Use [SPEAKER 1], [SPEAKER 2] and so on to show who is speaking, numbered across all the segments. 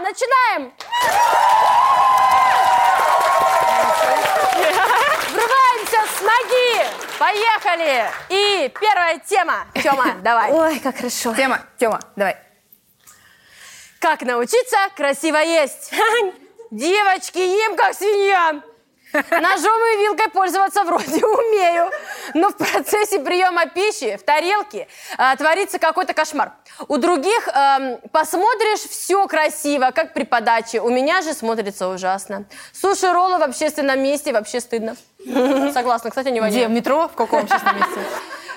[SPEAKER 1] начинаем! Врываемся с ноги! Поехали! И первая тема. Тема, давай.
[SPEAKER 2] Ой, как хорошо.
[SPEAKER 3] Тема, Тема, давай.
[SPEAKER 1] Как научиться красиво есть? Девочки, ем как свинья. Ножом и вилкой пользоваться вроде умею, но в процессе приема пищи в тарелке э, творится какой-то кошмар. У других эм, посмотришь все красиво, как при подаче. У меня же смотрится ужасно. Суши-роллы в общественном месте вообще стыдно. Согласна, кстати, не
[SPEAKER 3] Где? В
[SPEAKER 1] воняет.
[SPEAKER 3] метро? В каком сейчас месте?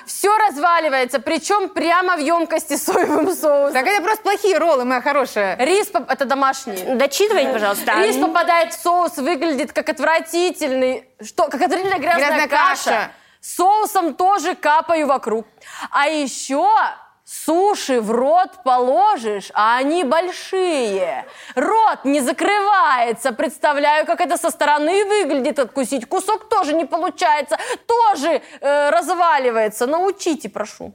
[SPEAKER 1] Все разваливается, причем прямо в емкости с соевым соусом.
[SPEAKER 3] Так это просто плохие роллы, моя хорошая.
[SPEAKER 1] Рис, поп- это домашний.
[SPEAKER 2] Дочитывайте, пожалуйста.
[SPEAKER 1] Рис попадает в соус, выглядит как отвратительный, что, как отвратительная грязная,
[SPEAKER 3] Грязная
[SPEAKER 1] каша.
[SPEAKER 3] каша.
[SPEAKER 1] Соусом тоже капаю вокруг. А еще суши в рот положишь, а они большие. Рот не закрывается. Представляю, как это со стороны выглядит. Откусить кусок тоже не получается. Тоже э, разваливается. Научите, прошу.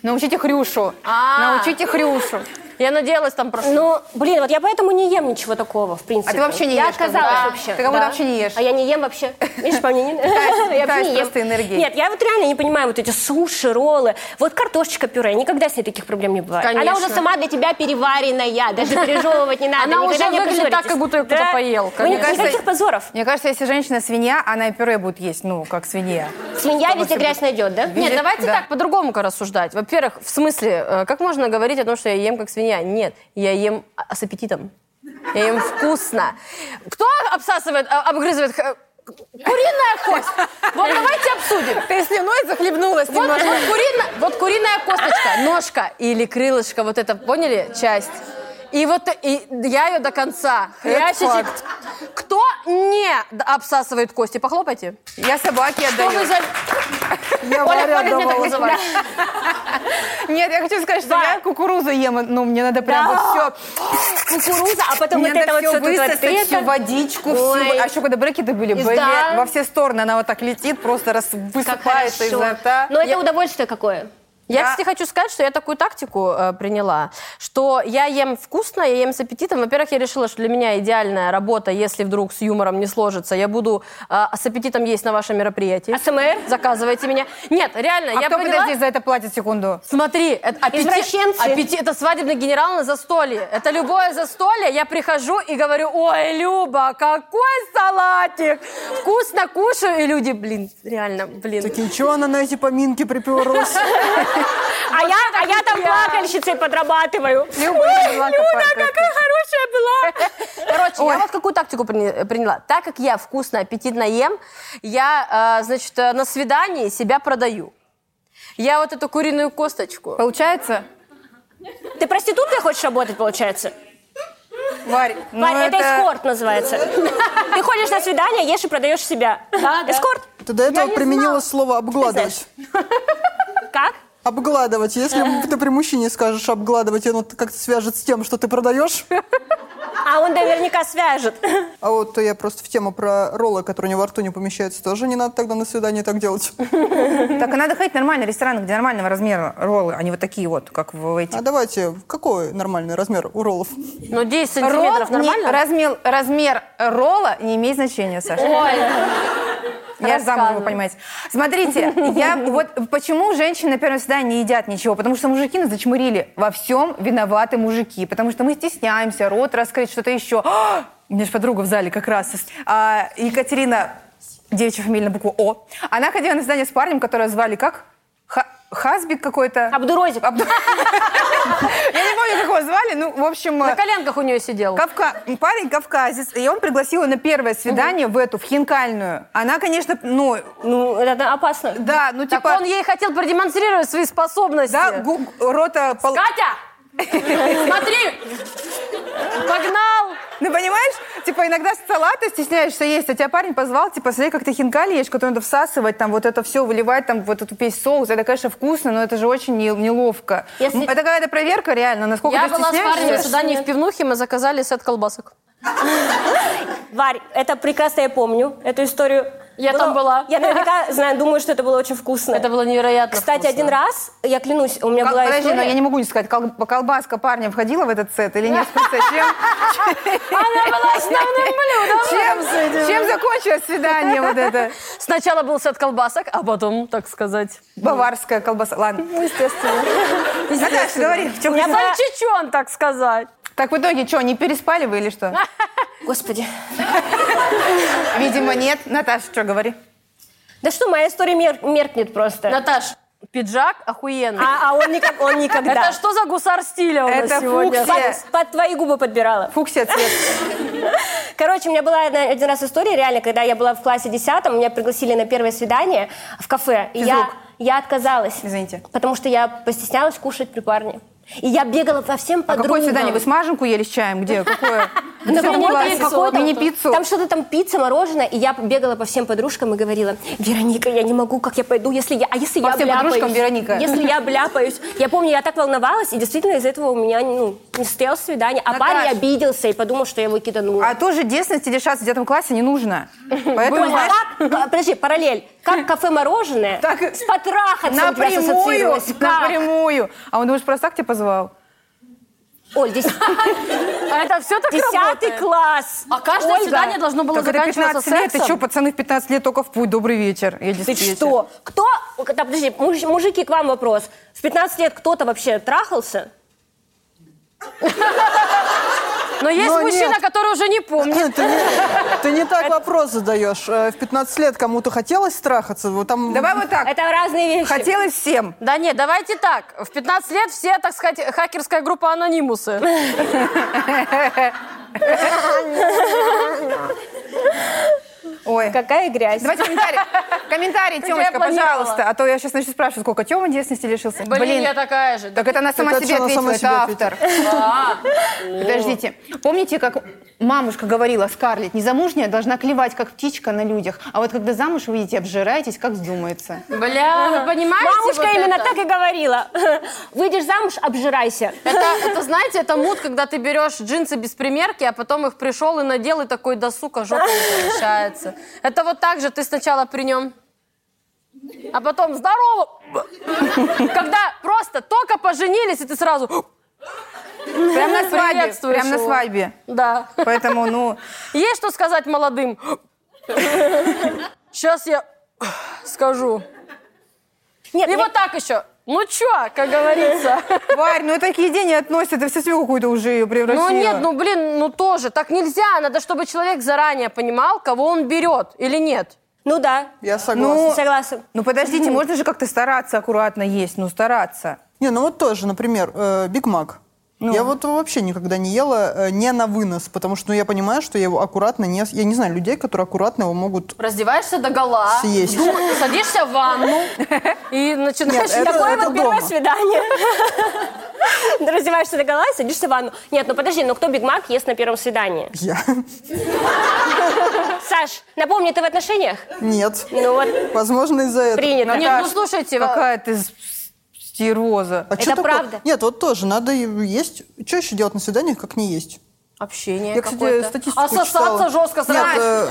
[SPEAKER 3] Научите хрюшу.
[SPEAKER 1] А.
[SPEAKER 3] Научите хрюшу.
[SPEAKER 1] Я надеялась, там прошу.
[SPEAKER 2] Ну, блин, вот я поэтому не ем ничего такого, в принципе.
[SPEAKER 3] А ты вообще не
[SPEAKER 2] я
[SPEAKER 3] ешь, как
[SPEAKER 2] отказалась
[SPEAKER 3] будто.
[SPEAKER 2] вообще.
[SPEAKER 3] Ты как будто
[SPEAKER 2] да.
[SPEAKER 3] вообще не ешь.
[SPEAKER 2] А я не ем вообще. Видишь, по мне не... Я
[SPEAKER 3] питаешь
[SPEAKER 2] вообще не
[SPEAKER 3] просто
[SPEAKER 2] ем.
[SPEAKER 3] энергией.
[SPEAKER 2] Нет, я вот реально не понимаю вот эти суши, роллы. Вот картошечка пюре, никогда с ней таких проблем не бывает.
[SPEAKER 1] Конечно.
[SPEAKER 2] Она уже сама для тебя переваренная, даже пережевывать не надо.
[SPEAKER 1] Она
[SPEAKER 2] никогда
[SPEAKER 1] уже
[SPEAKER 2] не
[SPEAKER 1] выглядит так,
[SPEAKER 2] опозоритесь.
[SPEAKER 1] как будто её кто-то
[SPEAKER 2] Да.
[SPEAKER 1] поел,
[SPEAKER 2] Ну,
[SPEAKER 1] конечно.
[SPEAKER 2] Никаких
[SPEAKER 3] Кажется,
[SPEAKER 2] позоров.
[SPEAKER 3] Мне кажется, если женщина свинья, она и пюре будет есть, ну, как свинья.
[SPEAKER 2] Свинья везде грязь найдет, да?
[SPEAKER 1] Нет,
[SPEAKER 3] Или-
[SPEAKER 1] давайте
[SPEAKER 3] да.
[SPEAKER 1] так по-другому-ка рассуждать. Во-первых, в смысле, э, как можно говорить о том, что я ем как свинья? Нет, я ем а, с аппетитом. Я ем вкусно. Кто обсасывает, а, обгрызывает х- куриная кость? Вот давайте обсудим.
[SPEAKER 3] Ты слюной захлебнулась
[SPEAKER 1] Вот, вот курина- вот куриная косточка, ножка или крылышко, вот это, поняли, часть. И вот и я ее до конца. Хрящичек.
[SPEAKER 3] факт.
[SPEAKER 1] Кто не обсасывает кости? Похлопайте.
[SPEAKER 3] Я собаке
[SPEAKER 1] Что вы
[SPEAKER 3] отдаю.
[SPEAKER 1] за...
[SPEAKER 3] Я
[SPEAKER 1] Оля
[SPEAKER 3] Варя
[SPEAKER 1] Фокина так
[SPEAKER 3] отдавала.
[SPEAKER 1] называет.
[SPEAKER 3] Нет, я хочу сказать, что
[SPEAKER 2] Да.
[SPEAKER 3] я кукурузу ем, ну, мне надо прям вот все.
[SPEAKER 2] Кукуруза, а потом
[SPEAKER 3] Мне
[SPEAKER 2] вот это
[SPEAKER 3] надо
[SPEAKER 2] вот
[SPEAKER 3] все
[SPEAKER 2] всё тут вот
[SPEAKER 3] высосать, всю
[SPEAKER 2] это.
[SPEAKER 3] водичку,
[SPEAKER 2] Ой. А?
[SPEAKER 3] всю. А еще когда брекеты были,
[SPEAKER 1] Из-
[SPEAKER 3] блин,
[SPEAKER 1] да.
[SPEAKER 3] во все стороны она вот так летит, просто раз
[SPEAKER 2] Как
[SPEAKER 3] высыпается изо
[SPEAKER 2] хорошо. Ну,
[SPEAKER 3] рта.
[SPEAKER 2] Но это удовольствие какое.
[SPEAKER 1] Я,
[SPEAKER 3] Я-
[SPEAKER 1] кстати, хочу сказать, что я такую тактику э, приняла, что я ем вкусно, я ем с аппетитом. Во-первых, я решила, что для меня идеальная работа, если вдруг с юмором не сложится, я буду э, с аппетитом есть на вашем мероприятии.
[SPEAKER 2] АСМР?
[SPEAKER 1] Заказывайте меня. Нет, реально,
[SPEAKER 3] А
[SPEAKER 1] я
[SPEAKER 3] кто,
[SPEAKER 1] поняла...
[SPEAKER 3] подожди, за это платит секунду?
[SPEAKER 1] Смотри, это аппетит,
[SPEAKER 2] Извращенцы.
[SPEAKER 1] аппетит- это свадебный генерал на застолье. Это любое застолье. Я прихожу и говорю, ой, Люба, какой салатик! Вкусно кушаю. И люди, блин, реально, блин.
[SPEAKER 3] Ничего она на эти поминки приперлась?
[SPEAKER 2] А я, а я там плакальщицей подрабатываю.
[SPEAKER 3] Люба, это была копарка.
[SPEAKER 2] хорошая была.
[SPEAKER 1] Короче, я вот какую тактику приня- приняла. Так как я вкусно, аппетитно ем, я, э, значит, э, на свидании себя продаю. Я вот эту куриную косточку.
[SPEAKER 3] Получается?
[SPEAKER 2] Ты проституткой хочешь работать, получается?
[SPEAKER 3] Варь, ну
[SPEAKER 2] Варя, это...
[SPEAKER 3] это...
[SPEAKER 2] эскорт называется. Ты ходишь на свидание, ешь и продаешь себя. Эскорт.
[SPEAKER 4] Ты до этого
[SPEAKER 1] не
[SPEAKER 4] применила
[SPEAKER 1] знала.
[SPEAKER 4] слово обгладывать.
[SPEAKER 2] Как?
[SPEAKER 4] Обгладывать. Если ты при мужчине скажешь обгладывать, оно как-то свяжет с тем, что ты продаешь.
[SPEAKER 2] А он наверняка свяжет.
[SPEAKER 4] А вот я просто в тему про роллы, которые у него во рту не помещаются, тоже не надо тогда на свидание так делать.
[SPEAKER 3] Так и надо ходить в нормальные рестораны, где нормального размера роллы, а не вот такие вот, как в
[SPEAKER 4] А
[SPEAKER 3] этих.
[SPEAKER 4] давайте, какой нормальный размер у роллов?
[SPEAKER 1] Ну, 10 сантиметров
[SPEAKER 3] Ролл не-
[SPEAKER 1] нормально?
[SPEAKER 3] размер, размер ролла не имеет значения, Саша. Я же замужем, вы понимаете. Смотрите, я вот почему женщины на первом свидании не едят ничего? Потому что мужики нас зачмурили. Во всем виноваты мужики. Потому что мы стесняемся, рот раскрыть, что-то еще. А! У меня же подруга в зале как раз. А, Екатерина, девичья фамилия на букву О. Она ходила на свидание с парнем, которого звали как? Ха- Хазбик какой-то.
[SPEAKER 2] Абдурозик.
[SPEAKER 3] Абду- Я не помню, как его звали. Ну, в общем...
[SPEAKER 1] На коленках у нее сидел.
[SPEAKER 3] Кавка... Парень кавказец, и он пригласил ее на первое свидание в эту, в хинкальную. Она, конечно, ну,
[SPEAKER 2] Ну, это опасно.
[SPEAKER 3] да, ну,
[SPEAKER 1] Так
[SPEAKER 3] типа...
[SPEAKER 1] он ей хотел продемонстрировать свои способности.
[SPEAKER 3] Да, гу- рота... пол-
[SPEAKER 1] Катя! Смотри! Погнал!
[SPEAKER 3] Ну, понимаешь? Типа, иногда салаты стесняешься есть, а тебя парень позвал, типа, смотри, как ты хинкали ешь, который надо всасывать, там, вот это все выливать, там, вот эту весь соус. Это, конечно, вкусно, но это же очень не- неловко.
[SPEAKER 2] Если-
[SPEAKER 3] М, Это какая-то проверка, реально, насколько
[SPEAKER 1] Я
[SPEAKER 3] ты
[SPEAKER 1] была с парнем в
[SPEAKER 3] стесняешься.
[SPEAKER 1] свидании в пивнухе, мы заказали сет колбасок.
[SPEAKER 2] Варь, это прекрасно я помню, эту историю.
[SPEAKER 1] Я
[SPEAKER 2] Было-
[SPEAKER 1] там была.
[SPEAKER 2] Я наверняка знаю, думаю, что это было очень вкусно.
[SPEAKER 1] Это было невероятно
[SPEAKER 2] Кстати,
[SPEAKER 1] вкусно.
[SPEAKER 2] один раз, я клянусь, у меня
[SPEAKER 3] Кол-
[SPEAKER 2] была
[SPEAKER 3] Подожди, но
[SPEAKER 2] история-
[SPEAKER 3] я не могу не сказать, кол- колбаска парня входила в этот сет или нет? Просто Чем,
[SPEAKER 1] Она была основным блюдом.
[SPEAKER 3] чем, чем закончилось свидание вот это?
[SPEAKER 1] Сначала был сет колбасок, а потом, так сказать,
[SPEAKER 3] Баварская колбаса. Ладно. естественно. Наташа, говори. в чём-
[SPEAKER 2] Я была-
[SPEAKER 1] сальчичон, так сказать.
[SPEAKER 3] Так в итоге что, не переспали вы или что?
[SPEAKER 2] Господи.
[SPEAKER 3] Видимо, нет. Наташа, что говори?
[SPEAKER 2] Да что, моя история мер- меркнет просто.
[SPEAKER 1] Наташ, пиджак охуенный.
[SPEAKER 2] А, а он, никак, он никогда.
[SPEAKER 1] Это что за гусар стиля у нас
[SPEAKER 3] Это
[SPEAKER 1] сегодня?
[SPEAKER 3] фуксия.
[SPEAKER 2] Под, под твои губы подбирала.
[SPEAKER 3] Фуксия цвет.
[SPEAKER 2] Короче, у меня была одна- один раз история, реально, когда я была в классе 10, меня пригласили на первое свидание в кафе. И я,
[SPEAKER 3] Физрук.
[SPEAKER 2] я отказалась.
[SPEAKER 3] Извините.
[SPEAKER 2] Потому что я постеснялась кушать при парне. И я бегала по всем
[SPEAKER 3] А
[SPEAKER 2] подругам. Ну,
[SPEAKER 3] какое свидание? Вы смаженку ели с чаем? Где? Какое?
[SPEAKER 2] На какой-то-
[SPEAKER 3] Мини-пиццу.
[SPEAKER 2] какой-то-
[SPEAKER 3] Мини-пиццу.
[SPEAKER 2] Там что-то там пицца, мороженое, и я бегала по всем подружкам и говорила, Вероника, я не могу, как я пойду, если я, а если
[SPEAKER 3] По
[SPEAKER 2] я
[SPEAKER 3] всем
[SPEAKER 2] обляпаюсь?»
[SPEAKER 3] подружкам, Вероника.
[SPEAKER 2] Если я обляпаюсь. Я помню, я так волновалась, и действительно из этого у меня ну, не состоялось свидание. А
[SPEAKER 3] Наташ.
[SPEAKER 2] парень обиделся и подумал, что я его киданула.
[SPEAKER 3] А тоже девственности лишаться в девятом классе не нужно. Поэтому,
[SPEAKER 2] Понял.
[SPEAKER 3] знаешь,
[SPEAKER 2] Как- а, подожди, параллель. Как кафе мороженое
[SPEAKER 3] Так,
[SPEAKER 2] с потрахаться у тебя
[SPEAKER 3] напрямую,
[SPEAKER 2] ассоциировалось. Как?
[SPEAKER 3] напрямую. А он, думаешь, просто так тебя позвал?
[SPEAKER 2] Оль, дес-
[SPEAKER 1] А это все так
[SPEAKER 2] десятый
[SPEAKER 1] работает.
[SPEAKER 2] класс.
[SPEAKER 1] А каждое
[SPEAKER 2] Ольга,
[SPEAKER 1] свидание должно было
[SPEAKER 3] Так это
[SPEAKER 1] заканчиваться
[SPEAKER 3] 15 лет, ты
[SPEAKER 1] сексом.
[SPEAKER 3] что, пацаны в 15 лет только в путь, добрый вечер. Я
[SPEAKER 2] Ты
[SPEAKER 3] диспетчер.
[SPEAKER 2] что? Кто? Да, подожди, муж- мужики, к вам вопрос. В 15 лет кто-то вообще трахался?
[SPEAKER 1] Но есть
[SPEAKER 4] Но
[SPEAKER 1] мужчина,
[SPEAKER 4] нет.
[SPEAKER 1] который уже не помнит.
[SPEAKER 4] Ты не, ты не так вопрос задаешь. Э, В 15 лет кому-то хотелось страхаться? Вот Там...
[SPEAKER 3] Давай вот так,
[SPEAKER 2] Это разные вещи.
[SPEAKER 3] хотелось всем.
[SPEAKER 1] Да нет, давайте так. В 15 лет все, так сказать, хакерская группа анонимусы.
[SPEAKER 3] Ой.
[SPEAKER 2] Какая грязь.
[SPEAKER 3] Давайте комментарий. Комментарий, Тёмочка,
[SPEAKER 1] планировала.
[SPEAKER 3] пожалуйста. А то я сейчас начну спрашивать, сколько Тёма девственности лишился.
[SPEAKER 1] Блин, я такая же.
[SPEAKER 3] Так это она сама
[SPEAKER 4] это
[SPEAKER 3] себе
[SPEAKER 4] она
[SPEAKER 3] ответила,
[SPEAKER 4] сама себе
[SPEAKER 3] это автор. Подождите. Помните, как мамушка говорила, Скарлетт, незамужняя должна клевать, как птичка на людях. А вот когда замуж выйдете, обжираетесь, как вздумается.
[SPEAKER 1] Бля, вы понимаете?
[SPEAKER 2] Мамушка
[SPEAKER 1] вот
[SPEAKER 2] именно
[SPEAKER 1] это?
[SPEAKER 2] так и говорила. Выйдешь замуж, обжирайся.
[SPEAKER 1] Это, это, знаете, это мут, когда ты берешь джинсы без примерки, а потом их пришел и надел, и такой, да сука, жопа не помещается. Это вот так же ты сначала при нем, а потом здорово. Когда просто только поженились, и ты сразу... Ну,
[SPEAKER 3] Прям на свадьбе.
[SPEAKER 1] приветствуешь
[SPEAKER 3] Прям на
[SPEAKER 1] его.
[SPEAKER 3] свадьбе.
[SPEAKER 1] Да.
[SPEAKER 3] Поэтому, ну,
[SPEAKER 1] Есть что сказать молодым? Сейчас я скажу.
[SPEAKER 2] Нет,
[SPEAKER 1] И
[SPEAKER 2] мне-
[SPEAKER 1] вот так еще. Ну чё, как говорится.
[SPEAKER 3] Варь, ну это к еде не относится, это все себе какую-то уже превратила.
[SPEAKER 1] Ну нет, ну блин, ну тоже. Так нельзя. Надо, чтобы человек заранее понимал, кого он берет или нет.
[SPEAKER 2] Ну да.
[SPEAKER 4] Я согласна.
[SPEAKER 3] Ну-
[SPEAKER 2] Согласен.
[SPEAKER 3] Ну подождите, можно же как-то стараться аккуратно есть, ну стараться.
[SPEAKER 4] Не, ну вот тоже, например, э, Биг Мак. Я вот вообще никогда не ела э, не на вынос, потому что ну, я понимаю, что я его аккуратно не... с- Я не знаю людей, которые аккуратно его могут...
[SPEAKER 1] Раздеваешься до гола,
[SPEAKER 4] Съесть.
[SPEAKER 1] садишься в ванну и начинаешь...
[SPEAKER 4] Нет, это-
[SPEAKER 1] такое
[SPEAKER 2] Такое
[SPEAKER 1] вот-
[SPEAKER 2] вот первое
[SPEAKER 4] дома.
[SPEAKER 2] свидание. Раздеваешься до гола, и садишься в ванну. Нет, ну подожди, ну кто Биг Мак ест на первом свидании?
[SPEAKER 4] Я...
[SPEAKER 2] Саш, напомни, ты в отношениях?
[SPEAKER 4] Нет.
[SPEAKER 2] Ну вот,
[SPEAKER 4] Возможно, из-за этого.
[SPEAKER 2] принято.
[SPEAKER 1] Нет, ну слушайте,
[SPEAKER 4] э,
[SPEAKER 3] Какая ты с- с- стервоза.
[SPEAKER 4] А чё
[SPEAKER 2] Это
[SPEAKER 4] такое?
[SPEAKER 2] правда.
[SPEAKER 4] Нет, вот тоже, надо и есть. Что еще делать на свиданиях, как не есть?
[SPEAKER 1] общение
[SPEAKER 4] Я, кстати,
[SPEAKER 1] какое-то. А,
[SPEAKER 4] статистику
[SPEAKER 1] Ассосаться
[SPEAKER 4] читала.
[SPEAKER 1] жестко
[SPEAKER 4] Нет,
[SPEAKER 1] сразу.
[SPEAKER 4] э,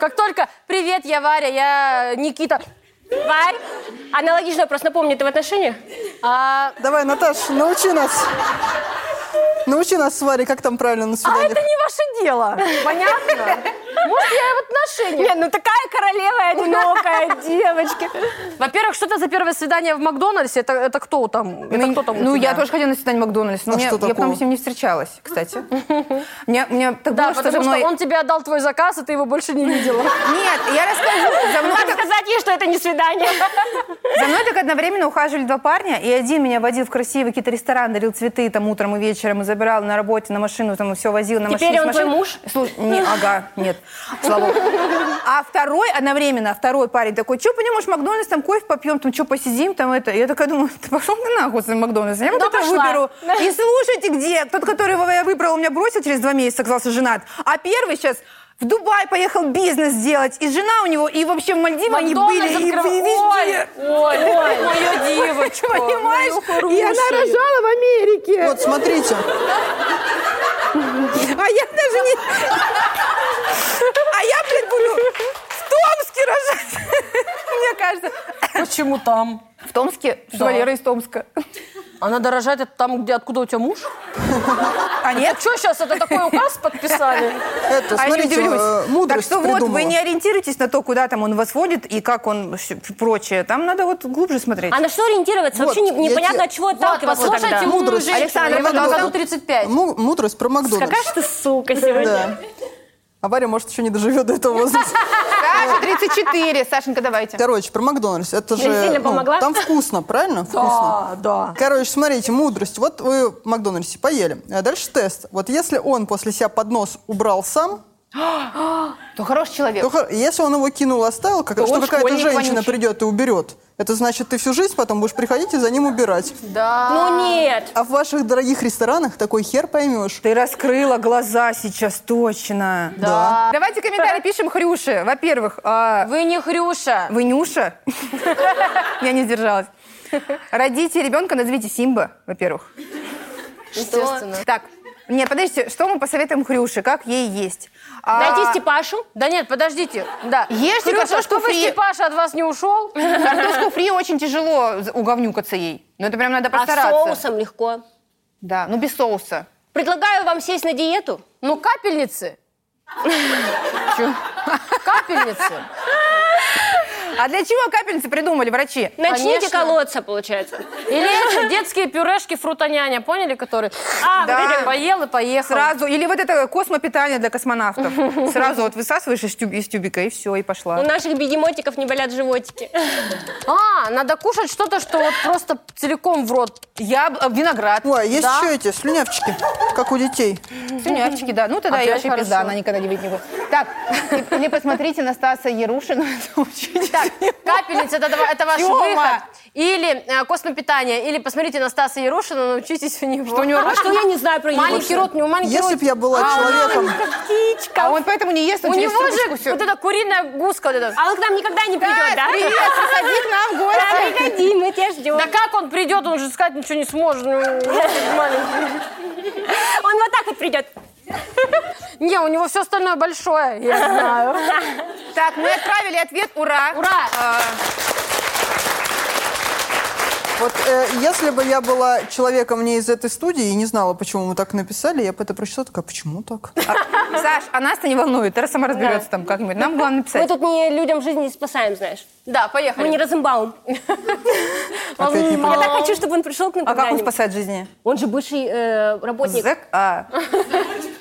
[SPEAKER 1] Как только «Привет, я Варя, я Никита».
[SPEAKER 2] Варь, аналогично, просто напомни, ты в отношениях?
[SPEAKER 1] А,
[SPEAKER 4] давай, Наташ, научи нас. Научи нас, Варя, как там правильно на
[SPEAKER 1] а
[SPEAKER 4] свиданиях.
[SPEAKER 1] это не ваше дело, понятно? Может, я и в отношениях.
[SPEAKER 2] Нет, ну такая королева и одинокая, девочки.
[SPEAKER 1] Во-первых, что это за первое свидание в Макдональдсе? Это, это кто там? Это
[SPEAKER 3] ну,
[SPEAKER 1] кто там у
[SPEAKER 3] ну,
[SPEAKER 1] тебя?
[SPEAKER 3] я тоже ходила на свидание в Макдональдс, но
[SPEAKER 4] А
[SPEAKER 3] у меня-
[SPEAKER 4] что
[SPEAKER 3] я потом
[SPEAKER 4] такого?
[SPEAKER 3] с ним не встречалась, кстати. Мне, мне так
[SPEAKER 1] Да,
[SPEAKER 3] было, что за
[SPEAKER 1] потому что,
[SPEAKER 3] мной...
[SPEAKER 1] он тебе отдал твой заказ, и ты его больше не видела.
[SPEAKER 3] Нет, я расскажу. За мной,
[SPEAKER 2] Надо
[SPEAKER 3] так,
[SPEAKER 2] сказать ей, что это не свидание.
[SPEAKER 3] за мной так одновременно ухаживали два парня, и один меня водил в красивый какие-то ресторан, дарил цветы там утром и вечером, и забирал на работе, на машину, там все возил на
[SPEAKER 2] Теперь
[SPEAKER 3] машине. с
[SPEAKER 2] он твой
[SPEAKER 3] машины.
[SPEAKER 2] муж?
[SPEAKER 3] Слушай, не, ага, нет, слава богу. А второй одновременно, а второй парень такой, что, понимаешь, Макдональдс, там кофе попьем, там что, посидим, там это. Я такая думаю, ты пошел ты нахуй с этим Макдональдсом, я вот
[SPEAKER 2] Да,
[SPEAKER 3] это
[SPEAKER 2] пошла.
[SPEAKER 3] выберу. И слушайте, где тот, которого я выбрала, у меня бросил через два месяца, оказался женат. А первый сейчас в Дубай поехал бизнес делать, и жена у него, и вообще в Мальдивы они были, и,
[SPEAKER 1] открыл-
[SPEAKER 3] и везде.
[SPEAKER 1] Оль, Оль, Оль, мою девочку.
[SPEAKER 3] ну, Понимаешь?
[SPEAKER 1] мою хорошую.
[SPEAKER 3] И она рожала в Америке.
[SPEAKER 4] Вот, смотрите.
[SPEAKER 3] А я даже не... А я, блин, буду в
[SPEAKER 1] почему там?
[SPEAKER 3] В Томске? Что Валера из Томска.
[SPEAKER 1] Она дорожает это там, где откуда у тебя муж?
[SPEAKER 3] А нет?
[SPEAKER 1] Что сейчас это такой указ подписали?
[SPEAKER 4] Это,
[SPEAKER 3] А я не
[SPEAKER 4] смотрите,
[SPEAKER 3] удивлюсь.
[SPEAKER 4] э, мудрость
[SPEAKER 3] так что вот,
[SPEAKER 4] придумала.
[SPEAKER 3] вы не ориентируйтесь на то, куда там он вас водит и как он всё- прочее. Там надо вот глубже смотреть.
[SPEAKER 2] А на что ориентироваться?
[SPEAKER 4] Вот,
[SPEAKER 2] Вообще не-
[SPEAKER 4] я
[SPEAKER 2] непонятно,
[SPEAKER 4] те-
[SPEAKER 2] от чего
[SPEAKER 1] Влад,
[SPEAKER 2] отталкиваться
[SPEAKER 1] послушайте
[SPEAKER 2] тогда.
[SPEAKER 1] мудрую
[SPEAKER 4] Мудрость.
[SPEAKER 1] женщину.
[SPEAKER 4] Александр,
[SPEAKER 1] ему
[SPEAKER 4] Макдональд.
[SPEAKER 1] году 35.
[SPEAKER 4] Му- Мудрость про Макдональдс.
[SPEAKER 2] Какая же ты сука сегодня.
[SPEAKER 4] Да. Авария, может, еще не доживет до этого возраста.
[SPEAKER 5] Саша, 34. Сашенька, давайте.
[SPEAKER 4] Короче, про Макдональдс. Это же...
[SPEAKER 2] сильно
[SPEAKER 4] ну,
[SPEAKER 2] помогла?
[SPEAKER 4] Там вкусно, правильно? Вкусно.
[SPEAKER 1] А, да.
[SPEAKER 4] Короче, смотрите, мудрость. Вот вы в Макдональдсе поели. А дальше тест. Вот если он после себя поднос убрал сам,
[SPEAKER 5] То хороший человек.
[SPEAKER 4] то хор- если он его кинул, оставил, как, что
[SPEAKER 5] он
[SPEAKER 4] какая-то
[SPEAKER 5] школьник
[SPEAKER 4] женщина
[SPEAKER 5] вонючий.
[SPEAKER 4] придет и уберет, это значит, ты всю жизнь потом будешь приходить и за ним убирать.
[SPEAKER 2] Ну нет.
[SPEAKER 4] А в ваших дорогих ресторанах такой хер поймешь.
[SPEAKER 3] Ты раскрыла глаза сейчас, точно.
[SPEAKER 4] Да.
[SPEAKER 5] Давайте комментарии.
[SPEAKER 3] Комментарий пишем Хрюше. Во-первых, а,
[SPEAKER 1] Вы не Хрюша.
[SPEAKER 3] вы Нюша? Я не сдержалась. Родите ребенка, назовите Симба, во-первых.
[SPEAKER 1] Естественно.
[SPEAKER 3] Так, нет, подождите, что мы посоветуем Хрюше? Как ей есть? А,
[SPEAKER 2] Найди Степашу.
[SPEAKER 1] Да нет, подождите. Да.
[SPEAKER 5] Ешьте
[SPEAKER 1] Хрюша,
[SPEAKER 5] картошку
[SPEAKER 1] чтобы
[SPEAKER 5] фри.
[SPEAKER 1] Степаша от вас не ушел.
[SPEAKER 5] Картошку фри очень тяжело за- уговнюкаться ей. Ну, это прям надо
[SPEAKER 2] А с
[SPEAKER 5] постараться.
[SPEAKER 2] соусом легко.
[SPEAKER 5] Да, ну без соуса.
[SPEAKER 2] Предлагаю вам сесть на диету.
[SPEAKER 1] Ну, капельницы. Капельницы.
[SPEAKER 3] А для чего капельницы придумали врачи?
[SPEAKER 2] Начните
[SPEAKER 1] Конечно.
[SPEAKER 2] колоться, получается.
[SPEAKER 1] Или эти детские пюрешки фрутоняня, поняли, которые? А,
[SPEAKER 3] Да.
[SPEAKER 1] вот эти поел и поехал.
[SPEAKER 3] Сразу, или вот это космопитание для космонавтов. Сразу вот высасываешь из, тюб- из тюбика, и все, и
[SPEAKER 2] У
[SPEAKER 3] пошла.
[SPEAKER 2] наших бегемотиков не болят животики.
[SPEAKER 1] А, надо кушать что-то, что вот просто целиком в рот.
[SPEAKER 3] Я
[SPEAKER 1] э,
[SPEAKER 3] виноград.
[SPEAKER 4] Ой, а есть
[SPEAKER 1] Да.
[SPEAKER 4] еще эти слюнявчики, как у детей.
[SPEAKER 5] Слюнявчики,
[SPEAKER 3] Да, ну тогда я
[SPEAKER 1] Опять
[SPEAKER 3] вообще
[SPEAKER 1] хорошо.
[SPEAKER 3] пизда, она никогда не выйдет никуда.
[SPEAKER 5] Так, и- или посмотрите на Стаса Ярушина.
[SPEAKER 1] Так, капельница, это, ва- это ваш
[SPEAKER 3] Тёма!
[SPEAKER 1] выход. Или э, космопитание, или посмотрите на Стаса Ярушина, научитесь у него. Что у
[SPEAKER 2] А что я не знаю про
[SPEAKER 1] Маленький
[SPEAKER 2] Егоршина?
[SPEAKER 1] рот, не у маленький
[SPEAKER 4] Если
[SPEAKER 1] рот.
[SPEAKER 4] б я была
[SPEAKER 1] А,
[SPEAKER 4] человеком...
[SPEAKER 5] А он поэтому не ест, он
[SPEAKER 1] У
[SPEAKER 5] через
[SPEAKER 1] него же
[SPEAKER 5] трубочку всё.
[SPEAKER 1] вот эта куриная гуска. вот эта.
[SPEAKER 2] А он к нам никогда не придет, да?
[SPEAKER 5] Привет, приходи к нам в
[SPEAKER 2] Да,
[SPEAKER 5] гости.
[SPEAKER 2] приходи, мы тебя ждем.
[SPEAKER 1] Да как он придет, он же сказать ничего не сможет. ну, маленький.
[SPEAKER 2] Он вот так вот придет.
[SPEAKER 1] Не, у него все остальное большое, я знаю.
[SPEAKER 3] Так, мы отправили ответ, ура. А,
[SPEAKER 1] Ура!
[SPEAKER 4] Вот э, если бы я была человеком не из этой студии и не знала, почему мы так написали, я бы это прочитала, такая, почему так?
[SPEAKER 3] А, Саш, а нас-то не волнует, Тара сама разберется там как-нибудь. Нам главное
[SPEAKER 2] Мы
[SPEAKER 3] написать.
[SPEAKER 2] тут не людям жизнь не спасаем, знаешь.
[SPEAKER 1] Да,
[SPEAKER 2] Мы
[SPEAKER 1] поехали.
[SPEAKER 2] не Розенбаум.
[SPEAKER 4] Опять не
[SPEAKER 2] Я
[SPEAKER 4] поняла.
[SPEAKER 2] так хочу, чтобы он пришел к нам
[SPEAKER 3] А как он
[SPEAKER 2] когда-нибудь.
[SPEAKER 3] спасает жизни?
[SPEAKER 2] Он же бывший э, работник.
[SPEAKER 3] Зэк? А,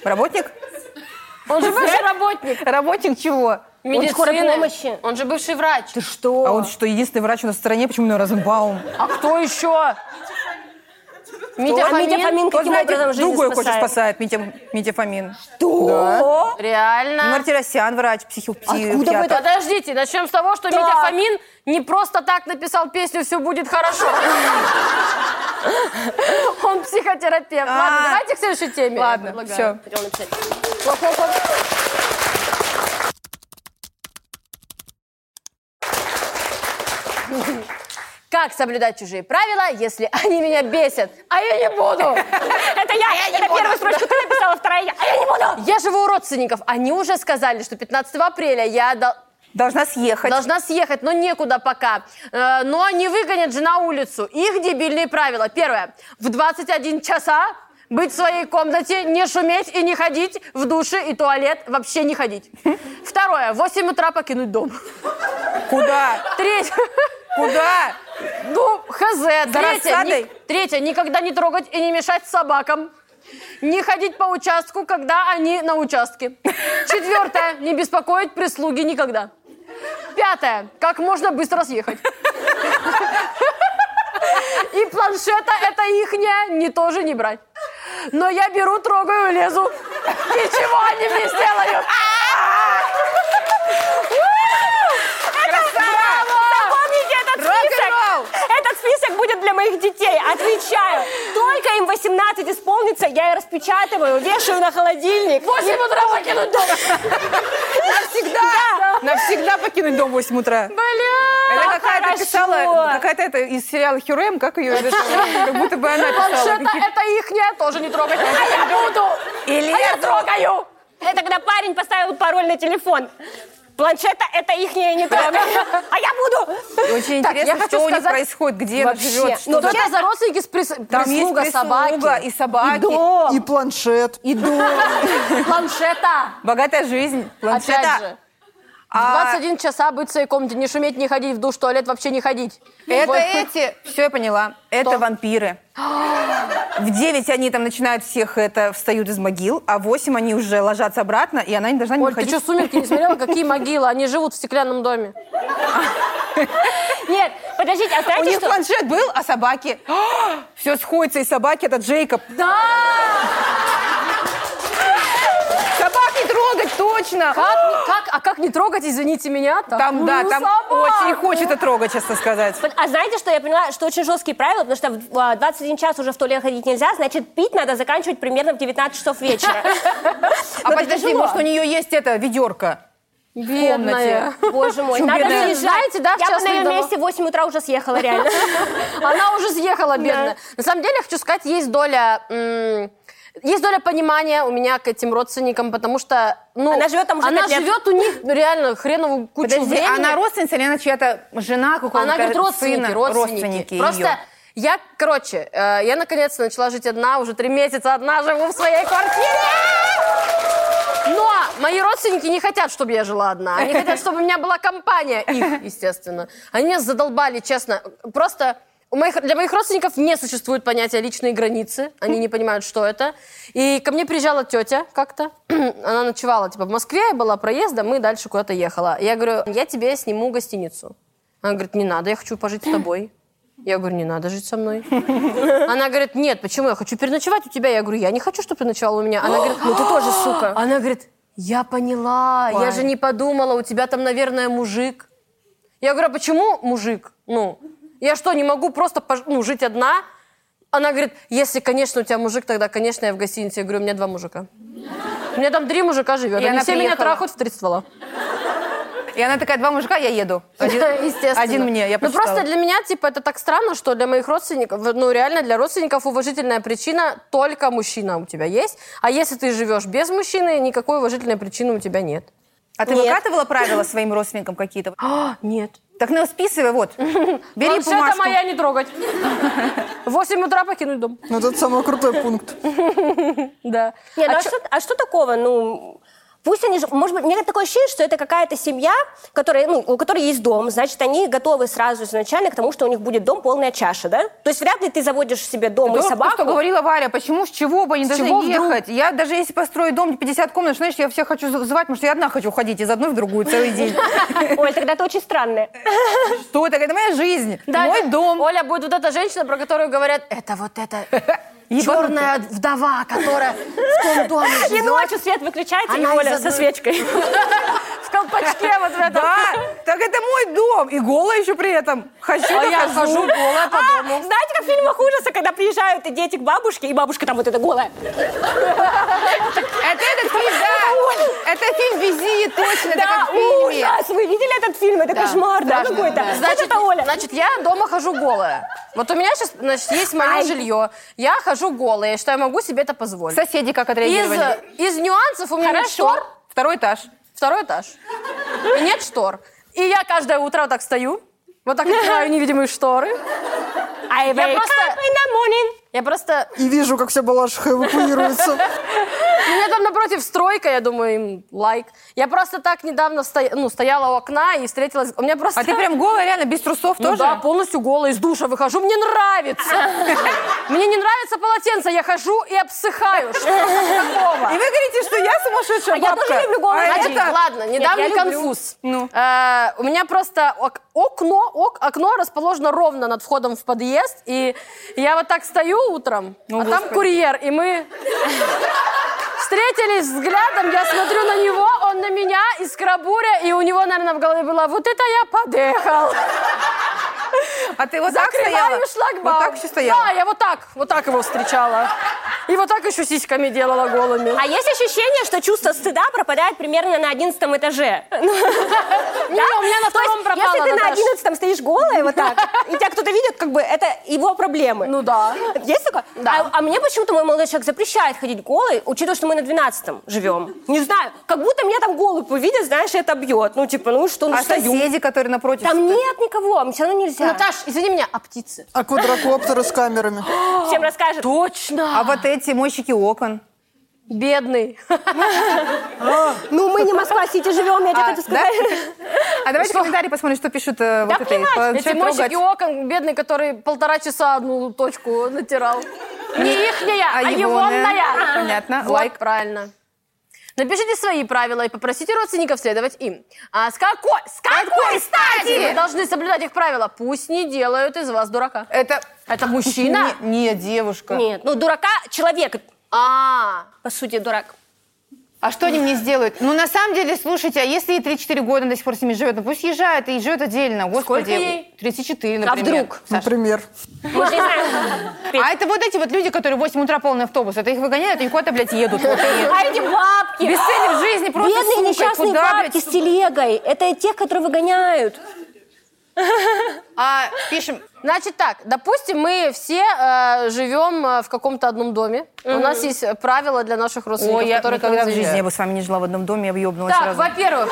[SPEAKER 3] работник?
[SPEAKER 1] Он же бывший работник.
[SPEAKER 3] Работник чего?
[SPEAKER 1] медицины.
[SPEAKER 2] скорой помощи.
[SPEAKER 1] Он же бывший врач.
[SPEAKER 2] Ты что?
[SPEAKER 3] А он что, единственный врач у нас в стране? Почему у него Розенбаум?
[SPEAKER 1] А кто еще? Митя
[SPEAKER 2] А Митя
[SPEAKER 1] Фомин?
[SPEAKER 2] Фомин
[SPEAKER 3] Вот
[SPEAKER 2] каким
[SPEAKER 3] знаете,
[SPEAKER 2] образом жизнь
[SPEAKER 3] другой хочет
[SPEAKER 2] спасает?
[SPEAKER 3] спасает, Митя, Митя Фомин.
[SPEAKER 2] Что?
[SPEAKER 1] Реально?
[SPEAKER 3] Мартиросян врач, психи-
[SPEAKER 5] А
[SPEAKER 2] Откуда вы
[SPEAKER 3] психиатр.
[SPEAKER 1] Подождите, начнем с того, что
[SPEAKER 2] Так.
[SPEAKER 1] Митя Фомин не просто так написал песню «Все будет хорошо». Он психотерапевт. Ладно,
[SPEAKER 3] А.
[SPEAKER 1] давайте к следующей теме.
[SPEAKER 3] Ладно,
[SPEAKER 1] Предлагаю.
[SPEAKER 3] все.
[SPEAKER 2] Хотел написать.
[SPEAKER 1] Как соблюдать чужие правила, если они меня бесят? А я не буду.
[SPEAKER 2] Это я, это первую строчку ты написала, вторая я. А я не буду.
[SPEAKER 1] Я живу у родственников. Они уже сказали, что 15 апреля я дол-
[SPEAKER 3] Должна съехать.
[SPEAKER 1] Должна съехать, но некуда пока. Э, Но не выгонят же на улицу. Их дебильные правила. Первое. В 21 часа быть в своей комнате, не шуметь и не ходить в душе и туалет, вообще не ходить. Второе. В 8 утра покинуть дом.
[SPEAKER 3] Куда?
[SPEAKER 1] Третье.
[SPEAKER 3] Куда?
[SPEAKER 1] Ну, хз. Третье.
[SPEAKER 3] рассадой?
[SPEAKER 1] ни- Третье. Никогда не трогать и не мешать собакам. Не ходить по участку, когда они на участке. Четвертое. Не беспокоить прислуги никогда. Пятое. Как можно быстро съехать. И планшета это ихняя, не тоже не брать. Но я беру, трогаю, лезу. И чего они мне сделают?
[SPEAKER 2] Запомните этот
[SPEAKER 3] Рок-н-ролл!
[SPEAKER 2] список. Этот список будет для моих детей, отвечаю. Только им 18 исполнится, я и распечатываю, вешаю на холодильник.
[SPEAKER 1] 8 утра выкинуть дом.
[SPEAKER 3] Навсегда! Навсегда покинуть дом в 8 утра.
[SPEAKER 1] Бля!
[SPEAKER 3] Это
[SPEAKER 2] Да
[SPEAKER 3] какая-то
[SPEAKER 2] хорошо.
[SPEAKER 3] писала, какая-то это из сериала Хюрем, как ее, это, как будто бы она писала.
[SPEAKER 1] Планшета это ихняя, тоже не трогать. А я буду!
[SPEAKER 3] Или
[SPEAKER 1] А я трогаю!
[SPEAKER 2] Это когда парень поставил пароль на телефон. Планшета это их не трогай. А я буду.
[SPEAKER 3] И Очень
[SPEAKER 1] Так, я
[SPEAKER 3] интересно,
[SPEAKER 1] хочу
[SPEAKER 3] что у них
[SPEAKER 1] сказать-
[SPEAKER 3] происходит, где он
[SPEAKER 2] Вообще,
[SPEAKER 3] живет, что
[SPEAKER 1] Ну,
[SPEAKER 3] за-
[SPEAKER 1] это за родственники с прис-
[SPEAKER 3] там есть
[SPEAKER 1] прислуга,
[SPEAKER 3] прислуга
[SPEAKER 1] собаки.
[SPEAKER 3] и собаки.
[SPEAKER 1] дом.
[SPEAKER 4] И планшет.
[SPEAKER 1] И дом. Планшета.
[SPEAKER 3] Богатая жизнь,
[SPEAKER 1] Опять
[SPEAKER 3] планшета.
[SPEAKER 1] же.
[SPEAKER 3] А
[SPEAKER 1] 21 часа быть в своей комнате, не шуметь, не ходить в душ, в туалет вообще не ходить.
[SPEAKER 3] Это
[SPEAKER 1] Вот.
[SPEAKER 3] эти, все, я поняла, это вампиры. В 9 они там начинают всех это, встают из могил, а в 8 они уже ложатся обратно, и она не должна не
[SPEAKER 1] Оль, ты
[SPEAKER 3] выходить.
[SPEAKER 1] что, «Сумерки» не смотрела? Какие могилы? Они живут в стеклянном доме.
[SPEAKER 2] Нет, подождите, а
[SPEAKER 3] У
[SPEAKER 2] знаете
[SPEAKER 3] них
[SPEAKER 2] что?
[SPEAKER 3] планшет был, а собаки. Все сходится, и собаки, это Джейкоб.
[SPEAKER 1] Да!
[SPEAKER 3] Собак не трогать, точно.
[SPEAKER 1] Как, не- как, а как не трогать, извините меня? так?
[SPEAKER 3] Там, да,
[SPEAKER 1] Ну,
[SPEAKER 3] там
[SPEAKER 1] собак.
[SPEAKER 3] очень хочется трогать, честно сказать.
[SPEAKER 2] Вот, А знаете, что я поняла, что очень жесткие правила, потому что в а, 21 час уже в туалет ходить нельзя, значит, пить надо заканчивать примерно в 19 часов вечера.
[SPEAKER 3] А
[SPEAKER 2] это
[SPEAKER 3] подожди,
[SPEAKER 2] тяжело.
[SPEAKER 3] может, у нее есть это, ведерко?
[SPEAKER 1] Бедная.
[SPEAKER 2] Боже мой,
[SPEAKER 3] Чё,
[SPEAKER 2] надо
[SPEAKER 3] бедная?
[SPEAKER 2] съезжать.
[SPEAKER 1] Знаете, да, в
[SPEAKER 2] Я бы
[SPEAKER 1] частные
[SPEAKER 2] на ее
[SPEAKER 1] дома.
[SPEAKER 2] месте в 8 утра уже съехала, реально.
[SPEAKER 1] Она уже съехала, бедная. На самом деле, я хочу сказать, есть доля... м, есть доля понимания у меня к этим родственникам, потому что, ну,
[SPEAKER 2] Она живет там уже
[SPEAKER 1] она
[SPEAKER 2] пять лет.
[SPEAKER 1] живет у них ну, реально хреновую кучу
[SPEAKER 3] Подожди,
[SPEAKER 1] времени.
[SPEAKER 3] а она родственница или она чья-то жена какого-то
[SPEAKER 1] Она говорит, родственники,
[SPEAKER 3] сына?
[SPEAKER 1] родственники.
[SPEAKER 3] её.
[SPEAKER 1] Просто я, короче, э, я наконец то начала жить одна, уже три месяца одна живу в своей квартире. Но мои родственники не хотят, чтобы я жила одна. Они хотят, чтобы у меня была компания их, естественно. Они меня задолбали, честно. Просто у моих, для моих родственников не существует понятия личные границы. Они не понимают, что это. И ко мне приезжала тетя как-то. Она ночевала, типа, в Москве была проездом, и дальше куда-то ехала. Я говорю, я тебе сниму гостиницу. Она говорит, не надо, я хочу пожить с тобой. Я говорю, не надо жить со мной. Она говорит, нет, почему? Я хочу переночевать у тебя. Я говорю, я не хочу, чтобы ты ночевала у меня. Она говорит, ну ты тоже, сука. Она говорит, я поняла, я же не подумала, у тебя там, наверное, мужик. Я говорю, а почему мужик? Ну, я что, не могу просто пож- ну, жить одна? Она говорит, если, конечно, у тебя мужик, тогда, конечно, я в гостинице. Я говорю, у меня два мужика. У меня там три мужика живет.
[SPEAKER 3] И
[SPEAKER 1] Они
[SPEAKER 3] она
[SPEAKER 1] все меня
[SPEAKER 3] приехала.
[SPEAKER 1] трахают в три ствола.
[SPEAKER 3] И она такая, два мужика, я еду. Один-
[SPEAKER 1] Естественно.
[SPEAKER 3] Один мне, я
[SPEAKER 1] Ну
[SPEAKER 3] прочитала.
[SPEAKER 1] просто для меня, типа, это так странно, что для моих родственников, ну реально для родственников уважительная причина только мужчина у тебя есть. А если ты живешь без мужчины, никакой уважительной причины у тебя нет.
[SPEAKER 3] А ты
[SPEAKER 2] Нет.
[SPEAKER 3] выкатывала правила своим родственникам какие-то?
[SPEAKER 1] А, нет.
[SPEAKER 3] Так, ну, списывай, вот. Бери
[SPEAKER 1] Бери
[SPEAKER 3] бумажку.
[SPEAKER 1] Ну, моя не трогать. В 8 утра покинуть дом.
[SPEAKER 4] Ну, это самый крутой пункт.
[SPEAKER 1] Да.
[SPEAKER 2] Не, ну
[SPEAKER 1] А
[SPEAKER 2] а, что, а что такого? Ну, пусть они, ж- может быть, у меня такое ощущение, что это какая-то семья, которая, ну, у которой есть дом, значит, они готовы сразу изначально к тому, что у них будет дом полная чаша, да? То есть вряд ли ты заводишь себе дом и
[SPEAKER 3] То,
[SPEAKER 2] собаку.
[SPEAKER 3] что говорила Варя, почему, с чего бы они должны
[SPEAKER 1] чего вдруг?
[SPEAKER 3] ехать? Я даже если построю дом 50 комнат, знаешь, я всех хочу з- звать, потому что я одна хочу ходить из одной в другую целый день.
[SPEAKER 2] Оль, тогда ты очень странная.
[SPEAKER 3] Что это? Это моя жизнь,
[SPEAKER 1] Да,
[SPEAKER 3] мой
[SPEAKER 1] да.
[SPEAKER 3] дом.
[SPEAKER 1] Оля будет вот эта женщина, про которую говорят, это вот эта
[SPEAKER 3] Ебанутая.
[SPEAKER 1] черная вдова, которая в том доме
[SPEAKER 2] И
[SPEAKER 1] живет.
[SPEAKER 2] ночью свет выключается, и
[SPEAKER 1] Она
[SPEAKER 2] Оля
[SPEAKER 1] из
[SPEAKER 2] со
[SPEAKER 1] одной-
[SPEAKER 2] свечкой.
[SPEAKER 1] В колпачке вот в этом.
[SPEAKER 3] Да, так это мой дом. И голая еще при этом. Хочу,
[SPEAKER 1] А
[SPEAKER 3] да
[SPEAKER 1] я хожу голая по
[SPEAKER 2] А,
[SPEAKER 1] дому.
[SPEAKER 2] знаете, как в фильмах ужаса, когда приезжают и дети к бабушке, и бабушка там вот эта голая.
[SPEAKER 3] Это этот фильм, да. Это фильм «Визит», точно, это
[SPEAKER 2] Да,
[SPEAKER 3] как в фильме.
[SPEAKER 2] ужас! Вы видели этот фильм? Это кошмар, да,
[SPEAKER 1] Страшно.
[SPEAKER 2] какой-то?
[SPEAKER 1] Значит,
[SPEAKER 2] Вот это Оля.
[SPEAKER 1] значит, я дома хожу голая. Вот у меня сейчас, значит, есть мое
[SPEAKER 2] Ай.
[SPEAKER 1] жилье. Я хожу голая, что я могу себе это позволить.
[SPEAKER 3] Соседи как
[SPEAKER 1] Из, э,
[SPEAKER 3] отреагировали?
[SPEAKER 1] из нюансов у меня нет штор,
[SPEAKER 3] Второй этаж.
[SPEAKER 1] второй этаж. И нет штор. И я каждое утро вот так стою, вот так открываю невидимые шторы.
[SPEAKER 2] I wake
[SPEAKER 1] просто-
[SPEAKER 2] up in the morning.
[SPEAKER 1] Я просто...
[SPEAKER 4] И вижу, как вся Балашиха эвакуируется.
[SPEAKER 1] У меня там напротив стройка, я думаю, им лайк. Я просто так недавно стоя- ну, стояла у окна и встретилась... У меня просто...
[SPEAKER 3] А ты прям голая, реально, без трусов
[SPEAKER 1] Ну
[SPEAKER 3] тоже?
[SPEAKER 1] да, полностью голая, из душа выхожу, мне нравится. Мне не нравится полотенце, я хожу и обсыхаю. Что
[SPEAKER 3] И
[SPEAKER 1] такого?
[SPEAKER 5] А
[SPEAKER 3] вы говорите, что я сумасшедшая
[SPEAKER 2] А я
[SPEAKER 3] бабка.
[SPEAKER 2] тоже люблю голых
[SPEAKER 3] а
[SPEAKER 1] Значит,
[SPEAKER 3] это...
[SPEAKER 1] ладно, недавний
[SPEAKER 2] я люблю.
[SPEAKER 1] конфуз.
[SPEAKER 3] Ну.
[SPEAKER 1] Э, у меня просто ок- окно, ок- окно расположено ровно над входом в подъезд, и я вот так стою утром, а там
[SPEAKER 3] Ну, господи.
[SPEAKER 1] курьер, и мы встретились взглядом, я смотрю на него, он на меня, из крабуря, и у него, наверное, в голове было «Вот это я подехал».
[SPEAKER 3] А ты вот так
[SPEAKER 1] Закрываю
[SPEAKER 3] стояла?
[SPEAKER 1] шлагбаум.
[SPEAKER 3] Вот так еще стояла?
[SPEAKER 1] Да, я вот так, вот так его встречала. И вот так еще сиськами делала голыми.
[SPEAKER 2] А есть ощущение, что чувство стыда пропадает примерно на 11 этаже.
[SPEAKER 1] Не, А у меня на
[SPEAKER 2] То есть,
[SPEAKER 1] втором пропало,
[SPEAKER 2] если ты на
[SPEAKER 1] Наташ.
[SPEAKER 2] 11 стоишь голая вот так, и тебя кто-то видит, как бы это его проблемы.
[SPEAKER 1] Ну да.
[SPEAKER 2] Есть такое?
[SPEAKER 1] Да.
[SPEAKER 2] А, а мне почему-то мой молодой человек запрещает ходить голой, учитывая, что мы на 12 живем. Не знаю, как будто меня там голую увидят, знаешь, и это бьет. Ну, типа, ну и что, ну
[SPEAKER 3] А
[SPEAKER 2] стою.
[SPEAKER 3] соседи, которые напротив?
[SPEAKER 2] Там нет никого, все равно нельзя.
[SPEAKER 1] Наташ, извини меня, а птицы?
[SPEAKER 4] А квадрокоптеры с камерами.
[SPEAKER 2] А, Всем расскажет.
[SPEAKER 1] Точно.
[SPEAKER 3] А вот эти мойщики окон?
[SPEAKER 1] Бедный.
[SPEAKER 2] Ну, мы не Москва-Сити живем, я тебе
[SPEAKER 3] А,
[SPEAKER 2] хочу сказать.
[SPEAKER 3] А давайте в комментарии посмотрим, что пишут э, вот
[SPEAKER 2] Да
[SPEAKER 3] это.
[SPEAKER 2] плевать,
[SPEAKER 3] Начинают
[SPEAKER 1] Эти мощики
[SPEAKER 3] ругать.
[SPEAKER 1] окон, бедный, который полтора часа одну точку натирал. Не ихняя, а,
[SPEAKER 3] егоная.
[SPEAKER 1] егонная.
[SPEAKER 3] Понятно.
[SPEAKER 1] Вот,
[SPEAKER 3] Лайк.
[SPEAKER 1] правильно. Напишите свои правила и попросите родственников следовать им. А с какой, с какой стати вы должны соблюдать их правила? Пусть не делают из вас дурака.
[SPEAKER 3] Это
[SPEAKER 1] Это мужчина?
[SPEAKER 3] не, не девушка.
[SPEAKER 2] Нет, ну, дурака человек,
[SPEAKER 1] А,
[SPEAKER 2] по сути, дурак.
[SPEAKER 5] А что они мне сделают? Ну, на самом деле, слушайте, а если ей 3-4 года она до сих пор с ними живет, ну пусть езжает и живет отдельно. Господи,
[SPEAKER 1] Сколько ей?
[SPEAKER 5] 34,
[SPEAKER 2] А
[SPEAKER 5] например.
[SPEAKER 2] вдруг?
[SPEAKER 5] Саш.
[SPEAKER 4] Например.
[SPEAKER 2] Мы же не знаем.
[SPEAKER 5] А это вот эти вот люди, которые в 8 утра полный автобус, это их выгоняют и куда-то, блядь, едут. Вот и-
[SPEAKER 2] А эти бабки.
[SPEAKER 5] Бесцели в жизни, просто
[SPEAKER 2] Бедные
[SPEAKER 5] сумкой,
[SPEAKER 2] несчастные
[SPEAKER 5] куда,
[SPEAKER 2] бабки
[SPEAKER 5] блядь,
[SPEAKER 2] с телегой. Это те, которые выгоняют.
[SPEAKER 5] А пишем,
[SPEAKER 1] Значит так, допустим, мы все э, живем э, в каком-то одном доме. У нас есть э, правила для наших родственников,
[SPEAKER 5] Ой, я
[SPEAKER 1] которые
[SPEAKER 5] никогда
[SPEAKER 1] к нам
[SPEAKER 5] в жизни
[SPEAKER 1] заезжают.
[SPEAKER 3] Я бы с вами не жила в одном доме, я бы ёбнулась
[SPEAKER 1] Так,
[SPEAKER 3] сразу.
[SPEAKER 1] во-первых,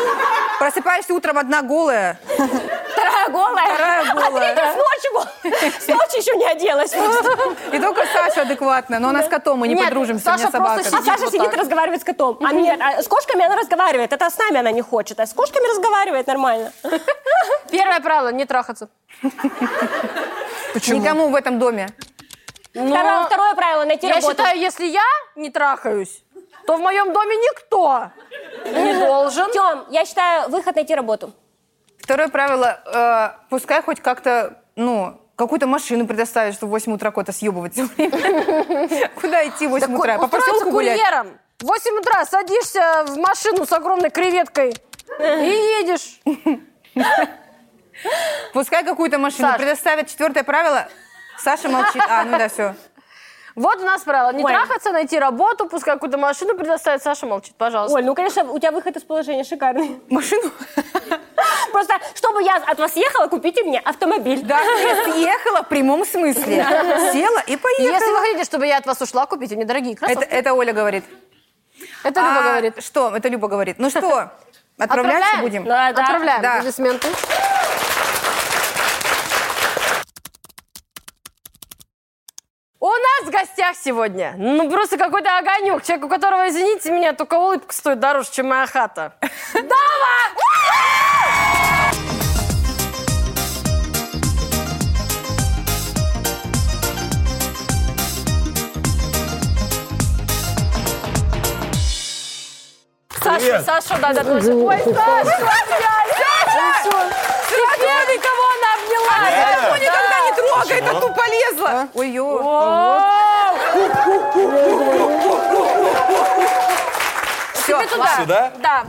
[SPEAKER 3] Просыпаешься утром одна голая.
[SPEAKER 2] Вторая голая.
[SPEAKER 3] Вторая голая,
[SPEAKER 2] А третья с ночи голая. С ночи еще не оделась. просто.
[SPEAKER 3] И только Саша адекватная, но она с котом, мы не
[SPEAKER 1] Нет,
[SPEAKER 3] подружимся, у меня
[SPEAKER 1] Саша просто
[SPEAKER 3] собака.
[SPEAKER 2] А
[SPEAKER 1] Сидит
[SPEAKER 2] Саша
[SPEAKER 1] вот
[SPEAKER 2] сидит
[SPEAKER 1] так.
[SPEAKER 2] и разговаривает с котом. А нет, а с кошками она разговаривает. Это с нами она не хочет. А с кошками разговаривает нормально.
[SPEAKER 1] первое правило не трахаться.
[SPEAKER 4] Почему?
[SPEAKER 3] Никому в этом доме.
[SPEAKER 1] Но
[SPEAKER 2] Второе, второе правило найти
[SPEAKER 1] я
[SPEAKER 2] работу.
[SPEAKER 1] считаю, если я не трахаюсь, то в моем доме никто не должен.
[SPEAKER 2] Тём, я считаю, выход найти работу.
[SPEAKER 3] Второе правило, э, пускай хоть как-то, ну, какую-то машину предоставят, чтобы в 8 утра куда-то съебывать все время. Куда идти в 8 утра? По
[SPEAKER 1] Устроиться
[SPEAKER 3] поселку гулять?
[SPEAKER 1] курьером. В 8 утра садишься в машину с огромной креветкой и едешь.
[SPEAKER 3] Пускай какую-то машину
[SPEAKER 1] Саш.
[SPEAKER 3] предоставят. Четвертое правило. Саша молчит. А, ну да, все.
[SPEAKER 1] Вот у нас правило. Не
[SPEAKER 2] Ой.
[SPEAKER 1] трахаться, найти работу, пускай какую-то машину предоставит. Саша молчит, пожалуйста.
[SPEAKER 2] Оль, ну, конечно, у тебя выход из положения шикарный.
[SPEAKER 3] Машину?
[SPEAKER 2] Просто, чтобы я от вас ехала, купите мне автомобиль.
[SPEAKER 3] Да, я съехала в прямом смысле. Села и
[SPEAKER 1] Если вы
[SPEAKER 3] поехала.
[SPEAKER 1] хотите, чтобы я от вас ушла, купите мне дорогие
[SPEAKER 3] Это,
[SPEAKER 1] кроссовки. А, Это,
[SPEAKER 3] это Оля говорит.
[SPEAKER 1] Люба
[SPEAKER 3] А,
[SPEAKER 1] говорит.
[SPEAKER 3] Что? Это Люба говорит. Ну что, отправляться
[SPEAKER 1] Отправляем? Ну,
[SPEAKER 3] будем?
[SPEAKER 2] Да, да.
[SPEAKER 1] Отправляем.
[SPEAKER 3] Да.
[SPEAKER 1] Аплодисменты. У нас в гостях сегодня, ну, просто какой-то огонек, человек, у которого, извините меня, только улыбка стоит дороже, чем моя хата. Саша,
[SPEAKER 6] Привет.
[SPEAKER 1] Саша, да, да, тоже. Ой, Саша, Саша, ты первый, кого она обняла. Я
[SPEAKER 6] Э,
[SPEAKER 3] Никогда не трогай, это тупо лезла. Ой-ой.
[SPEAKER 1] Тебе туда.
[SPEAKER 6] Сюда?
[SPEAKER 1] Да.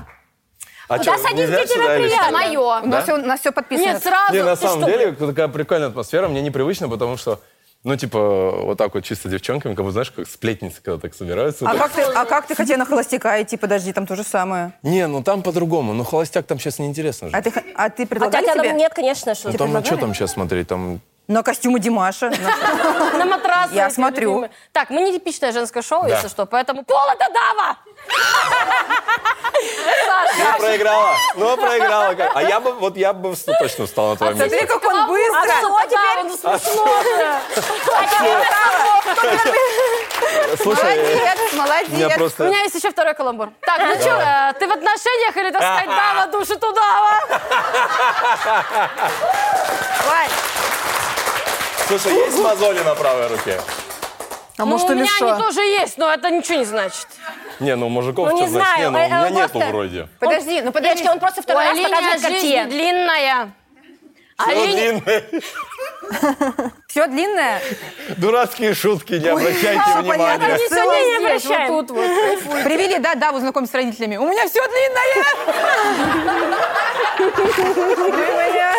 [SPEAKER 6] А чё,
[SPEAKER 2] садись,
[SPEAKER 6] нельзя
[SPEAKER 2] где тебе
[SPEAKER 6] сюда или
[SPEAKER 2] приятно. ну,
[SPEAKER 6] сюда?
[SPEAKER 1] Мое.
[SPEAKER 3] У нас все, подписано.
[SPEAKER 1] Нет, сразу.
[SPEAKER 6] Не, на
[SPEAKER 1] Ты
[SPEAKER 6] самом
[SPEAKER 1] что?
[SPEAKER 6] деле, такая прикольная атмосфера, мне непривычно, потому что, ну, типа, вот так вот чисто девчонками, как бы, знаешь, как сплетницы, когда так собираются.
[SPEAKER 3] А
[SPEAKER 6] Так.
[SPEAKER 3] как, ты, а как ты хотела на холостяка идти? Подожди, там то же самое.
[SPEAKER 6] Не, ну там по-другому, ну холостяк там сейчас неинтересно же.
[SPEAKER 3] А ты, х- а ты
[SPEAKER 2] А
[SPEAKER 3] предлагали
[SPEAKER 2] тебя
[SPEAKER 3] тебе?
[SPEAKER 2] там нет, конечно, что
[SPEAKER 6] Ну там, ну что там сейчас смотреть, там...
[SPEAKER 3] На костюмы Димаша.
[SPEAKER 1] На матрасы.
[SPEAKER 3] Я
[SPEAKER 1] эти
[SPEAKER 3] смотрю.
[SPEAKER 1] любимые. Так, мы не типичное женское шоу,
[SPEAKER 6] Да.
[SPEAKER 1] если что, поэтому... Пола это дава! Саша,
[SPEAKER 6] Проиграла, ну проиграла. как. А я бы, вот я бы вс- точно встал на твоем
[SPEAKER 3] Смотри,
[SPEAKER 6] месте.
[SPEAKER 3] как он быстро.
[SPEAKER 1] что А теперь? Ну,
[SPEAKER 6] А
[SPEAKER 1] смешно же.
[SPEAKER 6] Слушай, э,
[SPEAKER 3] Молодец,
[SPEAKER 6] у меня
[SPEAKER 3] молодец.
[SPEAKER 1] У
[SPEAKER 6] просто...
[SPEAKER 1] меня есть еще второй каламбур. Так, ну что, ты в отношениях или, так сказать, дава душит у дава?
[SPEAKER 3] Вань,
[SPEAKER 6] Слушай, есть мозоли на правой руке?
[SPEAKER 4] А
[SPEAKER 1] Ну,
[SPEAKER 4] может,
[SPEAKER 1] у
[SPEAKER 4] и
[SPEAKER 1] меня
[SPEAKER 4] лиша?
[SPEAKER 1] они тоже есть, но это ничего не значит.
[SPEAKER 6] Не, ну у мужиков
[SPEAKER 2] Ну, не
[SPEAKER 6] что значит? Не,
[SPEAKER 2] знаю,
[SPEAKER 6] ну у
[SPEAKER 2] э, э,
[SPEAKER 6] меня нету
[SPEAKER 2] просто-
[SPEAKER 6] вроде.
[SPEAKER 3] подожди, ну подожди.
[SPEAKER 2] Девочки, он просто второй
[SPEAKER 1] Ой,
[SPEAKER 2] раз
[SPEAKER 1] линия
[SPEAKER 2] показывает
[SPEAKER 1] жизни
[SPEAKER 2] карте.
[SPEAKER 1] длинная. А
[SPEAKER 6] Ну,
[SPEAKER 1] линия...
[SPEAKER 6] длинные.
[SPEAKER 3] Все длинное?
[SPEAKER 6] Дурацкие шутки, не обращайте внимания.
[SPEAKER 1] Они
[SPEAKER 3] целая
[SPEAKER 1] сегодня не
[SPEAKER 2] здесь, вот
[SPEAKER 1] обращаем.
[SPEAKER 2] тут
[SPEAKER 3] Привели, да, да, вы знакомы с родителями. У меня все длинное. Любимая.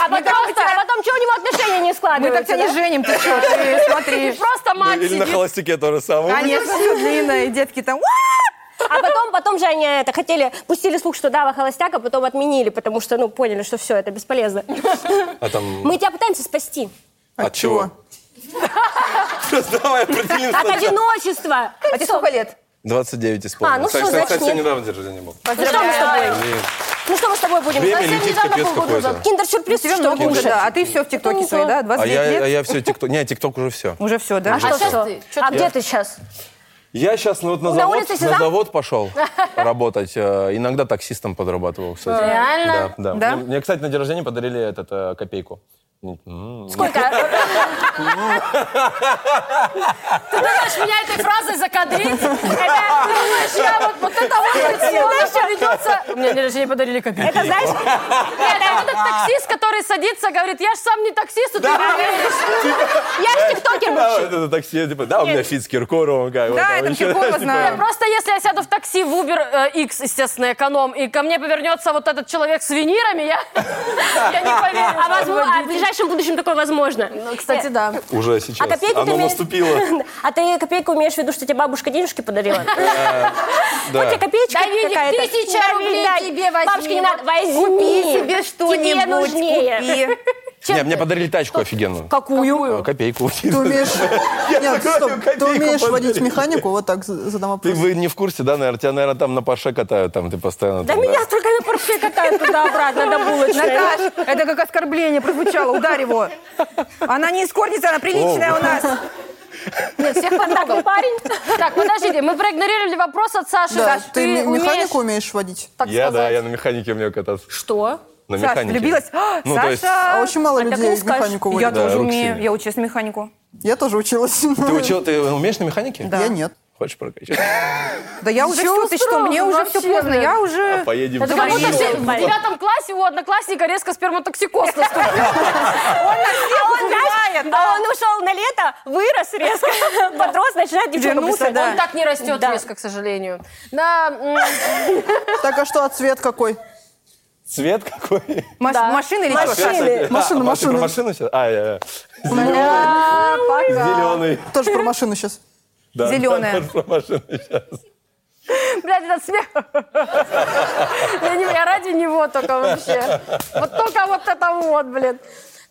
[SPEAKER 2] А потом, а потом, что у него отношения не
[SPEAKER 5] Мы так
[SPEAKER 1] складывается,
[SPEAKER 5] тебя не
[SPEAKER 1] да?
[SPEAKER 5] женим, ты что, ты смотри.
[SPEAKER 1] Просто мать
[SPEAKER 6] Или на
[SPEAKER 1] сидит.
[SPEAKER 6] холостяке то же самое.
[SPEAKER 3] Конечно, все длинное, и детки там... «Уа!»
[SPEAKER 2] А потом, потом же они это хотели, пустили слух, что Дава холостяк, а потом отменили, потому что, ну, поняли, что все, это бесполезно.
[SPEAKER 6] А там...
[SPEAKER 2] Мы тебя пытаемся спасти
[SPEAKER 6] От чего? Просто давай определимся.
[SPEAKER 2] от одиночества.
[SPEAKER 3] А тебе сколько лет?
[SPEAKER 6] 29 исполнилось.
[SPEAKER 2] А, ну
[SPEAKER 6] Кстати,
[SPEAKER 2] что,
[SPEAKER 6] кстати,
[SPEAKER 2] значит,
[SPEAKER 6] совсем
[SPEAKER 2] нет.
[SPEAKER 6] недавно день рождения был.
[SPEAKER 2] Ну что мы с тобой? Ну что мы с тобой будем?
[SPEAKER 6] Время
[SPEAKER 2] Совсем
[SPEAKER 6] летит,
[SPEAKER 2] недавно
[SPEAKER 6] капец
[SPEAKER 2] полгода
[SPEAKER 6] какой-то.
[SPEAKER 2] назад. Киндер-сюрприз,
[SPEAKER 3] Тебе
[SPEAKER 2] Ну, что
[SPEAKER 3] много уже,
[SPEAKER 2] кушать?
[SPEAKER 3] да. А ты все в ТикТоке
[SPEAKER 2] Ну,
[SPEAKER 3] своей, да?
[SPEAKER 6] А
[SPEAKER 3] 29
[SPEAKER 6] я, а
[SPEAKER 3] лет?
[SPEAKER 6] я все тикток... Не, тикток уже все.
[SPEAKER 3] Уже все, да?
[SPEAKER 2] А что,
[SPEAKER 1] щас
[SPEAKER 2] что?
[SPEAKER 1] ты? Чё
[SPEAKER 2] А где ты сейчас?
[SPEAKER 6] Я сейчас ну, вот на,
[SPEAKER 2] На
[SPEAKER 6] завод,
[SPEAKER 2] улице
[SPEAKER 6] на
[SPEAKER 2] Сезам?
[SPEAKER 6] завод пошел работать. Э, Иногда таксистом подрабатывал, кстати.
[SPEAKER 1] Реально?
[SPEAKER 6] Да, да.
[SPEAKER 3] Да?
[SPEAKER 6] Мне, мне, кстати, на день рождения подарили этот, э, копейку. М,
[SPEAKER 2] Сколько?
[SPEAKER 1] Ты думаешь, меня этой фразой закадрить? Это, ты думаешь, я вот, вот это вот хотела, она поведется... Мне день рождения подарили копейки.
[SPEAKER 2] Это знаешь,
[SPEAKER 1] Это вот этот таксист, который садится, говорит, я ж сам не таксист, а ты мне веришь». Я ж тиктокер
[SPEAKER 6] Да,
[SPEAKER 1] вообще.
[SPEAKER 6] вот это такси, типа, да, у меня фит с Киркоровым. Как,
[SPEAKER 3] Да, я там
[SPEAKER 6] типа,
[SPEAKER 3] Киркорова знаю.
[SPEAKER 1] Просто если я сяду в такси в Uber э, X, естественно, эконом, и ко мне повернется вот этот человек с винирами, я, я не поверю.
[SPEAKER 2] а, возможно, а в ближайшем будущем такое возможно.
[SPEAKER 3] Ну,
[SPEAKER 1] Кстати, да.
[SPEAKER 6] Уже сейчас.
[SPEAKER 2] А копейку ты
[SPEAKER 6] Оно
[SPEAKER 2] имеешь-
[SPEAKER 6] наступило.
[SPEAKER 2] А ты копейку имеешь в виду, что тебе бабушка денежки подарила?
[SPEAKER 6] Да.
[SPEAKER 2] Тебе копеечка
[SPEAKER 1] Да, Винник,
[SPEAKER 2] какая-то.
[SPEAKER 1] тысяча
[SPEAKER 2] Да,
[SPEAKER 1] рублей
[SPEAKER 2] да.
[SPEAKER 1] тебе возьми.
[SPEAKER 2] Бабушке не надо,
[SPEAKER 1] Вот
[SPEAKER 2] возьми.
[SPEAKER 3] Купи себе что-нибудь,
[SPEAKER 2] нужнее.
[SPEAKER 3] купи.
[SPEAKER 6] Не, мне подарили тачку офигенную.
[SPEAKER 1] Какую?
[SPEAKER 6] Э, Копейку.
[SPEAKER 4] Ты умеешь... Нет,
[SPEAKER 6] такой,
[SPEAKER 4] стоп,
[SPEAKER 6] копейку
[SPEAKER 4] ты умеешь водить
[SPEAKER 6] подарили.
[SPEAKER 4] механику? Вот так за- задам
[SPEAKER 6] Ты
[SPEAKER 4] вопрос.
[SPEAKER 6] вы не в курсе, да, наверное? Тебя, наверное, там на Паше катают, там ты постоянно...
[SPEAKER 2] Да
[SPEAKER 6] там,
[SPEAKER 2] меня только на парше катают туда-обратно, до булочной.
[SPEAKER 3] Наташ, это как оскорбление прозвучало, ударь его. Она не искорница, она приличная у нас.
[SPEAKER 1] Нет, всех
[SPEAKER 2] Такой
[SPEAKER 1] потрогал.
[SPEAKER 2] парень.
[SPEAKER 1] Так, подождите, мы проигнорировали вопрос от Саши.
[SPEAKER 4] Да,
[SPEAKER 1] Саш,
[SPEAKER 4] ты
[SPEAKER 1] ты
[SPEAKER 4] ме-
[SPEAKER 1] умеешь,
[SPEAKER 4] механику умеешь водить?
[SPEAKER 1] так
[SPEAKER 6] Я, да,
[SPEAKER 1] сказать?
[SPEAKER 6] я на механике умею кататься.
[SPEAKER 1] Что?
[SPEAKER 6] На
[SPEAKER 3] Саша,
[SPEAKER 6] механике.
[SPEAKER 3] влюбилась. А,
[SPEAKER 6] Ну, то есть,
[SPEAKER 4] А
[SPEAKER 3] Саша!
[SPEAKER 4] очень мало людей механику
[SPEAKER 3] Я
[SPEAKER 4] водят.
[SPEAKER 6] Да,
[SPEAKER 3] тоже
[SPEAKER 6] руки
[SPEAKER 3] умею,
[SPEAKER 6] сильные.
[SPEAKER 3] я учусь на механику.
[SPEAKER 4] Я тоже училась.
[SPEAKER 6] ты учил, ты умеешь на механике?
[SPEAKER 3] да.
[SPEAKER 4] Я нет.
[SPEAKER 6] Хочешь прокачать?
[SPEAKER 3] Да я уже
[SPEAKER 1] Чего
[SPEAKER 3] все, ты что, мне
[SPEAKER 1] строго
[SPEAKER 3] уже все
[SPEAKER 1] вообще,
[SPEAKER 3] поздно,
[SPEAKER 1] блин?
[SPEAKER 3] я уже...
[SPEAKER 6] Поедем.
[SPEAKER 1] Это как
[SPEAKER 6] в
[SPEAKER 1] будто
[SPEAKER 6] Париж.
[SPEAKER 1] все- а в девятом классе у одноклассника резко сперматоксикоз наступил.
[SPEAKER 2] А он, знаешь, а он ушел на лето, вырос резко, подрос, начинает девчонку
[SPEAKER 3] Вернулся,
[SPEAKER 2] писать.
[SPEAKER 3] да.
[SPEAKER 1] Он так не растет резко, к сожалению. Да, м,
[SPEAKER 4] Так, а что, а цвет какой?
[SPEAKER 6] Цвет какой?
[SPEAKER 3] Маш-
[SPEAKER 1] Да.
[SPEAKER 3] Машина или
[SPEAKER 2] Машина.
[SPEAKER 3] что?
[SPEAKER 4] Машина,
[SPEAKER 6] а, Маш, ты
[SPEAKER 4] машина.
[SPEAKER 6] про машину сейчас? А, я, зеленый.
[SPEAKER 4] Тоже про машину сейчас.
[SPEAKER 6] Да,
[SPEAKER 3] Зелёная.
[SPEAKER 6] да, про машину сейчас.
[SPEAKER 1] блядь, этот смех. Я не- я ради него только вообще. Вот только вот это вот, блин.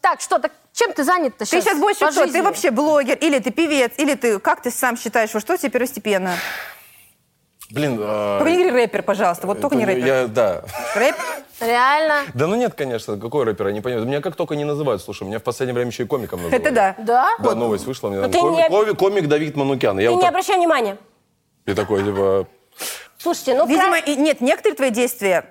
[SPEAKER 1] Так, что, так чем ты занят-то
[SPEAKER 3] Ты
[SPEAKER 1] сейчас?
[SPEAKER 3] сейчас больше
[SPEAKER 1] по
[SPEAKER 3] что?
[SPEAKER 1] жизни?
[SPEAKER 3] Ты вообще блогер, или ты певец, или ты... Как ты сам считаешь, вот что тебе первостепенно?
[SPEAKER 6] А. Блин, а,
[SPEAKER 3] Только не говори рэпер, пожалуйста, вот только не
[SPEAKER 6] я-
[SPEAKER 3] рэпер.
[SPEAKER 6] я- Да.
[SPEAKER 3] Рэп?
[SPEAKER 1] Реально?
[SPEAKER 6] Да ну нет, конечно, какой рэпер, я не понимаю. Меня как только не называют, слушай, меня в последнее время еще и комиком называют.
[SPEAKER 3] Это да.
[SPEAKER 1] Да?
[SPEAKER 6] Да, новость вышла, мне там
[SPEAKER 2] ты
[SPEAKER 6] коми-
[SPEAKER 2] не-
[SPEAKER 6] коми- комик Давид Манукян. Я
[SPEAKER 2] Ты
[SPEAKER 6] вот
[SPEAKER 2] не
[SPEAKER 6] так-
[SPEAKER 2] обращай внимания.
[SPEAKER 6] и такой, типа,
[SPEAKER 2] Слушайте, ну
[SPEAKER 3] Видимо, и- нет, некоторые твои действия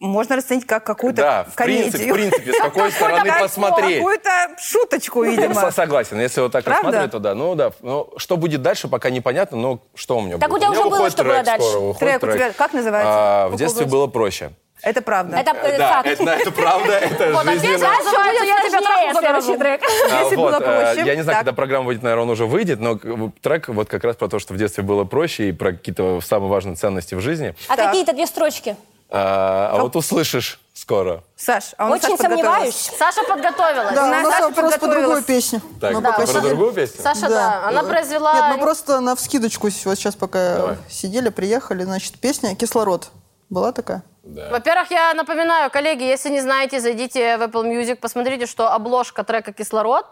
[SPEAKER 3] можно расценить как
[SPEAKER 2] Ну
[SPEAKER 3] какую-то
[SPEAKER 6] да, в принципе, в
[SPEAKER 3] комедию.
[SPEAKER 6] принципе, с какой стороны
[SPEAKER 3] Какую-то-
[SPEAKER 6] посмотреть.
[SPEAKER 3] Какую-то шуточку,
[SPEAKER 6] Со-
[SPEAKER 3] видимо.
[SPEAKER 6] Согласен, если вот так
[SPEAKER 3] Правда?
[SPEAKER 6] рассматривать, то да. Ну да, но что будет дальше, пока непонятно, но что у меня
[SPEAKER 2] Так у
[SPEAKER 6] будет.
[SPEAKER 2] тебя уже было,
[SPEAKER 6] уходит
[SPEAKER 2] что было
[SPEAKER 6] трек
[SPEAKER 2] дальше?
[SPEAKER 6] скоро, уходит
[SPEAKER 3] Трек у тебя как называется?
[SPEAKER 6] А, в
[SPEAKER 3] Какой
[SPEAKER 6] детстве
[SPEAKER 3] был?
[SPEAKER 6] было проще.
[SPEAKER 3] Это правда.
[SPEAKER 2] это э,
[SPEAKER 6] Да,
[SPEAKER 2] факт.
[SPEAKER 6] это, это правда, это
[SPEAKER 1] Вот, а здесь
[SPEAKER 6] жизненно.
[SPEAKER 1] дальше будет «Я тебя трахну за
[SPEAKER 2] следующий
[SPEAKER 1] дорогу».
[SPEAKER 2] трек.
[SPEAKER 6] А,
[SPEAKER 3] Если
[SPEAKER 6] вот,
[SPEAKER 3] было
[SPEAKER 6] э,
[SPEAKER 3] проще.
[SPEAKER 6] Я не знаю,
[SPEAKER 3] Так.
[SPEAKER 6] когда программа выйдет, наверное, он уже выйдет, но э, трек вот как раз про то, что в детстве было проще и про какие-то самые важные ценности в жизни.
[SPEAKER 2] А какие-то две строчки?
[SPEAKER 6] А, а вот услышишь скоро.
[SPEAKER 3] Саш, а у нас
[SPEAKER 2] Очень
[SPEAKER 3] Саша подготовилась.
[SPEAKER 2] сомневаюсь.
[SPEAKER 1] Саша подготовилась.
[SPEAKER 4] Да, у
[SPEAKER 3] Настя
[SPEAKER 4] нас вопрос по
[SPEAKER 3] подготовилась.
[SPEAKER 4] другой песне.
[SPEAKER 6] Так,
[SPEAKER 3] Ну,
[SPEAKER 4] Мы
[SPEAKER 6] да,
[SPEAKER 4] пока
[SPEAKER 6] про
[SPEAKER 4] сидим.
[SPEAKER 6] другую песню?
[SPEAKER 1] Саша, да, она
[SPEAKER 4] Э,
[SPEAKER 1] произвела...
[SPEAKER 4] Нет, мы просто на вскидочку вот сейчас пока
[SPEAKER 6] Давай.
[SPEAKER 4] сидели, приехали. Значит, песня «Кислород» была такая?
[SPEAKER 1] Во-первых, я напоминаю, коллеги, если не знаете, зайдите в Apple Music, посмотрите, что обложка трека «Кислород»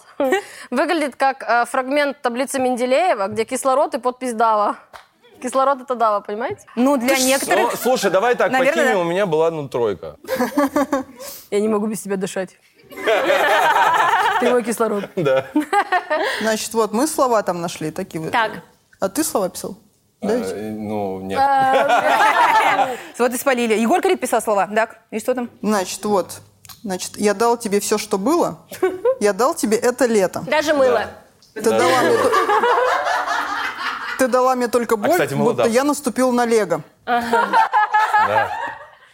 [SPEAKER 1] выглядит как э, фрагмент таблицы Менделеева, где кислород и подпись «Дава». Кислород — это «Дава», понимаете?
[SPEAKER 3] Ну, для
[SPEAKER 6] Ну,
[SPEAKER 3] некоторых...
[SPEAKER 6] слушай, давай так, по
[SPEAKER 3] Наверное,
[SPEAKER 6] теме
[SPEAKER 3] да.
[SPEAKER 6] у меня была, ну, тройка.
[SPEAKER 1] Я не могу без тебя дышать. Ты мой кислород.
[SPEAKER 4] Значит, вот мы слова там нашли такие. вот.
[SPEAKER 2] Так.
[SPEAKER 4] А ты слова писал? Да, ведь?
[SPEAKER 6] Э, Ну, нет.
[SPEAKER 1] Э,
[SPEAKER 3] Вот и спалили. Егор Крид писал слова. Так, и что там?
[SPEAKER 4] Значит, вот. Значит, я дал тебе все, что было. Я дал тебе это лето.
[SPEAKER 2] Даже мыло.
[SPEAKER 4] Ты дала мне... то- Ты дала мне только боль,
[SPEAKER 6] А, кстати,
[SPEAKER 4] будто
[SPEAKER 6] молодавка.
[SPEAKER 4] я наступил на лего.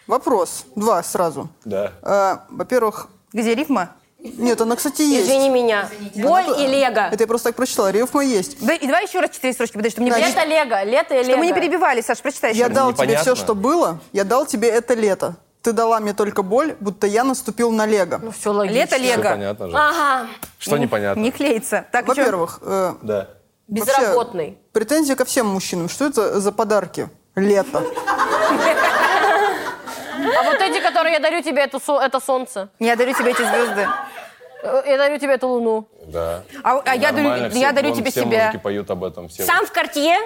[SPEAKER 4] Вопрос. Два сразу.
[SPEAKER 6] Да.
[SPEAKER 4] Э, Во-первых,
[SPEAKER 3] Где рифма?
[SPEAKER 4] нет, она, кстати, есть.
[SPEAKER 2] Извини меня. Боль и лего.
[SPEAKER 4] Это я просто так прочитала. Рифма есть.
[SPEAKER 3] Да, и давай еще раз четыре строчки, подожди, чтобы не
[SPEAKER 1] Лето, лего, лето и лего.
[SPEAKER 3] чтобы мы не перебивали, Саш, прочитай еще.
[SPEAKER 4] Я дал тебе
[SPEAKER 6] непонятно.
[SPEAKER 4] все, что было. Я дал тебе это лето. Ты дала мне только боль, будто я наступил на лего.
[SPEAKER 1] Ну, все логично.
[SPEAKER 3] Лето
[SPEAKER 6] Всё
[SPEAKER 3] Лего.
[SPEAKER 6] понятно же.
[SPEAKER 1] Ага.
[SPEAKER 3] ну,
[SPEAKER 6] Что непонятно?
[SPEAKER 3] Не клеится. Так, еще-
[SPEAKER 4] Во-первых, э,
[SPEAKER 6] Да.
[SPEAKER 4] вообще
[SPEAKER 1] Безработный.
[SPEAKER 4] претензии ко всем мужчинам. Что это за подарки? Лето.
[SPEAKER 1] А вот эти, которые я дарю тебе, эту со- это солнце.
[SPEAKER 3] Я дарю тебе эти звезды.
[SPEAKER 1] Э, Я дарю тебе эту луну.
[SPEAKER 6] Да.
[SPEAKER 3] А, а я
[SPEAKER 6] Нормально,
[SPEAKER 3] дарю,
[SPEAKER 6] все,
[SPEAKER 3] я дарю
[SPEAKER 6] вон
[SPEAKER 3] тебе
[SPEAKER 6] все
[SPEAKER 3] себя.
[SPEAKER 6] мужики поют об этом. Все.
[SPEAKER 2] Сам в карте,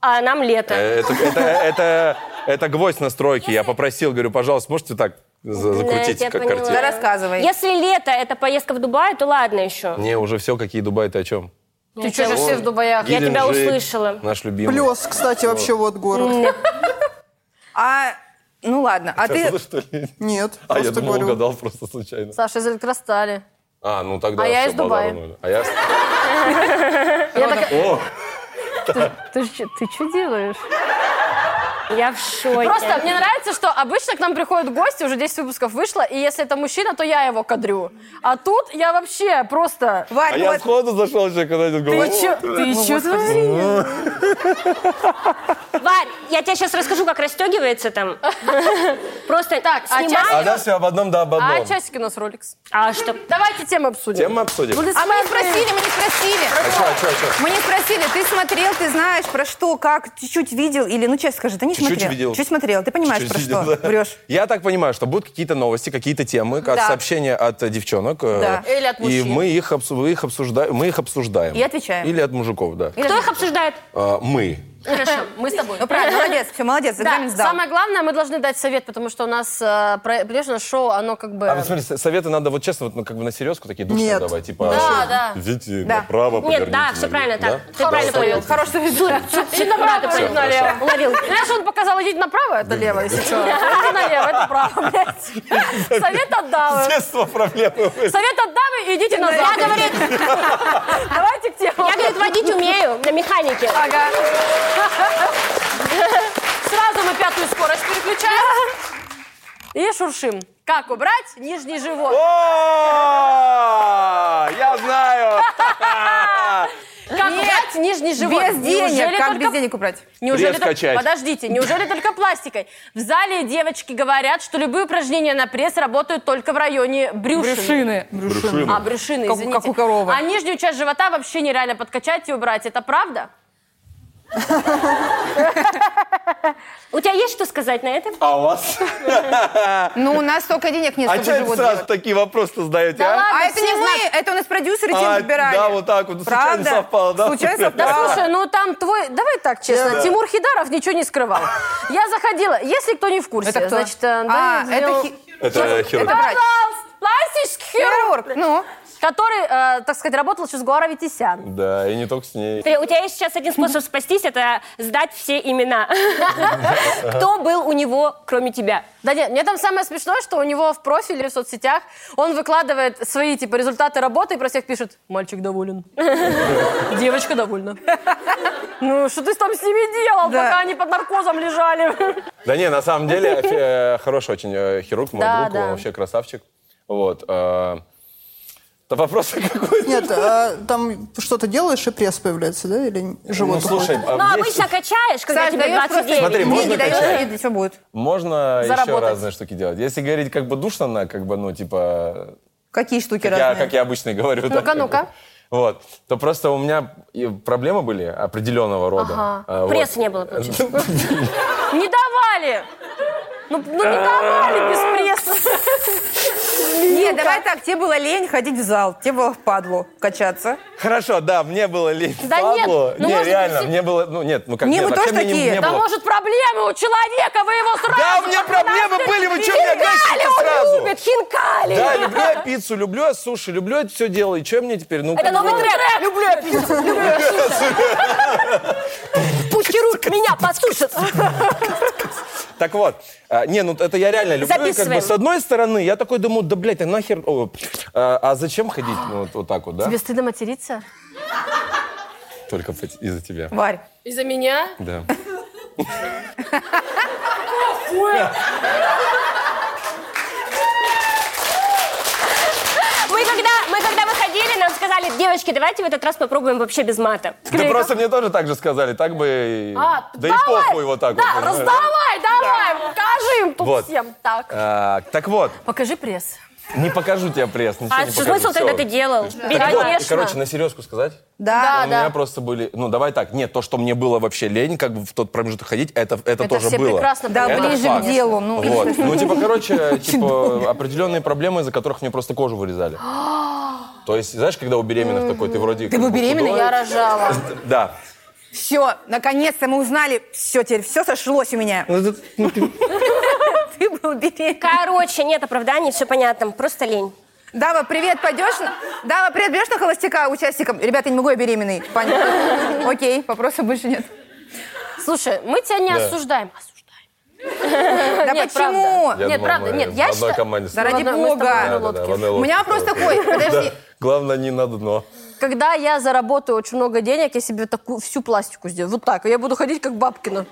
[SPEAKER 2] а нам лето.
[SPEAKER 6] Э, Это, это, это, это гвоздь настройки. Я попросил, говорю, пожалуйста, можете так за- закрутить
[SPEAKER 2] я тебя
[SPEAKER 6] как
[SPEAKER 2] поняла.
[SPEAKER 6] картинку?
[SPEAKER 3] Да рассказывай.
[SPEAKER 2] Если лето это поездка в Дубай, то ладно еще.
[SPEAKER 6] Не, уже все, какие Дубай, ты о чем?
[SPEAKER 1] Ты что же все в Дубаях?
[SPEAKER 2] Я тебя
[SPEAKER 6] Геленджик,
[SPEAKER 2] услышала.
[SPEAKER 6] Наш любимый.
[SPEAKER 4] Плюс, кстати, вообще вот город.
[SPEAKER 3] А, ну ладно. А ты...
[SPEAKER 6] Это что ли?
[SPEAKER 4] Нет,
[SPEAKER 6] А, я
[SPEAKER 4] просто
[SPEAKER 6] думал,
[SPEAKER 4] говорю.
[SPEAKER 6] угадал просто случайно.
[SPEAKER 1] Саша из Электростали.
[SPEAKER 6] А, ну тогда
[SPEAKER 1] А я
[SPEAKER 6] всё,
[SPEAKER 1] из
[SPEAKER 6] базара
[SPEAKER 1] Дубая.
[SPEAKER 6] ноль. А я...
[SPEAKER 1] Я такая,
[SPEAKER 6] О,
[SPEAKER 1] ты что делаешь?
[SPEAKER 2] Я в шоке.
[SPEAKER 1] Просто мне нравится, что обычно к нам приходят гости, уже 10 выпусков вышло, и если это мужчина, то я его кадрю. А тут я вообще просто...
[SPEAKER 3] Варь,
[SPEAKER 6] а я
[SPEAKER 3] вот-
[SPEAKER 6] сходу зашел еще когда-нибудь. говорю, «О,
[SPEAKER 1] Ты что творишь?
[SPEAKER 2] Варь, я тебе сейчас расскажу, как расстегивается там. Просто так,
[SPEAKER 1] а
[SPEAKER 2] снимай.
[SPEAKER 6] Она все об одном, да об
[SPEAKER 1] А
[SPEAKER 6] одном.
[SPEAKER 1] часики у нас роликс.
[SPEAKER 2] А что?
[SPEAKER 1] Давайте темы обсудим.
[SPEAKER 6] Тему обсудим.
[SPEAKER 1] Ну, ты
[SPEAKER 3] А мы не
[SPEAKER 1] смотри.
[SPEAKER 3] спросили, мы не спросили.
[SPEAKER 6] А что, а что, а что?
[SPEAKER 3] Мы не спросили, ты смотрел, ты знаешь, про что, как, чуть-чуть видел или, ну, честно скажи, ты не
[SPEAKER 6] Чуть-чуть
[SPEAKER 3] смотрел.
[SPEAKER 6] видел.
[SPEAKER 3] Чуть смотрел, ты понимаешь,
[SPEAKER 6] Чуть
[SPEAKER 3] про
[SPEAKER 6] видел,
[SPEAKER 3] что
[SPEAKER 6] да.
[SPEAKER 3] врешь.
[SPEAKER 6] Я так понимаю, что будут какие-то новости, какие-то темы, как
[SPEAKER 3] Да.
[SPEAKER 6] сообщения от э, девчонок. э,
[SPEAKER 3] Да.
[SPEAKER 1] Или от
[SPEAKER 6] И
[SPEAKER 1] мужчин.
[SPEAKER 6] мы их, обсу- вы их обсуждаем, мы их обсуждаем.
[SPEAKER 3] И отвечаем.
[SPEAKER 6] Или от мужиков, да.
[SPEAKER 2] Кто их обсуждает?
[SPEAKER 6] А, мы.
[SPEAKER 1] Хорошо, мы с тобой.
[SPEAKER 3] Ну, правильно, молодец, все, молодец, экзамен
[SPEAKER 1] Да,
[SPEAKER 3] сдал.
[SPEAKER 1] самое главное, мы должны дать совет, потому что у нас, э, про- понимаешь, у нас шоу, оно как бы...
[SPEAKER 6] А, ну, смотри, с- советы надо вот честно, вот, ну, как бы на серьезку такие душные
[SPEAKER 4] Нет.
[SPEAKER 6] давай, типа...
[SPEAKER 1] Да, да.
[SPEAKER 6] Идите
[SPEAKER 3] Да.
[SPEAKER 6] направо,
[SPEAKER 2] Нет, да,
[SPEAKER 6] поверните
[SPEAKER 2] все
[SPEAKER 6] налево».
[SPEAKER 2] правильно,
[SPEAKER 6] Да?
[SPEAKER 2] так. Ты правильно
[SPEAKER 6] Да,
[SPEAKER 2] понял.
[SPEAKER 6] супер.
[SPEAKER 3] Хороший дура.
[SPEAKER 1] Все направо,
[SPEAKER 6] Всё,
[SPEAKER 1] пойди налево.
[SPEAKER 6] хорошо.
[SPEAKER 1] Уловил. Знаешь, он показал, идите направо, это лево, если что. Это налево, это право, блядь. Совет отдал.
[SPEAKER 6] С детства проблемы.
[SPEAKER 1] Совет отдам и идите назад.
[SPEAKER 2] Я, говорит,
[SPEAKER 1] Давайте к теме.
[SPEAKER 2] я, говорит, водить умею на механике.
[SPEAKER 1] Ага. Сразу мы пятую скорость переключаем. И шуршим. Как убрать нижний живот?
[SPEAKER 6] О, Я знаю!
[SPEAKER 1] Как убрать нижний живот?
[SPEAKER 3] Без денег,
[SPEAKER 1] Неужели
[SPEAKER 3] как
[SPEAKER 1] только-
[SPEAKER 3] без денег убрать?
[SPEAKER 1] Неужели
[SPEAKER 6] Пресс
[SPEAKER 1] только-
[SPEAKER 6] качать.
[SPEAKER 1] Подождите, неужели только пластикой? В зале девочки говорят, что любые упражнения на пресс работают только в районе брюшины. А, брюшины,
[SPEAKER 3] Как у-
[SPEAKER 1] извините.
[SPEAKER 3] как у коровы.
[SPEAKER 1] А нижнюю часть живота вообще нереально подкачать и убрать. Это правда?
[SPEAKER 2] У тебя есть что сказать на это?
[SPEAKER 6] А у вас?
[SPEAKER 5] Ну, у нас столько денег нет,
[SPEAKER 6] А
[SPEAKER 5] чтобы
[SPEAKER 6] что это
[SPEAKER 5] живот
[SPEAKER 6] сразу
[SPEAKER 5] делать.
[SPEAKER 6] такие вопросы задаете,
[SPEAKER 1] Да
[SPEAKER 6] а?
[SPEAKER 1] ладно,
[SPEAKER 3] А это
[SPEAKER 1] все
[SPEAKER 3] не
[SPEAKER 1] знают.
[SPEAKER 3] мы, это у нас продюсеры тем
[SPEAKER 6] А,
[SPEAKER 3] выбирали.
[SPEAKER 6] да, вот так вот, случайно
[SPEAKER 3] Правда?
[SPEAKER 6] совпало, да?
[SPEAKER 3] Случайно
[SPEAKER 1] Да
[SPEAKER 3] совпало.
[SPEAKER 1] слушай, ну там твой... Давай так, честно. Тимур Хидаров ничего не скрывал. Я заходила. Если кто не в курсе,
[SPEAKER 3] Это кто?
[SPEAKER 1] значит... э, да,
[SPEAKER 3] А,
[SPEAKER 1] я
[SPEAKER 3] это
[SPEAKER 1] сделала-
[SPEAKER 3] хи-
[SPEAKER 6] Это хирург.
[SPEAKER 3] это-
[SPEAKER 1] Пожалуйста, пластический хирург,
[SPEAKER 3] хирург. Ну,
[SPEAKER 1] который, э, так сказать, работал еще с Гора Витисян.
[SPEAKER 6] Да, и не только с ней.
[SPEAKER 2] Смотри, У тебя есть сейчас один способ спастись, это сдать все имена. Кто был у него, кроме тебя?
[SPEAKER 1] Да нет, мне там самое смешное, что у него в профиле в соцсетях он выкладывает свои, типа, результаты работы и про всех пишет «Мальчик доволен». «Девочка довольна». Ну, что ты там с ними делал,
[SPEAKER 3] Да.
[SPEAKER 1] пока они под наркозом лежали?
[SPEAKER 6] Да не, на самом деле, э, хороший очень э, хирург, мой
[SPEAKER 1] Да,
[SPEAKER 6] друг, он
[SPEAKER 1] да.
[SPEAKER 6] вообще красавчик. Вот. э, Да вопрос какой
[SPEAKER 4] Нет, а там что-то делаешь, и пресс появляется, да? Или
[SPEAKER 6] Ну,
[SPEAKER 4] живот
[SPEAKER 6] слушай,
[SPEAKER 4] уходит?
[SPEAKER 6] а
[SPEAKER 2] Ну,
[SPEAKER 6] есть-
[SPEAKER 2] обычно качаешь, когда
[SPEAKER 3] Саш,
[SPEAKER 2] тебе
[SPEAKER 3] даешь просто
[SPEAKER 2] 29.
[SPEAKER 6] Смотри, можно
[SPEAKER 3] деньги даешь,
[SPEAKER 6] качать?
[SPEAKER 3] и все будет.
[SPEAKER 6] Можно еще
[SPEAKER 1] Заработать.
[SPEAKER 6] разные штуки делать. Если говорить как бы душно, на, как бы, ну, типа,
[SPEAKER 3] Какие штуки
[SPEAKER 6] как я,
[SPEAKER 3] разные.
[SPEAKER 6] как я обычно и говорю. да, как бы.
[SPEAKER 1] ну-ка.
[SPEAKER 6] Вот. То просто у меня и проблемы были определенного рода.
[SPEAKER 1] Ага.
[SPEAKER 6] А, вот.
[SPEAKER 2] Пресса не было, получается.
[SPEAKER 1] Не давали! Ну, ну не давали без пресса.
[SPEAKER 3] Нет, давай так, тебе было лень ходить в зал, тебе было впадло качаться.
[SPEAKER 6] Хорошо, да, мне было лень.
[SPEAKER 1] Да нет,
[SPEAKER 6] Пабло.
[SPEAKER 1] ну,
[SPEAKER 6] не,
[SPEAKER 1] может быть,
[SPEAKER 6] реально,
[SPEAKER 1] все-
[SPEAKER 6] мне было, ну нет, ну как
[SPEAKER 3] Не,
[SPEAKER 6] нет,
[SPEAKER 3] вы
[SPEAKER 6] вообще
[SPEAKER 3] тоже
[SPEAKER 6] мне не,
[SPEAKER 3] такие?
[SPEAKER 6] не
[SPEAKER 1] Да
[SPEAKER 6] было.
[SPEAKER 1] может проблемы у человека, вы его сразу...
[SPEAKER 6] Да, у меня проблемы были, вы чё меня гасите сразу?
[SPEAKER 1] он любит, хинкали!
[SPEAKER 6] Да, люблю я пиццу, люблю я суши, люблю это все дело. И что мне теперь? Ну,
[SPEAKER 2] Это
[SPEAKER 6] как
[SPEAKER 2] новый
[SPEAKER 6] бы-
[SPEAKER 2] трек. Люблю я пиццу, люблю я суши. Пусть хирург меня подсушит.
[SPEAKER 6] Так вот, а, не, ну это я реально люблю. И как бы
[SPEAKER 2] Записываем.
[SPEAKER 6] с одной стороны, я такой думаю, да, блядь, а нахер, о, а, а зачем ходить ну, вот, вот так вот, да?
[SPEAKER 1] Тебе стыдно материться?
[SPEAKER 6] Только по- из-за тебя.
[SPEAKER 3] Варь,
[SPEAKER 1] Из-за меня?
[SPEAKER 6] Да.
[SPEAKER 2] Мы когда, мы когда выходили, нам сказали, девочки, давайте в этот раз попробуем вообще без мата.
[SPEAKER 6] Да просто мне тоже так же сказали, так бы... и-
[SPEAKER 1] А,
[SPEAKER 6] да и
[SPEAKER 1] давай!
[SPEAKER 6] похуй вот так
[SPEAKER 1] Да,
[SPEAKER 6] вот. понимаешь?
[SPEAKER 1] раздавай, давай, покажи им
[SPEAKER 6] Вот.
[SPEAKER 1] всем так.
[SPEAKER 6] А, так вот,
[SPEAKER 1] Покажи пресс.
[SPEAKER 6] не покажу тебе пресс, ничего
[SPEAKER 2] А
[SPEAKER 6] не
[SPEAKER 2] что
[SPEAKER 6] покажу,
[SPEAKER 2] смысл
[SPEAKER 6] всё.
[SPEAKER 2] тогда ты делал?
[SPEAKER 6] Так вот, и,
[SPEAKER 1] Конечно.
[SPEAKER 6] короче, на серьезку сказать?
[SPEAKER 1] Да,
[SPEAKER 6] У
[SPEAKER 1] да.
[SPEAKER 6] меня просто были... Ну, давай так. Нет, то, что мне было вообще лень, как бы в тот промежуток ходить, это, это, тоже
[SPEAKER 1] все
[SPEAKER 6] было.
[SPEAKER 1] прекрасно Да,
[SPEAKER 6] Это
[SPEAKER 1] понимают.
[SPEAKER 3] ближе к
[SPEAKER 6] факт.
[SPEAKER 3] делу, ну.
[SPEAKER 6] Вот. Ну, типа, короче, типа, определенные проблемы, из-за которых мне просто кожу вырезали. То есть, знаешь, когда у беременных такой, ты вроде... Ты
[SPEAKER 3] был беременна,
[SPEAKER 1] Я рожала.
[SPEAKER 6] Да.
[SPEAKER 3] Все, наконец-то мы узнали. Все, теперь все сошлось у меня. Ты был беременна.
[SPEAKER 2] Короче, нет оправданий, все понятно, просто лень.
[SPEAKER 3] Дава, привет, пойдешь? на- Дава, привет, бьешь на холостяка участником? Ребята, не могу, я беременный. Понятно. Окей, вопросов больше нет.
[SPEAKER 1] Слушай, мы тебя не
[SPEAKER 6] Да.
[SPEAKER 1] осуждаем. Осуждаем.
[SPEAKER 3] Да
[SPEAKER 1] Нет,
[SPEAKER 3] почему?
[SPEAKER 1] правда. Нет, правда,
[SPEAKER 6] мы
[SPEAKER 1] нет, я
[SPEAKER 6] в одной
[SPEAKER 1] считаю-
[SPEAKER 6] команде. с
[SPEAKER 3] Да
[SPEAKER 6] тобой.
[SPEAKER 3] ради
[SPEAKER 1] Ладно, мы с тобой на
[SPEAKER 3] бога.
[SPEAKER 6] Да, да,
[SPEAKER 1] лодке.
[SPEAKER 6] да, в одной
[SPEAKER 3] У
[SPEAKER 6] лодке
[SPEAKER 3] меня вопрос
[SPEAKER 6] тоже.
[SPEAKER 3] такой, подожди.
[SPEAKER 6] Да. Главное, не на дно.
[SPEAKER 1] Когда я заработаю очень много денег, я себе такую всю пластику сделаю. Вот так. Я буду ходить как бабкина.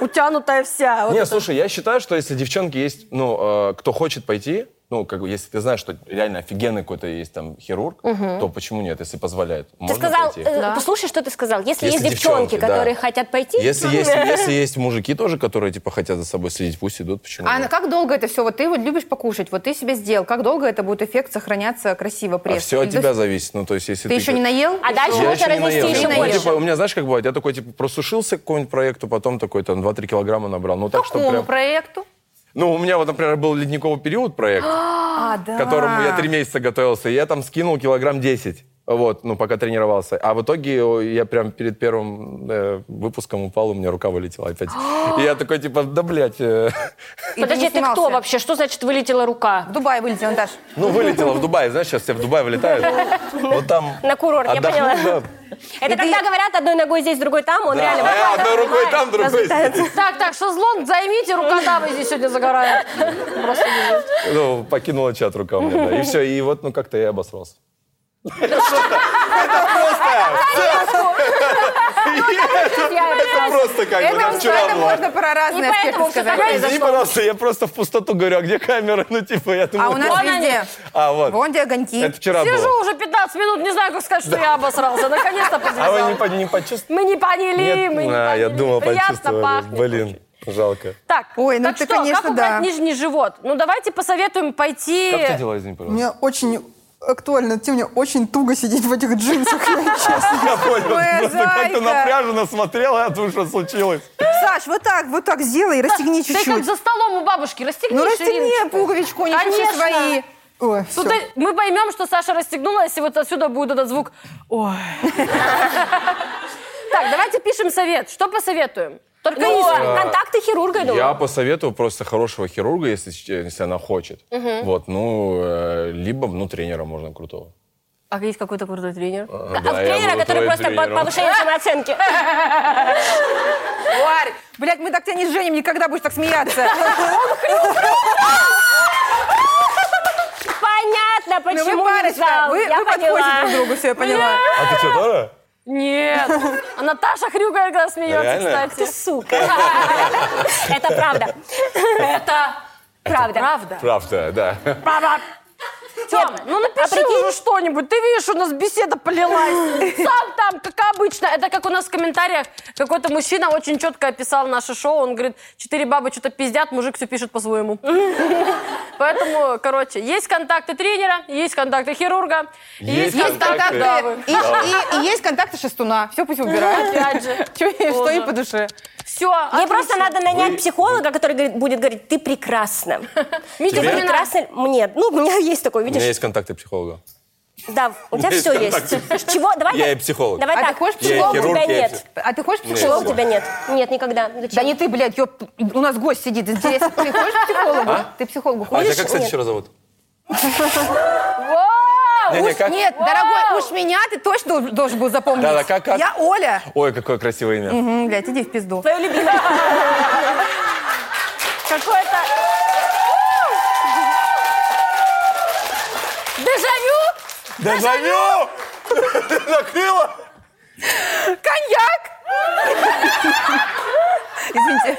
[SPEAKER 1] Утянутая вся. Вот
[SPEAKER 6] Не,
[SPEAKER 1] это.
[SPEAKER 6] слушай, я считаю, что если девчонки есть, ну, э, кто хочет пойти, ну, как бы, если ты знаешь, что реально офигенный какой-то есть там хирург, то почему нет, если позволяет?
[SPEAKER 2] Ты
[SPEAKER 6] Можно
[SPEAKER 2] сказал,
[SPEAKER 6] пойти.
[SPEAKER 2] э, послушай, что ты сказал. Если,
[SPEAKER 6] Если
[SPEAKER 2] есть девчонки,
[SPEAKER 6] девчонки, да.
[SPEAKER 2] которые хотят пойти,
[SPEAKER 6] Если есть, если есть мужики тоже, которые, типа, хотят за собой следить, пусть идут, почему
[SPEAKER 5] А на-
[SPEAKER 6] нет?
[SPEAKER 5] как долго это все? Вот ты вот любишь покушать, вот ты себе сделал. Как долго это будет эффект сохраняться красиво,
[SPEAKER 6] А
[SPEAKER 5] пресс?
[SPEAKER 6] все от
[SPEAKER 5] Или до
[SPEAKER 6] тебя
[SPEAKER 5] с-
[SPEAKER 6] зависит. Ну, то есть, если
[SPEAKER 5] Ты еще не наел?
[SPEAKER 2] а дальше
[SPEAKER 6] Я
[SPEAKER 2] можно
[SPEAKER 6] еще не
[SPEAKER 2] развести
[SPEAKER 6] наелся.
[SPEAKER 2] еще
[SPEAKER 6] Ну,
[SPEAKER 2] больше.
[SPEAKER 6] типа, у меня, знаешь, как бывает, я такой, типа, просушился к какому-нибудь проекту, потом такой, там, 2-3 килограмма набрал. Ну, так, что
[SPEAKER 5] Какому
[SPEAKER 6] прям...
[SPEAKER 5] проекту?
[SPEAKER 6] Ну, у меня вот, например, был ледниковый период проект, к
[SPEAKER 3] А, да.
[SPEAKER 6] которому я три месяца готовился, и я там скинул килограмм 10. Вот, ну, пока тренировался. А в итоге о, я прям перед первым э, выпуском упал, у меня рука вылетела опять. И я такой, типа, да, блядь. э.
[SPEAKER 3] И
[SPEAKER 2] Подожди,
[SPEAKER 3] не
[SPEAKER 2] ты
[SPEAKER 3] снимался.
[SPEAKER 2] кто вообще? Что значит вылетела рука?
[SPEAKER 3] В Дубай вылетел, Наташ.
[SPEAKER 6] Ну, вылетела в Дубай, знаешь, сейчас все в Дубай вылетают. Вот там...
[SPEAKER 2] На курорт, я
[SPEAKER 6] отдохнуть,
[SPEAKER 2] поняла.
[SPEAKER 6] да.
[SPEAKER 2] Это когда говорят одной ногой здесь, другой там, он
[SPEAKER 6] Да,
[SPEAKER 2] реально...
[SPEAKER 6] а я одной рукой там, другой здесь.
[SPEAKER 1] Так, так, шезлонг займите, рукодавы здесь сегодня загорают. Просто лежит.
[SPEAKER 6] Ну, покинула чат рука у меня, да. И все, и вот, ну, как-то я обосрался.
[SPEAKER 1] Я
[SPEAKER 6] Это просто как бы,
[SPEAKER 3] Это
[SPEAKER 6] там вчера
[SPEAKER 3] это
[SPEAKER 6] было.
[SPEAKER 3] можно про
[SPEAKER 2] И
[SPEAKER 3] разные
[SPEAKER 2] поэтому
[SPEAKER 3] аспекты
[SPEAKER 2] всё
[SPEAKER 3] сказать.
[SPEAKER 2] такое
[SPEAKER 6] Извини, пожалуйста, я просто в пустоту говорю, а где камера? Ну, типа, я думаю...
[SPEAKER 3] А у нас
[SPEAKER 2] Вон они.
[SPEAKER 3] везде.
[SPEAKER 6] А, вот.
[SPEAKER 3] Вон где огоньки.
[SPEAKER 6] Это вчера
[SPEAKER 1] Сижу
[SPEAKER 6] было.
[SPEAKER 1] уже 15 минут, не знаю, как сказать, что я обосрался. Наконец-то
[SPEAKER 6] А вы не,
[SPEAKER 1] подвязал.
[SPEAKER 6] по- не почувствовали?
[SPEAKER 1] Мы не поняли, мы не
[SPEAKER 6] а, я
[SPEAKER 1] поняли.
[SPEAKER 6] думал,
[SPEAKER 1] Приятно
[SPEAKER 6] почувствовали.
[SPEAKER 1] пахнет.
[SPEAKER 6] Блин, жалко.
[SPEAKER 1] Так,
[SPEAKER 3] Ой, ну
[SPEAKER 1] так
[SPEAKER 3] ты,
[SPEAKER 1] что,
[SPEAKER 3] конечно,
[SPEAKER 1] как убрать
[SPEAKER 3] да.
[SPEAKER 1] нижний живот? Ну, давайте посоветуем пойти...
[SPEAKER 6] Как ты дела, извини,
[SPEAKER 4] У
[SPEAKER 6] пожалуйста?
[SPEAKER 4] меня очень актуально, тем мне очень туго сидеть в этих джинсах, я честно.
[SPEAKER 6] Я понял,
[SPEAKER 3] Ой,
[SPEAKER 6] просто как
[SPEAKER 3] Зайка.
[SPEAKER 6] ты напряженно смотрела, я думаю, что случилось.
[SPEAKER 3] Саш, вот так, вот так сделай и расстегни
[SPEAKER 1] Ты как
[SPEAKER 3] чуть-чуть.
[SPEAKER 1] за столом у бабушки, расстегни
[SPEAKER 3] Ну расстегни
[SPEAKER 1] шириночку.
[SPEAKER 3] пуговичку, не все
[SPEAKER 1] Конечно.
[SPEAKER 3] свои.
[SPEAKER 4] Ой,
[SPEAKER 1] Тут
[SPEAKER 4] всё.
[SPEAKER 1] и- мы поймем, что Саша расстегнула, если вот отсюда будет этот звук. Ой. Так, давайте пишем совет. Что посоветуем? Только
[SPEAKER 2] Ну,
[SPEAKER 1] искренне.
[SPEAKER 2] контакты хирурга, я думаю.
[SPEAKER 6] а- Я посоветую просто хорошего хирурга, если, если она хочет. Вот, ну, э, либо, ну, тренера можно крутого.
[SPEAKER 1] А есть какой-то крутой тренер?
[SPEAKER 2] Да,
[SPEAKER 6] А, да, я
[SPEAKER 2] тренера,
[SPEAKER 6] буду
[SPEAKER 2] который
[SPEAKER 6] твоим
[SPEAKER 2] просто по-
[SPEAKER 6] тренером.
[SPEAKER 2] повышение самооценки.
[SPEAKER 3] Варь, блядь, мы так тебя не женим, никогда будешь так смеяться.
[SPEAKER 2] Понятно,
[SPEAKER 3] Ну,
[SPEAKER 2] почему
[SPEAKER 3] вы
[SPEAKER 2] не
[SPEAKER 3] парочка,
[SPEAKER 2] зал.
[SPEAKER 3] вы,
[SPEAKER 2] Я
[SPEAKER 3] вы подходите
[SPEAKER 2] поняла.
[SPEAKER 3] друг другу, все, я поняла.
[SPEAKER 6] А ты что, тоже?
[SPEAKER 1] Нет. А Наташа хрюкает, когда смеется,
[SPEAKER 6] Реально?
[SPEAKER 1] кстати.
[SPEAKER 2] Ты сука. Это правда.
[SPEAKER 1] Это
[SPEAKER 2] Правда.
[SPEAKER 1] правда.
[SPEAKER 6] Правда, да.
[SPEAKER 1] Правда. Тём, ну напиши уже что-нибудь. Ты видишь, у нас беседа полилась. Сам там, как обычно. Это как у нас в комментариях. Какой-то мужчина очень четко описал наше шоу. Он говорит, четыре бабы что-то пиздят, мужик все пишет по-своему. Поэтому, короче, есть контакты тренера, есть контакты хирурга,
[SPEAKER 6] Есть
[SPEAKER 1] есть
[SPEAKER 5] Есть
[SPEAKER 1] контакты
[SPEAKER 5] контакты.
[SPEAKER 1] Давы.
[SPEAKER 5] И, и- и есть контакты шестуна. Все пусть убирают.
[SPEAKER 1] Опять же.
[SPEAKER 5] Чё ей- Что ей по душе?
[SPEAKER 1] Все,
[SPEAKER 2] Мне просто надо нанять психолога, который говорит- будет говорить, ты прекрасна. Ты
[SPEAKER 6] Тебе?
[SPEAKER 2] прекрасна мне. Ну, у меня есть такой,
[SPEAKER 6] У меня
[SPEAKER 2] видишь?
[SPEAKER 6] есть контакты психолога.
[SPEAKER 2] Да, у тебя
[SPEAKER 6] есть
[SPEAKER 2] все есть. Чего? Давай
[SPEAKER 6] Я
[SPEAKER 2] так.
[SPEAKER 6] и психолог.
[SPEAKER 2] Давай
[SPEAKER 5] А ты
[SPEAKER 2] так.
[SPEAKER 5] хочешь
[SPEAKER 6] Я и
[SPEAKER 2] Психолога у
[SPEAKER 6] хирург,
[SPEAKER 2] тебя
[SPEAKER 6] я и
[SPEAKER 2] нет.
[SPEAKER 6] псих-
[SPEAKER 5] А ты хочешь
[SPEAKER 6] Нет.
[SPEAKER 5] психолога?
[SPEAKER 2] Психолога у тебя нет. Нет, никогда. Ну,
[SPEAKER 5] Да
[SPEAKER 2] Зачем?
[SPEAKER 5] не ты, блядь, ёп, у нас гость сидит, интересно. Ты хочешь к психологу? Ты психологу
[SPEAKER 6] А тебя
[SPEAKER 5] ходишь?
[SPEAKER 6] как, кстати,
[SPEAKER 2] нет.
[SPEAKER 6] еще раз зовут?
[SPEAKER 1] Вау!
[SPEAKER 6] Не, не,
[SPEAKER 5] Уж-
[SPEAKER 6] А как?
[SPEAKER 5] Нет, дорогой, уж меня ты точно должен был запомнить.
[SPEAKER 6] Да, да, как, как?
[SPEAKER 3] Я Оля.
[SPEAKER 6] Ой, какое красивое имя.
[SPEAKER 3] М, Блядь, иди в пизду.
[SPEAKER 2] Твою любимую.
[SPEAKER 1] Какое-то... Дежавю?
[SPEAKER 6] Дежавю! Накрыла!
[SPEAKER 3] Коньяк! Извините.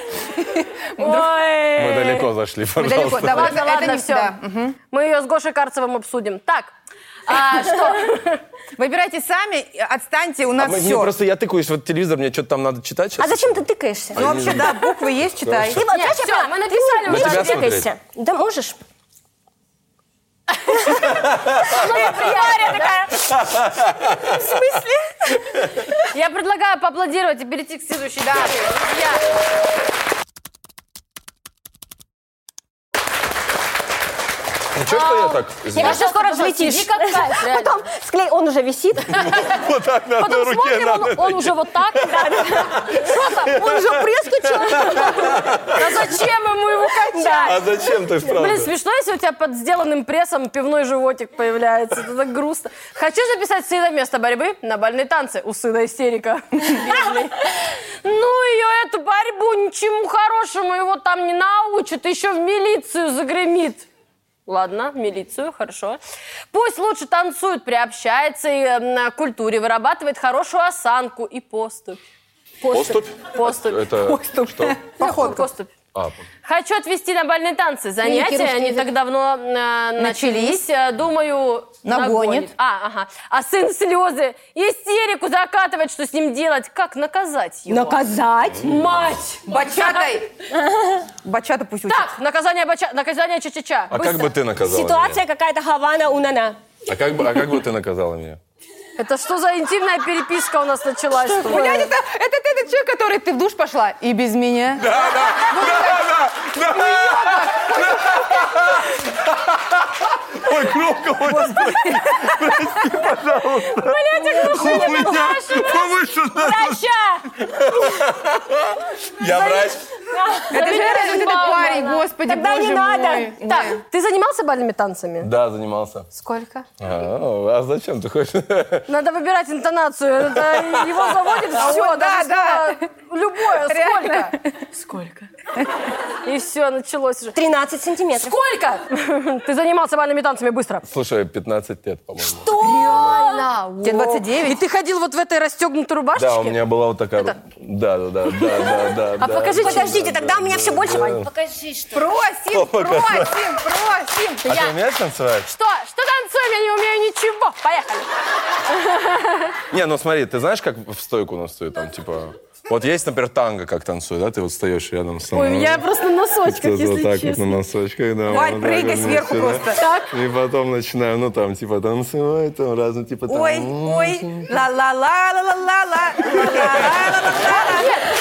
[SPEAKER 1] Ой.
[SPEAKER 6] Мы далеко зашли,
[SPEAKER 3] Мы далеко.
[SPEAKER 6] пожалуйста.
[SPEAKER 3] Давай,
[SPEAKER 1] Ладно,
[SPEAKER 3] это
[SPEAKER 1] ладно,
[SPEAKER 3] не
[SPEAKER 1] все.
[SPEAKER 3] всегда.
[SPEAKER 1] Мы ее с Гошей Карцевым обсудим. Так,
[SPEAKER 3] А, что? Выбирайте сами, отстаньте, у
[SPEAKER 6] А
[SPEAKER 3] нас
[SPEAKER 6] мы- мне
[SPEAKER 3] все.
[SPEAKER 6] просто я тыкаюсь, вот телевизор, мне что-то там надо читать сейчас.
[SPEAKER 2] А зачем ты тыкаешься?
[SPEAKER 3] Ну, вообще, да, буквы есть, читай.
[SPEAKER 2] Ты вот, знаешь,
[SPEAKER 1] всё,
[SPEAKER 2] я поняла,
[SPEAKER 1] мы
[SPEAKER 2] ты
[SPEAKER 1] написали
[SPEAKER 2] не
[SPEAKER 6] уже. На тебя
[SPEAKER 2] тыкайся. Да можешь.
[SPEAKER 1] Я предлагаю поаплодировать и перейти к следующей
[SPEAKER 5] Да.
[SPEAKER 1] теме, друзья.
[SPEAKER 6] Ну что, что я так?
[SPEAKER 1] А,
[SPEAKER 2] Я
[SPEAKER 6] извиняюсь?
[SPEAKER 2] сейчас скоро
[SPEAKER 1] Пожалуйста,
[SPEAKER 2] взлетишь.
[SPEAKER 1] сиди как кайф, реально.
[SPEAKER 2] Потом склей, он уже висит.
[SPEAKER 6] Вот так на одной
[SPEAKER 1] Потом
[SPEAKER 6] руке
[SPEAKER 1] смотрим, он,
[SPEAKER 6] надо.
[SPEAKER 1] он уже вот так.
[SPEAKER 2] Он уже прескочил.
[SPEAKER 1] Да А зачем ему его качать?
[SPEAKER 6] А зачем ты,
[SPEAKER 1] Блин,
[SPEAKER 6] правда?
[SPEAKER 1] смешно, если у тебя под сделанным прессом пивной животик появляется. Это так грустно. Хочу записать сына вместо борьбы на бальные танцы. У сына истерика. Бедный. Ну ее эту борьбу ничему хорошему его там не научат. Еще в милицию загремит. Ладно, в милицию, хорошо. Пусть лучше танцует, приобщается и, э, на культуре, вырабатывает хорошую осанку и поступь.
[SPEAKER 6] Поступь?
[SPEAKER 1] Поступь.
[SPEAKER 6] Это что?
[SPEAKER 4] Походка.
[SPEAKER 1] Поступь.
[SPEAKER 6] А,
[SPEAKER 1] Хочу отвезти на бальные танцы. Занятия,
[SPEAKER 5] русский
[SPEAKER 1] они так давно э, начались. Э, Думаю,
[SPEAKER 3] Нагонит.
[SPEAKER 1] А, ага. А сын слезы, истерику закатывать, что с ним делать? Как наказать его?
[SPEAKER 2] Наказать.
[SPEAKER 1] Мать!
[SPEAKER 3] Бачатой. Бачата пусть учит.
[SPEAKER 1] Так, наказание бача... наказание ча-ча-ча.
[SPEAKER 6] а как бы ты наказала
[SPEAKER 2] Ситуация какая-то Хавана Унана.
[SPEAKER 6] меня? А как бы, а как бы ты наказала меня?
[SPEAKER 1] Это что за интимная переписка у нас началась? тут?
[SPEAKER 3] Блядь, это, это ты этот человек, который ты в душ пошла и без меня.
[SPEAKER 6] Ой, кнопка, вот. Прости, пожалуйста. Блядь, повыше надо. Я врач.
[SPEAKER 3] Это же
[SPEAKER 1] Забери
[SPEAKER 3] реально вот этот
[SPEAKER 1] Розенбаума,
[SPEAKER 3] парень,
[SPEAKER 1] да.
[SPEAKER 3] господи,
[SPEAKER 2] Тогда
[SPEAKER 3] боже
[SPEAKER 2] не надо.
[SPEAKER 3] мой.
[SPEAKER 1] Так, ты занимался бальными танцами?
[SPEAKER 6] Да, занимался.
[SPEAKER 1] Сколько?
[SPEAKER 6] А а зачем ты хочешь?
[SPEAKER 1] Надо выбирать интонацию. Это его заводит все.
[SPEAKER 3] А вот да, да.
[SPEAKER 1] Любое.
[SPEAKER 3] Реально.
[SPEAKER 1] Сколько? Сколько? И все, началось уже.
[SPEAKER 2] 13 сантиметров.
[SPEAKER 1] Сколько? Ты занимался бальными танцами быстро.
[SPEAKER 6] Слушай, 15 лет, по-моему.
[SPEAKER 3] Тебе 29.
[SPEAKER 1] И ты ходил вот в этой расстегнутой рубашечке?
[SPEAKER 6] Да, у меня была вот такая... Да, да, да, да, да, да.
[SPEAKER 1] А покажите,
[SPEAKER 2] Подождите, тогда у меня все больше.
[SPEAKER 6] Да. А
[SPEAKER 2] Покажи, что.
[SPEAKER 3] Просим, просим, просим.
[SPEAKER 6] А ты умеешь танцевать?
[SPEAKER 1] Что? Что танцуем? Я не умею ничего. Поехали.
[SPEAKER 6] Не, ну смотри, ты знаешь, как в стойку у нас стоит там, типа... Вот есть, например, танго, как танцует, да? Ты вот стоишь рядом со мной.
[SPEAKER 1] Ой, я просто на носочках,
[SPEAKER 6] Кто-то вот
[SPEAKER 1] если
[SPEAKER 6] так
[SPEAKER 1] честно.
[SPEAKER 6] вот на носочках, да.
[SPEAKER 3] Вань,
[SPEAKER 6] вот так
[SPEAKER 3] прыгай
[SPEAKER 6] вот
[SPEAKER 3] сверху
[SPEAKER 6] вместе,
[SPEAKER 3] просто.
[SPEAKER 6] да. И потом начинаю, ну там, типа, танцевать, там, разные, типа, там...
[SPEAKER 3] Ой, ой, ла-ла-ла-ла-ла-ла-ла, ла-ла-ла-ла-ла-ла.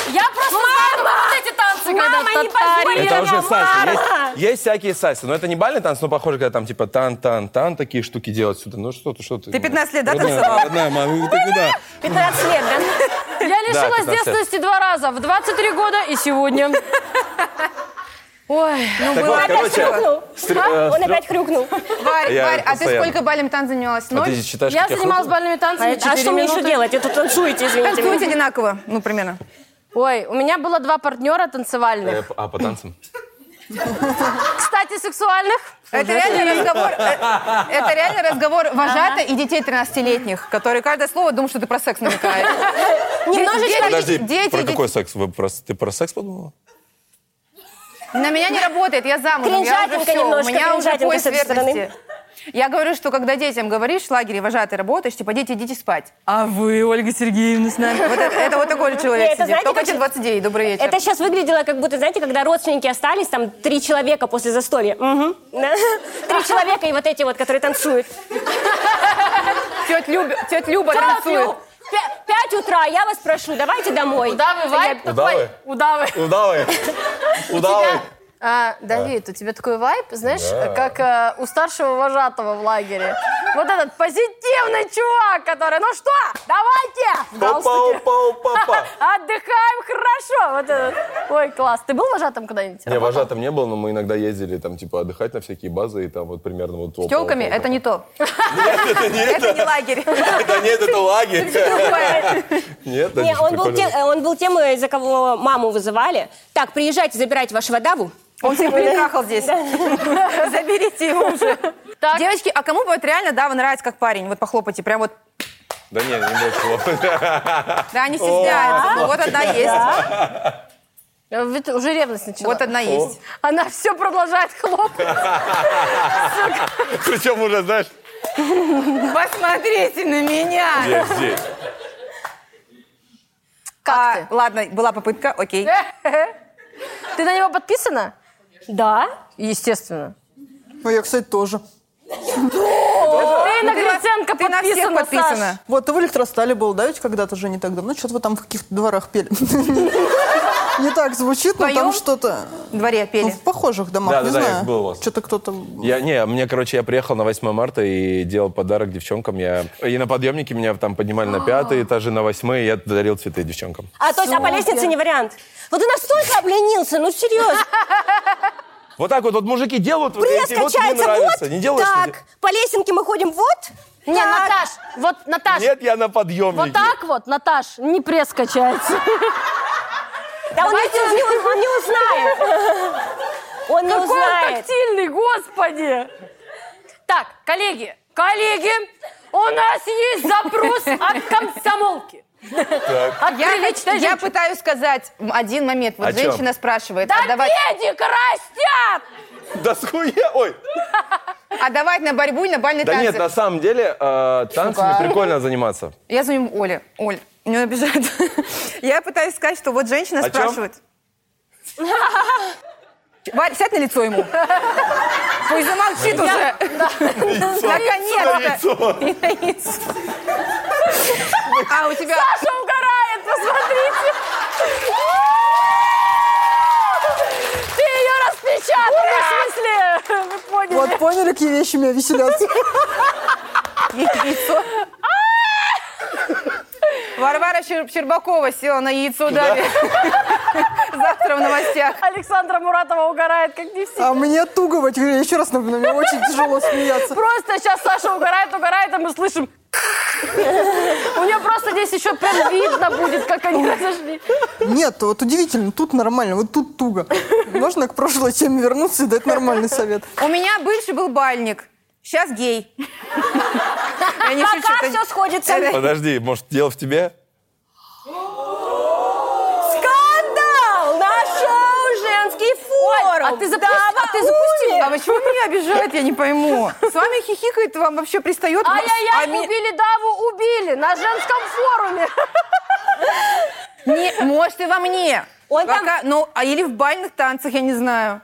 [SPEAKER 1] Я просто знаю вот эти танцы, когда
[SPEAKER 2] Мама, не
[SPEAKER 1] татарин.
[SPEAKER 2] позволь!
[SPEAKER 6] Это уже сальсы.
[SPEAKER 2] Мара!
[SPEAKER 6] Есть, есть всякие сальсы. Но это не бальный танц, но похоже, когда там типа тан-тан-тан, такие штуки делать сюда. Ну что ты, что ты?
[SPEAKER 3] Ты 15 лет, да,
[SPEAKER 6] Родная-
[SPEAKER 3] танцевала?
[SPEAKER 6] Родная мама, ты куда?
[SPEAKER 2] 15 лет, да?
[SPEAKER 1] Я лишилась
[SPEAKER 6] 15 лет.
[SPEAKER 1] девственности два раза. В 23 года и сегодня. Ой.
[SPEAKER 3] Ну,
[SPEAKER 6] Так вот,
[SPEAKER 2] Он опять
[SPEAKER 6] короче,
[SPEAKER 2] хрюкнул.
[SPEAKER 6] стр-
[SPEAKER 2] А?
[SPEAKER 6] э,
[SPEAKER 2] Он
[SPEAKER 6] стр-
[SPEAKER 2] опять хрюкнул.
[SPEAKER 3] Варь,
[SPEAKER 6] Я
[SPEAKER 3] Варь, а ты
[SPEAKER 6] постоянно.
[SPEAKER 5] Сколько балем танц занялась?
[SPEAKER 6] а
[SPEAKER 5] Ноль?
[SPEAKER 6] ты считаешь,
[SPEAKER 1] Я
[SPEAKER 6] как я
[SPEAKER 1] занималась
[SPEAKER 6] хрюкну?
[SPEAKER 1] бальными танцами
[SPEAKER 2] А
[SPEAKER 1] 4
[SPEAKER 2] что мне еще
[SPEAKER 1] минуты.
[SPEAKER 2] делать? Я тут танцуете, извините.
[SPEAKER 3] Танцуете
[SPEAKER 2] меня.
[SPEAKER 3] одинаково, ну, примерно.
[SPEAKER 1] Ой, у меня было два партнера
[SPEAKER 6] Э,
[SPEAKER 1] танцевальных.
[SPEAKER 6] А, по танцам?
[SPEAKER 1] Кстати, сексуальных.
[SPEAKER 3] Это реально разговор, э, это реально разговор вожата и детей 13-летних, которые каждое слово думают, что ты про секс намекаешь.
[SPEAKER 2] Немножечко.
[SPEAKER 6] Подожди,
[SPEAKER 3] А дети,
[SPEAKER 6] про
[SPEAKER 3] дети.
[SPEAKER 6] какой секс? Вы про- Ты про секс подумала?
[SPEAKER 5] На меня не работает, я замужем, я уже
[SPEAKER 2] Кринжатенько
[SPEAKER 5] все, у
[SPEAKER 2] немножко,
[SPEAKER 5] меня уже
[SPEAKER 2] кринжатенько
[SPEAKER 5] пояс
[SPEAKER 2] с этой стороны.
[SPEAKER 5] верности. Я говорю, что когда детям говоришь, в лагере вожатый работаешь, типа, дети, идите спать.
[SPEAKER 3] А вы, Ольга Сергеевна, с нами. Вот это, это вот такой же человек
[SPEAKER 2] Не, это
[SPEAKER 3] сидит.
[SPEAKER 2] знаете,
[SPEAKER 3] Только
[SPEAKER 2] как
[SPEAKER 3] тебе 29, добрый вечер.
[SPEAKER 2] Это сейчас выглядело, как будто, знаете, когда родственники остались, там, три человека после застолья. Мгм. Да. Три человека и вот эти вот, которые танцуют.
[SPEAKER 3] Тетя Люба, тетя Люба танцует.
[SPEAKER 2] Топлю. Пя- Пять утра, я вас прошу, давайте домой.
[SPEAKER 1] Удавы, вайп такой.
[SPEAKER 6] Удавы?
[SPEAKER 1] Удавы.
[SPEAKER 6] Удавай! Удавай!
[SPEAKER 1] А, Давид, у тебя такой вайп, знаешь, как а, у старшего вожатого в лагере. Вот этот позитивный чувак, который, ну что, давайте! В
[SPEAKER 6] Опа,
[SPEAKER 1] галстуке.
[SPEAKER 6] опа, опа, опа.
[SPEAKER 1] Отдыхаем хорошо. Вот этот. Ой, класс. Ты был вожатым когда-нибудь?
[SPEAKER 6] Не, вожатым не было, но мы иногда ездили там, типа, отдыхать на всякие базы, и там вот примерно вот...
[SPEAKER 3] С телками это не то. Это не лагерь.
[SPEAKER 6] Это нет, это лагерь.
[SPEAKER 3] Другое.
[SPEAKER 6] Нет, это
[SPEAKER 2] Не, он был,
[SPEAKER 6] прикольно.
[SPEAKER 2] тем, э, он был тем, э, из-за кого маму вызывали. Так, приезжайте, забирайте вашего даву.
[SPEAKER 3] Он всех перетрахал здесь. Заберите его уже.
[SPEAKER 1] Так.
[SPEAKER 3] Девочки, а кому бы вот реально, да, вы нравится как парень? Вот похлопайте, прям вот.
[SPEAKER 6] Да не, не было слов.
[SPEAKER 3] Да, не стесняется. Ну, Вот одна есть.
[SPEAKER 1] Э, ведь Уже ревность начала.
[SPEAKER 3] Вот одна есть.
[SPEAKER 1] Она все продолжает хлопать.
[SPEAKER 6] Причем уже, знаешь,
[SPEAKER 3] Посмотрите на меня.
[SPEAKER 6] Я здесь.
[SPEAKER 1] Как
[SPEAKER 3] А, Ладно, была попытка, окей.
[SPEAKER 1] ты? Ты на него подписана?
[SPEAKER 2] Да.
[SPEAKER 1] Естественно.
[SPEAKER 4] Ну, я, кстати, тоже.
[SPEAKER 1] Ты на
[SPEAKER 3] ну Ты на-
[SPEAKER 1] Гриценко
[SPEAKER 3] ты на всех
[SPEAKER 1] подписана, Саш.
[SPEAKER 3] подписана.
[SPEAKER 4] Вот, и в электростале был, да, ведь когда-то же не так давно? Что-то вы там в каких-то дворах пели. Не так звучит, но
[SPEAKER 3] Вдвоем?
[SPEAKER 4] там что-то...
[SPEAKER 3] В дворе
[SPEAKER 4] Ну,
[SPEAKER 3] пели.
[SPEAKER 4] в похожих домах,
[SPEAKER 6] Да-да-да,
[SPEAKER 4] не
[SPEAKER 6] их
[SPEAKER 4] знаю.
[SPEAKER 6] было у вас.
[SPEAKER 4] Что-то кто-то...
[SPEAKER 6] Я, не, мне, короче, я приехал на 8 марта и делал подарок девчонкам. Я, и на подъемнике меня там поднимали
[SPEAKER 3] А.
[SPEAKER 6] на пятый этаж, и на восьмой, и я дарил цветы девчонкам.
[SPEAKER 2] А, то есть, а по лестнице не вариант. Вот ты настолько обленился, ну серьезно.
[SPEAKER 6] Вот так вот, вот мужики делают, вот
[SPEAKER 2] Пресс
[SPEAKER 6] эти, вот мне
[SPEAKER 2] качается
[SPEAKER 6] нравится.
[SPEAKER 2] вот.
[SPEAKER 6] Не делаешь? не
[SPEAKER 2] так. По лестнике мы ходим вот.
[SPEAKER 1] Не,
[SPEAKER 2] так.
[SPEAKER 1] Наташ, вот,
[SPEAKER 6] де-
[SPEAKER 1] Наташ,
[SPEAKER 6] Нет, я на подъемнике.
[SPEAKER 1] вот так вот, Наташ, не пресс качается.
[SPEAKER 2] Да А он, не- он не- он не узнает. Он не
[SPEAKER 1] Какой он
[SPEAKER 2] узнает.
[SPEAKER 1] тактильный, господи! Так, коллеги, коллеги, у нас есть запрос от комсомолки. От
[SPEAKER 3] Я,
[SPEAKER 1] приличной
[SPEAKER 3] я
[SPEAKER 1] женщины.
[SPEAKER 3] пытаюсь сказать один момент. Вот
[SPEAKER 6] О чем?
[SPEAKER 3] женщина спрашивает,
[SPEAKER 1] Да
[SPEAKER 3] а, давать,
[SPEAKER 1] педик растет!
[SPEAKER 6] Да с хуя- Ой,
[SPEAKER 3] а давать на борьбу и на бальный
[SPEAKER 6] Да
[SPEAKER 3] танцы?
[SPEAKER 6] нет, на самом деле э, танцами
[SPEAKER 3] Чувак.
[SPEAKER 6] прикольно заниматься.
[SPEAKER 3] Я звоню Оле. Оль, не обижает. Я пытаюсь сказать, что вот женщина
[SPEAKER 6] О чем?
[SPEAKER 3] спрашивает. Варь, сядь на лицо ему. Пусть замолчит уже. Наконец-то.
[SPEAKER 6] Лицо.
[SPEAKER 3] А у тебя...
[SPEAKER 1] Саша угорает, посмотрите! Ты ее распечатала, в смысле, вы поняли?
[SPEAKER 4] Вот поняли, какие вещи меня веселят?
[SPEAKER 3] Яйцо. Варвара Щер- Щербакова села на яйцо Дави. Завтра в новостях.
[SPEAKER 1] Александра Муратова угорает, как не все.
[SPEAKER 4] А мне туго, вот, я еще раз напоминаю, мне очень тяжело смеяться.
[SPEAKER 1] Просто сейчас Саша угорает, угорает, а мы слышим. У нее просто здесь еще прям видно будет, как они разошли.
[SPEAKER 4] Нет, вот удивительно, тут нормально, вот тут туго. Можно к прошлой теме вернуться и дать нормальный совет.
[SPEAKER 3] У меня бывший был бальник. Сейчас гей. Я не шучу.
[SPEAKER 2] Пока
[SPEAKER 3] это-
[SPEAKER 2] все сходится.
[SPEAKER 6] Подожди, может, дело в тебе?
[SPEAKER 2] Скандал! На шоу «Женский форум».
[SPEAKER 1] а ты запусти- а ты запустила?
[SPEAKER 3] А почему меня обижают, я не пойму. С вами хихикает, вам вообще пристает.
[SPEAKER 1] Ай-яй-яй,
[SPEAKER 3] А ми-
[SPEAKER 1] убили Даву, убили на женском форуме.
[SPEAKER 3] Не, может, и во мне.
[SPEAKER 2] Он там-
[SPEAKER 3] Пока- Ну, а или в бальных танцах, я не знаю.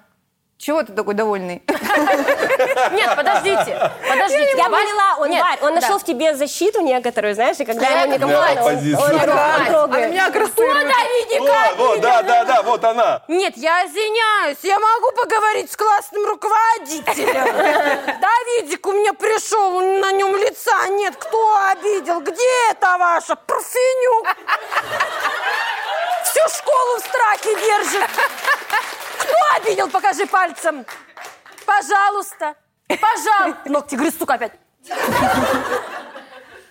[SPEAKER 3] Чего ты такой довольный?
[SPEAKER 1] Нет, подождите, подождите.
[SPEAKER 2] Я
[SPEAKER 1] Варь-
[SPEAKER 2] поняла, он,
[SPEAKER 1] Нет,
[SPEAKER 2] Варь, он
[SPEAKER 1] да.
[SPEAKER 2] нашел в тебе защиту некоторую, знаешь, и когда
[SPEAKER 1] Да,
[SPEAKER 2] ему
[SPEAKER 1] это
[SPEAKER 2] некомфортно, он,
[SPEAKER 6] оппозиция.
[SPEAKER 2] он, трогает,
[SPEAKER 6] Да.
[SPEAKER 2] он
[SPEAKER 3] А на
[SPEAKER 2] трогает.
[SPEAKER 3] меня агрессирует.
[SPEAKER 6] Вот, вот, да, да, да, вот она.
[SPEAKER 1] Нет, я извиняюсь, я могу поговорить с классным руководителем. Давидик у меня пришел, у- на нем лица нет. Кто обидел? Где это ваша парфенюк? Всю школу в страхе держит. Кто обидел? Покажи пальцем. Пожалуйста. Пожалуйста. Ногти грызть, сука, опять.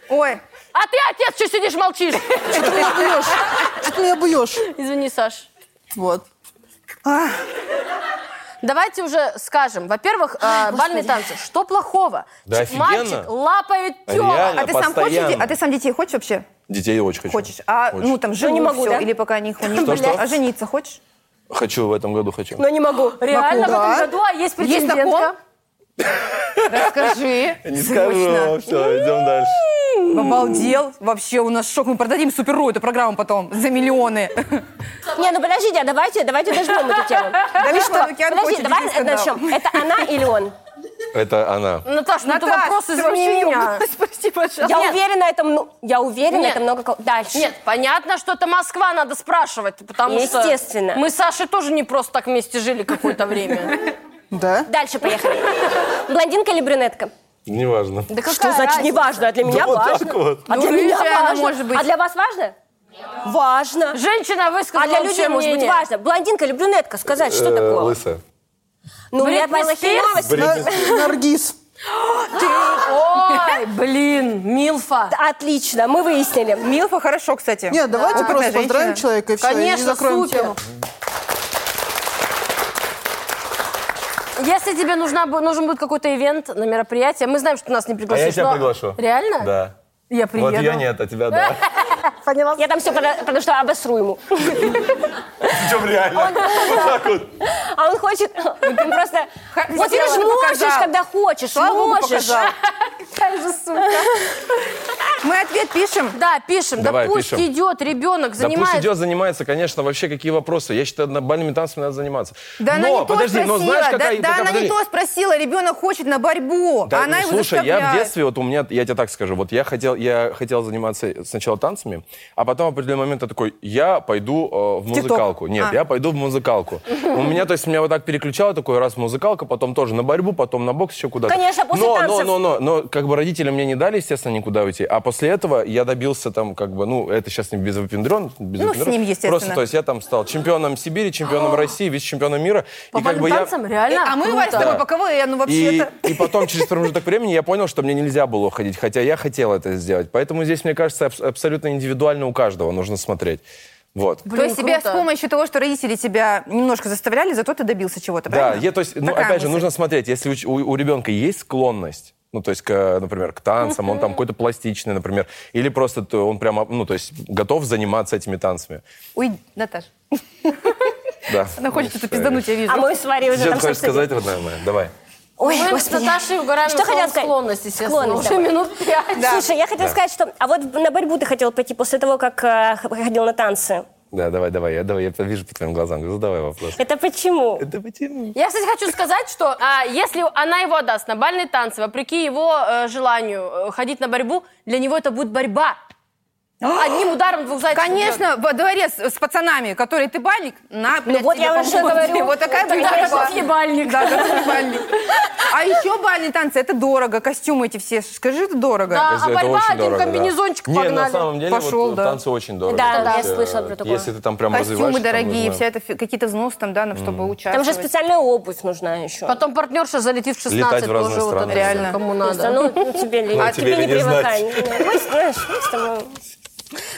[SPEAKER 3] Ой,
[SPEAKER 1] А ты, отец, что сидишь, молчишь?
[SPEAKER 4] Что ты меня бьешь? Что ты меня бьешь?
[SPEAKER 1] Извини, Саш.
[SPEAKER 4] Вот.
[SPEAKER 1] Давайте уже скажем. Во-первых, э, бальные танцы. Что плохого?
[SPEAKER 6] Да
[SPEAKER 1] Ч- Мальчик
[SPEAKER 6] офигенно.
[SPEAKER 1] лапает тела.
[SPEAKER 6] Реально.
[SPEAKER 3] а ты сам хочешь?
[SPEAKER 6] постоянно.
[SPEAKER 3] де- А ты сам детей хочешь вообще?
[SPEAKER 6] Детей очень хочу.
[SPEAKER 3] Хочешь? А
[SPEAKER 6] Очень.
[SPEAKER 3] ну там жену
[SPEAKER 2] не могу,
[SPEAKER 3] всё,
[SPEAKER 2] да?
[SPEAKER 3] или пока не хуй.
[SPEAKER 6] Что, что?
[SPEAKER 3] А жениться хочешь?
[SPEAKER 6] Хочу в этом году, хочу.
[SPEAKER 2] Но не могу.
[SPEAKER 1] Реально в этом
[SPEAKER 4] Да.
[SPEAKER 1] году, а есть
[SPEAKER 3] Есть
[SPEAKER 1] претендентка.
[SPEAKER 3] таком? Расскажи.
[SPEAKER 6] Не скажу,
[SPEAKER 3] Срочно.
[SPEAKER 6] все, идем дальше.
[SPEAKER 3] Обалдел. Вообще у нас шок. Мы продадим суперу эту программу потом за миллионы.
[SPEAKER 2] Не, ну подождите, а давайте, давайте дожмем эту тему.
[SPEAKER 3] Давид Сарукян
[SPEAKER 2] Подожди,
[SPEAKER 3] хочет
[SPEAKER 2] давай
[SPEAKER 3] детский скандал.
[SPEAKER 2] начнем. Это она или он?
[SPEAKER 6] Это она.
[SPEAKER 1] Наташ, ну это
[SPEAKER 3] Наташ,
[SPEAKER 1] вопрос
[SPEAKER 3] ты
[SPEAKER 1] извини
[SPEAKER 3] вообще
[SPEAKER 1] меня.
[SPEAKER 3] ёбнулась, Прости, пожалуйста.
[SPEAKER 2] Я
[SPEAKER 1] Нет.
[SPEAKER 2] уверена, это мно- я уверена,
[SPEAKER 1] Нет.
[SPEAKER 2] это много кого- Дальше.
[SPEAKER 1] Нет, понятно, что это Москва, надо спрашивать, потому что...
[SPEAKER 2] Естественно.
[SPEAKER 1] Мы с Сашей тоже не просто так вместе жили какое-то время.
[SPEAKER 4] Да?
[SPEAKER 2] Дальше поехали. Блондинка или брюнетка?
[SPEAKER 6] Неважно.
[SPEAKER 1] Да какая
[SPEAKER 2] Что значит
[SPEAKER 1] разница?
[SPEAKER 2] неважно? А для меня
[SPEAKER 6] Да вот
[SPEAKER 2] важно.
[SPEAKER 6] так вот.
[SPEAKER 2] А
[SPEAKER 3] Ну,
[SPEAKER 2] для меня
[SPEAKER 3] рыжая она
[SPEAKER 2] важно.
[SPEAKER 3] может быть.
[SPEAKER 2] А для вас важно? Важно.
[SPEAKER 1] Женщина
[SPEAKER 2] А
[SPEAKER 1] высказала
[SPEAKER 2] для людей,
[SPEAKER 1] общее
[SPEAKER 2] может быть,
[SPEAKER 1] мнение.
[SPEAKER 2] важно. Блондинка или брюнетка? Сказать, что
[SPEAKER 6] Э,
[SPEAKER 2] такое?
[SPEAKER 6] Лысая.
[SPEAKER 2] Ну, у меня
[SPEAKER 1] Бритни
[SPEAKER 2] плохие
[SPEAKER 1] Спирс?
[SPEAKER 2] новости.
[SPEAKER 6] Бритни
[SPEAKER 4] На- Наргиз.
[SPEAKER 1] Ой, блин, Милфа.
[SPEAKER 2] Отлично, мы выяснили.
[SPEAKER 3] Милфа хорошо, кстати.
[SPEAKER 4] Нет, давайте
[SPEAKER 3] Опытная
[SPEAKER 4] просто
[SPEAKER 3] женщина.
[SPEAKER 4] поздравим человека и все, и
[SPEAKER 1] Конечно,
[SPEAKER 4] закроем
[SPEAKER 1] супер.
[SPEAKER 4] тему.
[SPEAKER 1] Если тебе нужна, бу- нужен будет какой-то ивент на мероприятие, мы знаем, что ты нас не
[SPEAKER 6] А
[SPEAKER 1] пригласишь.
[SPEAKER 6] я тебя
[SPEAKER 1] но-
[SPEAKER 6] приглашу.
[SPEAKER 1] ну, Реально?
[SPEAKER 6] Да.
[SPEAKER 1] Я
[SPEAKER 6] Вот
[SPEAKER 1] приеду.
[SPEAKER 6] я нет, а тебя да.
[SPEAKER 1] Поняла.
[SPEAKER 2] Я там все потому что обосру ему.
[SPEAKER 6] Причем реально. Вот так вот.
[SPEAKER 2] А он хочет, он просто...
[SPEAKER 3] Ха- Слава
[SPEAKER 2] Вот ты же
[SPEAKER 3] Богу,
[SPEAKER 2] можешь,
[SPEAKER 3] показал.
[SPEAKER 2] когда хочешь,
[SPEAKER 3] Слава Богу,
[SPEAKER 2] можешь.
[SPEAKER 3] показал.
[SPEAKER 1] такая же сука.
[SPEAKER 3] Мы ответ пишем.
[SPEAKER 1] Да, пишем.
[SPEAKER 6] Давай,
[SPEAKER 1] да пусть
[SPEAKER 6] пишем.
[SPEAKER 1] идет ребенок,
[SPEAKER 6] Да пусть
[SPEAKER 1] занимается.
[SPEAKER 6] идет, занимается, конечно, вообще какие вопросы. Я считаю, на бальными танцами надо заниматься.
[SPEAKER 3] Да
[SPEAKER 6] но,
[SPEAKER 3] она не то
[SPEAKER 6] подожди,
[SPEAKER 3] спросила.
[SPEAKER 6] но знаешь,
[SPEAKER 3] да
[SPEAKER 6] какая...
[SPEAKER 3] да
[SPEAKER 6] какая-
[SPEAKER 3] она не
[SPEAKER 6] подожди.
[SPEAKER 3] то спросила. Ребенок хочет на борьбу.
[SPEAKER 6] Да,
[SPEAKER 3] она
[SPEAKER 6] ну,
[SPEAKER 3] его
[SPEAKER 6] слушай, я в
[SPEAKER 3] заставляет.
[SPEAKER 6] детстве, вот у меня, я тебе так скажу, вот я хотел, я хотел заниматься сначала танцами, а потом в определенный момент я такой, я пойду э, в музыкалку.
[SPEAKER 3] А.
[SPEAKER 6] Нет, я пойду в музыкалку. У меня, то есть, меня вот так переключало, такой раз музыкалка, потом тоже на борьбу, потом на бокс, еще куда-то.
[SPEAKER 2] Конечно, после
[SPEAKER 6] но,
[SPEAKER 2] танцев.
[SPEAKER 6] Но, но, но, но, как бы родители мне не дали, естественно, никуда уйти, а после этого я добился там, как бы, ну, это сейчас не без выпендрен, без
[SPEAKER 3] Ну, с
[SPEAKER 6] выпендрен.
[SPEAKER 3] ним, естественно.
[SPEAKER 6] Просто, то есть, я там стал чемпионом Сибири, чемпионом России, вице-чемпионом мира.
[SPEAKER 1] По бальным танцам реально
[SPEAKER 3] А мы,
[SPEAKER 1] круто.
[SPEAKER 3] Варя, с тобой по КВН, ну,
[SPEAKER 6] И,
[SPEAKER 3] вообще-то.
[SPEAKER 6] и потом, через промежуток времени, я понял, что мне нельзя было уходить, хотя я хотел это сделать. Поэтому здесь, мне кажется, абс- абсолютно индивидуально у каждого нужно смотреть. Вот.
[SPEAKER 3] то
[SPEAKER 1] Блин,
[SPEAKER 3] есть тебя
[SPEAKER 1] круто.
[SPEAKER 3] с помощью того, что родители тебя немножко заставляли, зато ты добился чего-то,
[SPEAKER 6] Да,
[SPEAKER 3] правильно?
[SPEAKER 6] я, то есть, ну,
[SPEAKER 3] Такая
[SPEAKER 6] опять же,
[SPEAKER 3] мысль.
[SPEAKER 6] нужно смотреть, если у, ч- у- у ребенка есть склонность, ну, то есть, к, э, например, к танцам, он там какой-то пластичный, например, или просто то он прямо, ну, то есть, готов заниматься этими танцами.
[SPEAKER 3] Ой, Наташ,
[SPEAKER 6] Да.
[SPEAKER 3] она Ну, хочет что-то пиздануть, я вижу.
[SPEAKER 2] А мы с Варей уже
[SPEAKER 6] Что
[SPEAKER 2] там
[SPEAKER 6] ты хочешь
[SPEAKER 2] собственно-
[SPEAKER 6] сказать, вот, наверное, давай.
[SPEAKER 2] Ой,
[SPEAKER 1] Мы с
[SPEAKER 2] господи.
[SPEAKER 1] Наташей угораем
[SPEAKER 2] Что хотела сказать?
[SPEAKER 1] склонности сейчас. Уже
[SPEAKER 2] Склонность, да.
[SPEAKER 1] минут пять.
[SPEAKER 2] Слушай, я хотела сказать, что... А вот на борьбу ты хотел пойти после того, как э, х- ходил на танцы.
[SPEAKER 6] Да, давай, давай, я, давай, я вижу по твоим глазам, задавай вопрос.
[SPEAKER 2] Это почему?
[SPEAKER 6] Да почему?
[SPEAKER 1] Я, кстати, хочу сказать, что а, если она его отдаст на бальные танцы, вопреки его э, желанию э, ходить на борьбу, для него это будет борьба. Одним ударом двух зайцев.
[SPEAKER 3] А! Конечно, во дворе с, с пацанами, которые ты бальник, на, блядь,
[SPEAKER 2] Ну, вот
[SPEAKER 3] тебе
[SPEAKER 2] я уже
[SPEAKER 3] по морде.
[SPEAKER 2] говорю.
[SPEAKER 3] Вот такая
[SPEAKER 1] убьёт. Да,
[SPEAKER 3] борьба.
[SPEAKER 1] каков ебальник.
[SPEAKER 3] Да, какой бальник. А еще бальные танцы, это дорого, костюмы эти все, скажи, это дорого.
[SPEAKER 1] Да. А
[SPEAKER 6] Это
[SPEAKER 1] борьба,
[SPEAKER 6] очень
[SPEAKER 1] один
[SPEAKER 6] дорого, да.
[SPEAKER 1] комбинезончик
[SPEAKER 6] Не,
[SPEAKER 1] погнали.
[SPEAKER 6] на самом деле,
[SPEAKER 3] Пошел,
[SPEAKER 6] вот,
[SPEAKER 3] да.
[SPEAKER 6] танцы очень дорого.
[SPEAKER 2] Да,
[SPEAKER 6] То
[SPEAKER 2] да,
[SPEAKER 6] есть,
[SPEAKER 2] я
[SPEAKER 6] э,
[SPEAKER 2] слышала про такое.
[SPEAKER 6] Если ты там прям развиваешься,
[SPEAKER 3] Костюмы
[SPEAKER 6] там, не
[SPEAKER 3] дорогие,
[SPEAKER 6] знаю.
[SPEAKER 3] вся это фи- какие-то взносы там, да, на- чтобы
[SPEAKER 2] Там же
[SPEAKER 3] участвовать.
[SPEAKER 2] специальная обувь нужна еще.
[SPEAKER 1] Потом партнерша залетит в 16
[SPEAKER 6] Летать в разные
[SPEAKER 1] тоже вот
[SPEAKER 6] страны.
[SPEAKER 1] это
[SPEAKER 3] Реально.
[SPEAKER 1] кому
[SPEAKER 2] То есть, а
[SPEAKER 1] надо.
[SPEAKER 2] ну, ну, тебе, ли-
[SPEAKER 6] Ну,
[SPEAKER 2] а
[SPEAKER 6] тебе
[SPEAKER 2] тебе не
[SPEAKER 6] ли не
[SPEAKER 2] привыкай.
[SPEAKER 6] знать.
[SPEAKER 2] Ну, мы- знаешь, мы с тобой-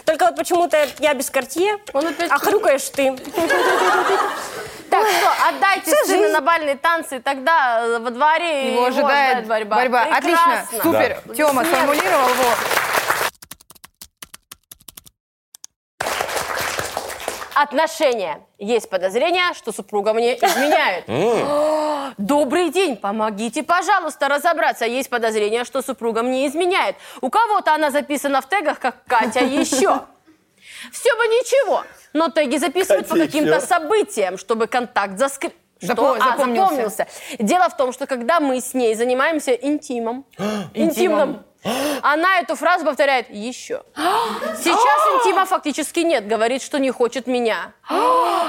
[SPEAKER 2] Только вот почему-то я без кортье,
[SPEAKER 1] Он опять-
[SPEAKER 2] а хрюкаешь ты.
[SPEAKER 1] Так что, отдайте сына на бальные танцы, и тогда э, во дворе
[SPEAKER 3] Его ожидает
[SPEAKER 1] борьба.
[SPEAKER 3] борьба. Отлично,
[SPEAKER 1] Прекрасно.
[SPEAKER 3] супер.
[SPEAKER 6] Да.
[SPEAKER 3] Тема сформулировал его.
[SPEAKER 1] Отношения. Есть подозрение, что супруга мне изменяет. Добрый день, помогите, пожалуйста, разобраться. Есть подозрение, что супруга мне изменяет. У кого-то она записана в тегах, как Катя еще. Все бы ничего, но теги записывают по
[SPEAKER 6] Катя
[SPEAKER 1] каким-то
[SPEAKER 6] ещё.
[SPEAKER 1] событиям, чтобы контакт заскры... Что?
[SPEAKER 3] Запо-
[SPEAKER 1] А,
[SPEAKER 3] запомнился.
[SPEAKER 1] запомнился. Дело в том, что когда мы с ней занимаемся интимом, интимным, она эту фразу повторяет еще.
[SPEAKER 3] А!
[SPEAKER 1] Сейчас интима фактически нет, говорит, что не хочет меня.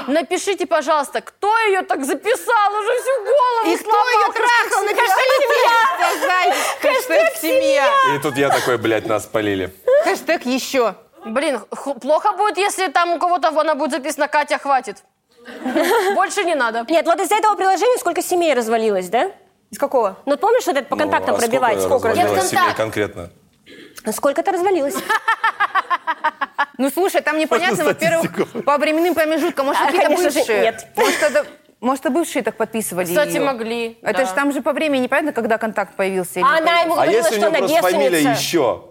[SPEAKER 1] Напишите, пожалуйста, кто ее так записал, уже всю голову
[SPEAKER 3] И кто ее трахал? Напишите! Хэштег семья.
[SPEAKER 6] И тут я такой, блядь, нас спалили.
[SPEAKER 3] Хэштег еще.
[SPEAKER 1] Блин, ху- плохо будет, если там у кого-то она будет записана Катя, хватит. Больше не надо.
[SPEAKER 2] Нет, вот из-за этого приложения сколько семей развалилось, да?
[SPEAKER 3] Из какого?
[SPEAKER 2] Ну, помнишь, вот это по контактам
[SPEAKER 6] Ну, а
[SPEAKER 2] пробивать?
[SPEAKER 6] Сколько,
[SPEAKER 2] Сколько?
[SPEAKER 6] развалилось
[SPEAKER 1] Нет,
[SPEAKER 6] семей
[SPEAKER 1] контакт.
[SPEAKER 6] конкретно?
[SPEAKER 2] Сколько-то развалилось.
[SPEAKER 3] Ну, слушай, там непонятно,
[SPEAKER 6] Можно
[SPEAKER 3] во-первых,
[SPEAKER 6] статистику.
[SPEAKER 3] по временным промежуткам, может,
[SPEAKER 2] А,
[SPEAKER 3] какие-то
[SPEAKER 2] конечно же,
[SPEAKER 3] бывшие.
[SPEAKER 2] нет.
[SPEAKER 3] Может, это... Может, и бывшие так подписывали
[SPEAKER 1] Кстати,
[SPEAKER 3] её.
[SPEAKER 1] могли,
[SPEAKER 3] Это
[SPEAKER 1] да.
[SPEAKER 3] же там же по времени непонятно, когда контакт появился. или
[SPEAKER 2] А
[SPEAKER 3] не
[SPEAKER 2] она ему
[SPEAKER 6] А
[SPEAKER 2] говорила,
[SPEAKER 6] если у
[SPEAKER 2] что она
[SPEAKER 6] него просто фамилия
[SPEAKER 2] девственница.
[SPEAKER 6] еще?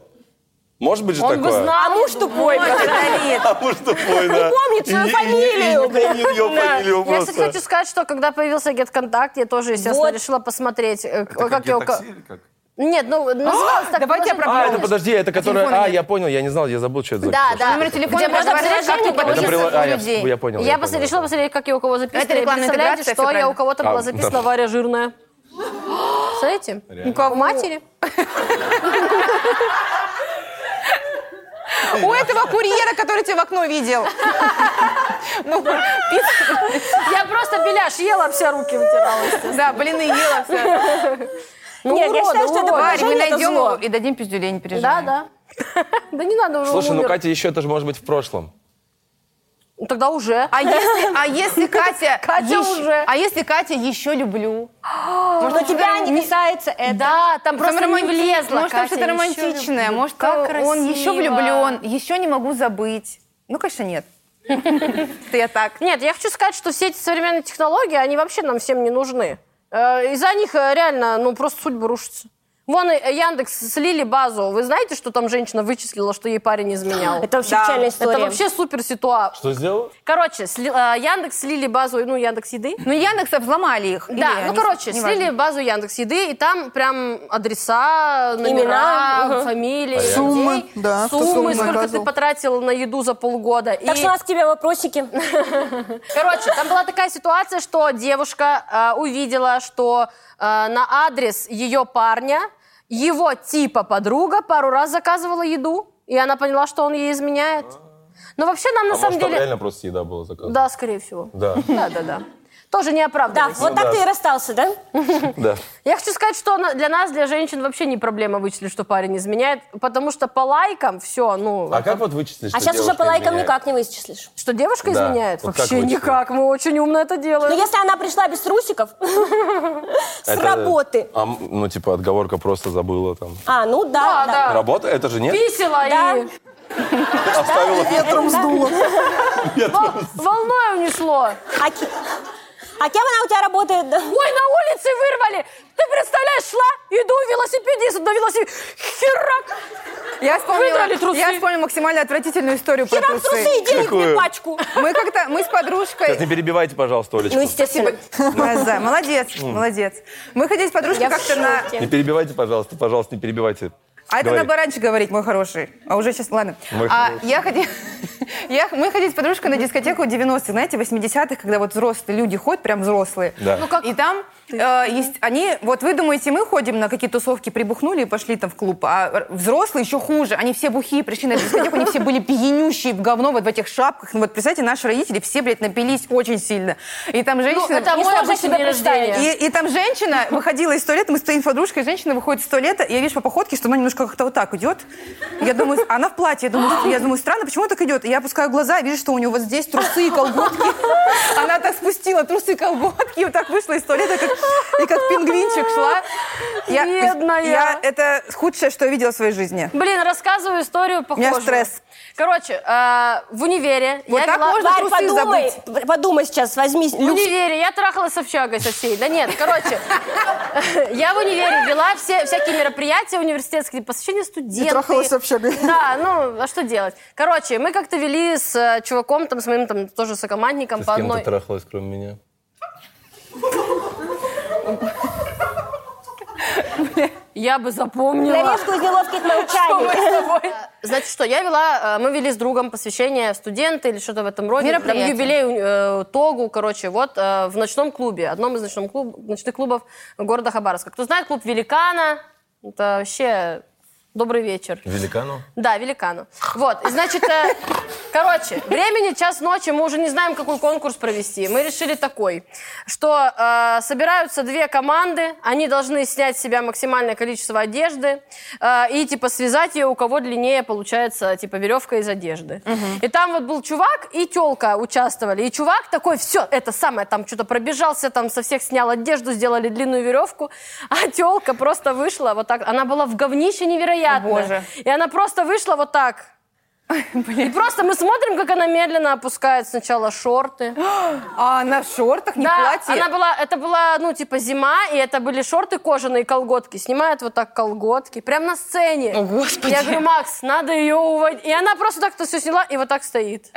[SPEAKER 6] Может быть же
[SPEAKER 1] Он бы
[SPEAKER 6] такое?
[SPEAKER 1] знал.
[SPEAKER 2] А муж тупой.
[SPEAKER 3] появился.
[SPEAKER 2] просто.
[SPEAKER 3] Наталья,
[SPEAKER 6] А может, тупой, да.
[SPEAKER 2] помнит
[SPEAKER 6] И
[SPEAKER 2] свою
[SPEAKER 6] не- и не- и
[SPEAKER 2] фамилию,
[SPEAKER 6] не помнит ее фамилию
[SPEAKER 1] Я, кстати,
[SPEAKER 6] просто.
[SPEAKER 1] хочу сказать, что когда появился GetContact, я тоже, естественно,
[SPEAKER 2] Вот.
[SPEAKER 1] решила посмотреть, э, к- как
[SPEAKER 6] я
[SPEAKER 1] его... ка- Нет, ну, называлось так.
[SPEAKER 3] А, Давайте
[SPEAKER 1] положение.
[SPEAKER 3] я
[SPEAKER 6] А,
[SPEAKER 3] прогнал.
[SPEAKER 6] это подожди, это которое...
[SPEAKER 3] телефона
[SPEAKER 6] А,
[SPEAKER 3] нет.
[SPEAKER 6] я понял, я не знал, я забыл, что это за...
[SPEAKER 1] Да, да.
[SPEAKER 3] Номер телефона
[SPEAKER 1] Где
[SPEAKER 3] для
[SPEAKER 1] можно
[SPEAKER 3] разговора,
[SPEAKER 1] посмотреть,
[SPEAKER 3] как
[SPEAKER 1] как у кого
[SPEAKER 3] подписывать
[SPEAKER 1] записано.
[SPEAKER 6] прило- а, я-
[SPEAKER 3] людей.
[SPEAKER 6] я понял.
[SPEAKER 1] Я
[SPEAKER 6] понял,
[SPEAKER 1] пос- решила посмотреть, как я у кого записано.
[SPEAKER 3] Это
[SPEAKER 1] И
[SPEAKER 3] рекламная
[SPEAKER 1] Представляете,
[SPEAKER 3] интеграция,
[SPEAKER 1] что
[SPEAKER 3] всё
[SPEAKER 1] я у
[SPEAKER 3] правильно.
[SPEAKER 1] кого-то была
[SPEAKER 6] А,
[SPEAKER 1] записана
[SPEAKER 6] да.
[SPEAKER 1] Варя Жирная. Представляете?
[SPEAKER 6] Реально.
[SPEAKER 1] У кого? У матери.
[SPEAKER 3] У этого курьера, который тебя в окно видел. Ну,
[SPEAKER 1] Я просто беляш ела, вся руки вытирала.
[SPEAKER 3] да, блин, и ела все.
[SPEAKER 2] Нет, я
[SPEAKER 1] уроды,
[SPEAKER 2] считаю, что это
[SPEAKER 1] уроды.
[SPEAKER 3] Варь, Ну мы
[SPEAKER 2] положение, это
[SPEAKER 3] найдем
[SPEAKER 2] зло.
[SPEAKER 3] его и дадим пиздюлей, не
[SPEAKER 1] Да,
[SPEAKER 3] переживай.
[SPEAKER 1] да. Да не надо, уже
[SPEAKER 6] Слушай, ну
[SPEAKER 1] умер.
[SPEAKER 6] Катя еще, это же может быть в прошлом.
[SPEAKER 1] Ну, Тогда уже.
[SPEAKER 3] А если, а если Катя...
[SPEAKER 1] Катя
[SPEAKER 3] ещё-
[SPEAKER 1] уже.
[SPEAKER 3] А если Катя еще люблю?
[SPEAKER 2] Но Ну, тебя не касается это.
[SPEAKER 1] Да, там
[SPEAKER 3] Там
[SPEAKER 1] просто не
[SPEAKER 3] романти-
[SPEAKER 1] влезла,
[SPEAKER 3] Может, там
[SPEAKER 1] Катя,
[SPEAKER 3] что-то
[SPEAKER 1] ещё
[SPEAKER 3] романтичное,
[SPEAKER 1] люблю.
[SPEAKER 3] может,
[SPEAKER 1] Как
[SPEAKER 3] он- он
[SPEAKER 1] красиво.
[SPEAKER 3] еще влюблен, еще не могу забыть. Ну, конечно, нет. Это я так.
[SPEAKER 1] Нет, я хочу сказать, что все эти современные технологии, они вообще нам всем не нужны. Э, Из-за них э, реально, ну, просто судьбы рушатся. Вон э, Яндекс слили базу. Вы знаете, что там женщина вычислила, что ей парень изменял?
[SPEAKER 2] Это вообще печальная история.
[SPEAKER 1] Это вообще супер ситуация.
[SPEAKER 6] Что сделал?
[SPEAKER 1] Короче, сли- э, Яндекс слили базу, ну, Яндекс еды.
[SPEAKER 3] Ну, Яндекса взломали их. или
[SPEAKER 1] Да, ну
[SPEAKER 3] они-
[SPEAKER 1] короче,
[SPEAKER 3] неважно.
[SPEAKER 1] слили базу Яндекс Еды, и там прям адреса, номера,
[SPEAKER 2] Имена, мгм.
[SPEAKER 1] фамилии, людей,
[SPEAKER 4] Суммы, да, кто
[SPEAKER 1] суммы,
[SPEAKER 4] сколько
[SPEAKER 1] сколько ты
[SPEAKER 4] заказывал.
[SPEAKER 1] потратил на еду за полгода.
[SPEAKER 2] Так
[SPEAKER 1] И,
[SPEAKER 2] что у нас к тебе вопросики.
[SPEAKER 1] короче, там была такая ситуация, что девушка э, увидела, что э, на адрес ее парня его типа подруга пару раз заказывала еду, и она поняла, что он ей изменяет. Но вообще нам на
[SPEAKER 6] а
[SPEAKER 1] самом
[SPEAKER 6] может, там
[SPEAKER 1] деле,
[SPEAKER 6] реально просто еда была заказана?
[SPEAKER 1] да, скорее всего,
[SPEAKER 6] Да.
[SPEAKER 1] да, да, да, тоже не
[SPEAKER 2] Да,
[SPEAKER 1] оправдывайся.
[SPEAKER 2] вот так ты и расстался, да?
[SPEAKER 6] Да.
[SPEAKER 1] Я хочу сказать, что на- для нас, для женщин, вообще не проблема вычислить, что парень изменяет, потому что по лайкам все, ну...
[SPEAKER 6] А как вот вычислить,
[SPEAKER 2] А
[SPEAKER 6] что
[SPEAKER 2] сейчас уже по
[SPEAKER 6] девушка
[SPEAKER 2] лайкам
[SPEAKER 6] изменяет?
[SPEAKER 2] никак не вычислишь.
[SPEAKER 1] Что девушка
[SPEAKER 6] Да,
[SPEAKER 1] изменяет?
[SPEAKER 6] вот как
[SPEAKER 1] Вообще
[SPEAKER 6] вычислить?
[SPEAKER 1] никак, мы очень умно это
[SPEAKER 2] Но
[SPEAKER 1] делаем.
[SPEAKER 2] Ну, если она пришла без трусиков с
[SPEAKER 6] Это-
[SPEAKER 2] работы.
[SPEAKER 6] А, м, ну, типа, отговорка просто забыла там.
[SPEAKER 2] А, ну да, да.
[SPEAKER 6] Работа? Это же нет?
[SPEAKER 1] Писела
[SPEAKER 2] Да.
[SPEAKER 1] и
[SPEAKER 6] Оставила
[SPEAKER 4] Ветром сдуло.
[SPEAKER 1] вол- волной унесло.
[SPEAKER 2] А ки- а кем она у тебя работает? да?
[SPEAKER 1] Ой, на улице вырвали! Ты представляешь, шла, иду, велосипедист на велосипеде. Херак!
[SPEAKER 3] Я
[SPEAKER 1] Выдрали
[SPEAKER 3] вспомнила,
[SPEAKER 1] трусы.
[SPEAKER 3] я вспомнила максимально отвратительную историю про
[SPEAKER 2] Там трусы и денег мне
[SPEAKER 6] Какую?
[SPEAKER 2] пачку.
[SPEAKER 3] Мы как-то, мы с
[SPEAKER 6] Сейчас
[SPEAKER 3] подружкой...
[SPEAKER 6] не перебивайте, пожалуйста, Олечку.
[SPEAKER 2] Ну, естественно.
[SPEAKER 3] Да, молодец, молодец. Мы ходили с подружкой
[SPEAKER 2] Я в
[SPEAKER 3] как-то на...
[SPEAKER 2] шоке.
[SPEAKER 6] Не перебивайте, пожалуйста, пожалуйста, не перебивайте.
[SPEAKER 3] А это
[SPEAKER 6] Говори.
[SPEAKER 3] надо раньше говорить, мой хороший. А уже сейчас, ладно.
[SPEAKER 6] Мой
[SPEAKER 3] А,
[SPEAKER 6] хороший.
[SPEAKER 3] я ходи- я- Мы ходили с подружкой на дискотеку 90-х, знаете, 80-х, когда вот взрослые люди ходят, прям взрослые.
[SPEAKER 6] Да.
[SPEAKER 3] Ну, как... И там э, есть, они, вот вы думаете, мы ходим на какие-то тусовки, прибухнули и пошли там в клуб, а взрослые еще хуже, они все бухие пришли на дискотеку, они все были пьянющие в говно вот в этих шапках. Ну вот представьте, наши родители все, блядь, напились очень сильно. И там женщина...
[SPEAKER 1] Ну, это
[SPEAKER 2] Не
[SPEAKER 1] мой
[SPEAKER 2] сложно
[SPEAKER 1] обычный
[SPEAKER 2] себе
[SPEAKER 1] день
[SPEAKER 2] представить.
[SPEAKER 1] рождения.
[SPEAKER 3] И, и там женщина выходила из туалета, мы стоим с подружкой, женщина выходит из туалета, и я вижу по походке, что она немножко как-то вот так идет. Я думаю, она в платье, я думаю, я думаю, странно, почему она так идет? И я опускаю глаза, вижу, что у нее вот здесь трусы и колготки. Она так спустила трусы и колготки, и вот так вышла из туалета, как, и как пингвинчик шла. Я,
[SPEAKER 1] Бедная.
[SPEAKER 3] я- это худшее, что я видела в своей жизни.
[SPEAKER 1] Блин, рассказываю историю похожую.
[SPEAKER 3] стресс.
[SPEAKER 1] Короче, э, в универе
[SPEAKER 3] Вот
[SPEAKER 1] я
[SPEAKER 3] так
[SPEAKER 1] вела-
[SPEAKER 3] можно
[SPEAKER 2] Варь,
[SPEAKER 3] трусы
[SPEAKER 2] подумай, Ну, подумай сейчас, возьми
[SPEAKER 1] В
[SPEAKER 2] люкс.
[SPEAKER 1] универе я трахалась с общагой со всей. Да нет, короче, я в универе вела все, всякие мероприятия университетские, посвящение студентов.
[SPEAKER 4] трахалась с общагой.
[SPEAKER 1] Да, ну, а что делать? Короче, мы как-то вели с э, чуваком, там, с моим там тоже сокомандником
[SPEAKER 6] Ты
[SPEAKER 1] по
[SPEAKER 6] с кем-то
[SPEAKER 1] одной...
[SPEAKER 6] трахалась, кроме меня?
[SPEAKER 1] Я бы запомнила.
[SPEAKER 2] Нарезку из неловких молчаний.
[SPEAKER 1] Значит, что, я вела, э, мы вели с другом посвящение студенты или что-то в этом роде. Там
[SPEAKER 3] Мероприятие.
[SPEAKER 1] юбилей э, Тогу, короче, вот э, в ночном клубе, одном из ночном клуб- ночных клубов города Хабаровска. Кто знает, клуб Великана, это вообще добрый вечер.
[SPEAKER 6] Великану?
[SPEAKER 1] Да, великану. Вот, и, значит, э, короче, времени час ночи, мы уже не знаем, какой конкурс провести. Мы решили такой, что э, собираются две команды, они должны снять с себя максимальное количество одежды э, и, типа, связать ее, у кого длиннее получается, типа, веревка из одежды. И там вот был чувак и телка участвовали. И чувак такой, все, это самое, там что-то пробежался, там со всех снял одежду, сделали длинную веревку, а телка просто вышла вот так. Она была в говнище невероятно.
[SPEAKER 3] О, боже.
[SPEAKER 1] И она просто вышла вот так. И просто мы смотрим, как она медленно опускает сначала шорты.
[SPEAKER 3] А она в шортах, не в
[SPEAKER 1] Да,
[SPEAKER 3] платье.
[SPEAKER 1] она была, это была, ну, типа, зима, и это были шорты кожаные, колготки. Снимает вот так колготки, прям на сцене.
[SPEAKER 3] О, Господи.
[SPEAKER 1] Я говорю, Макс, надо ее уводить. И она просто так-то все сняла и вот так стоит.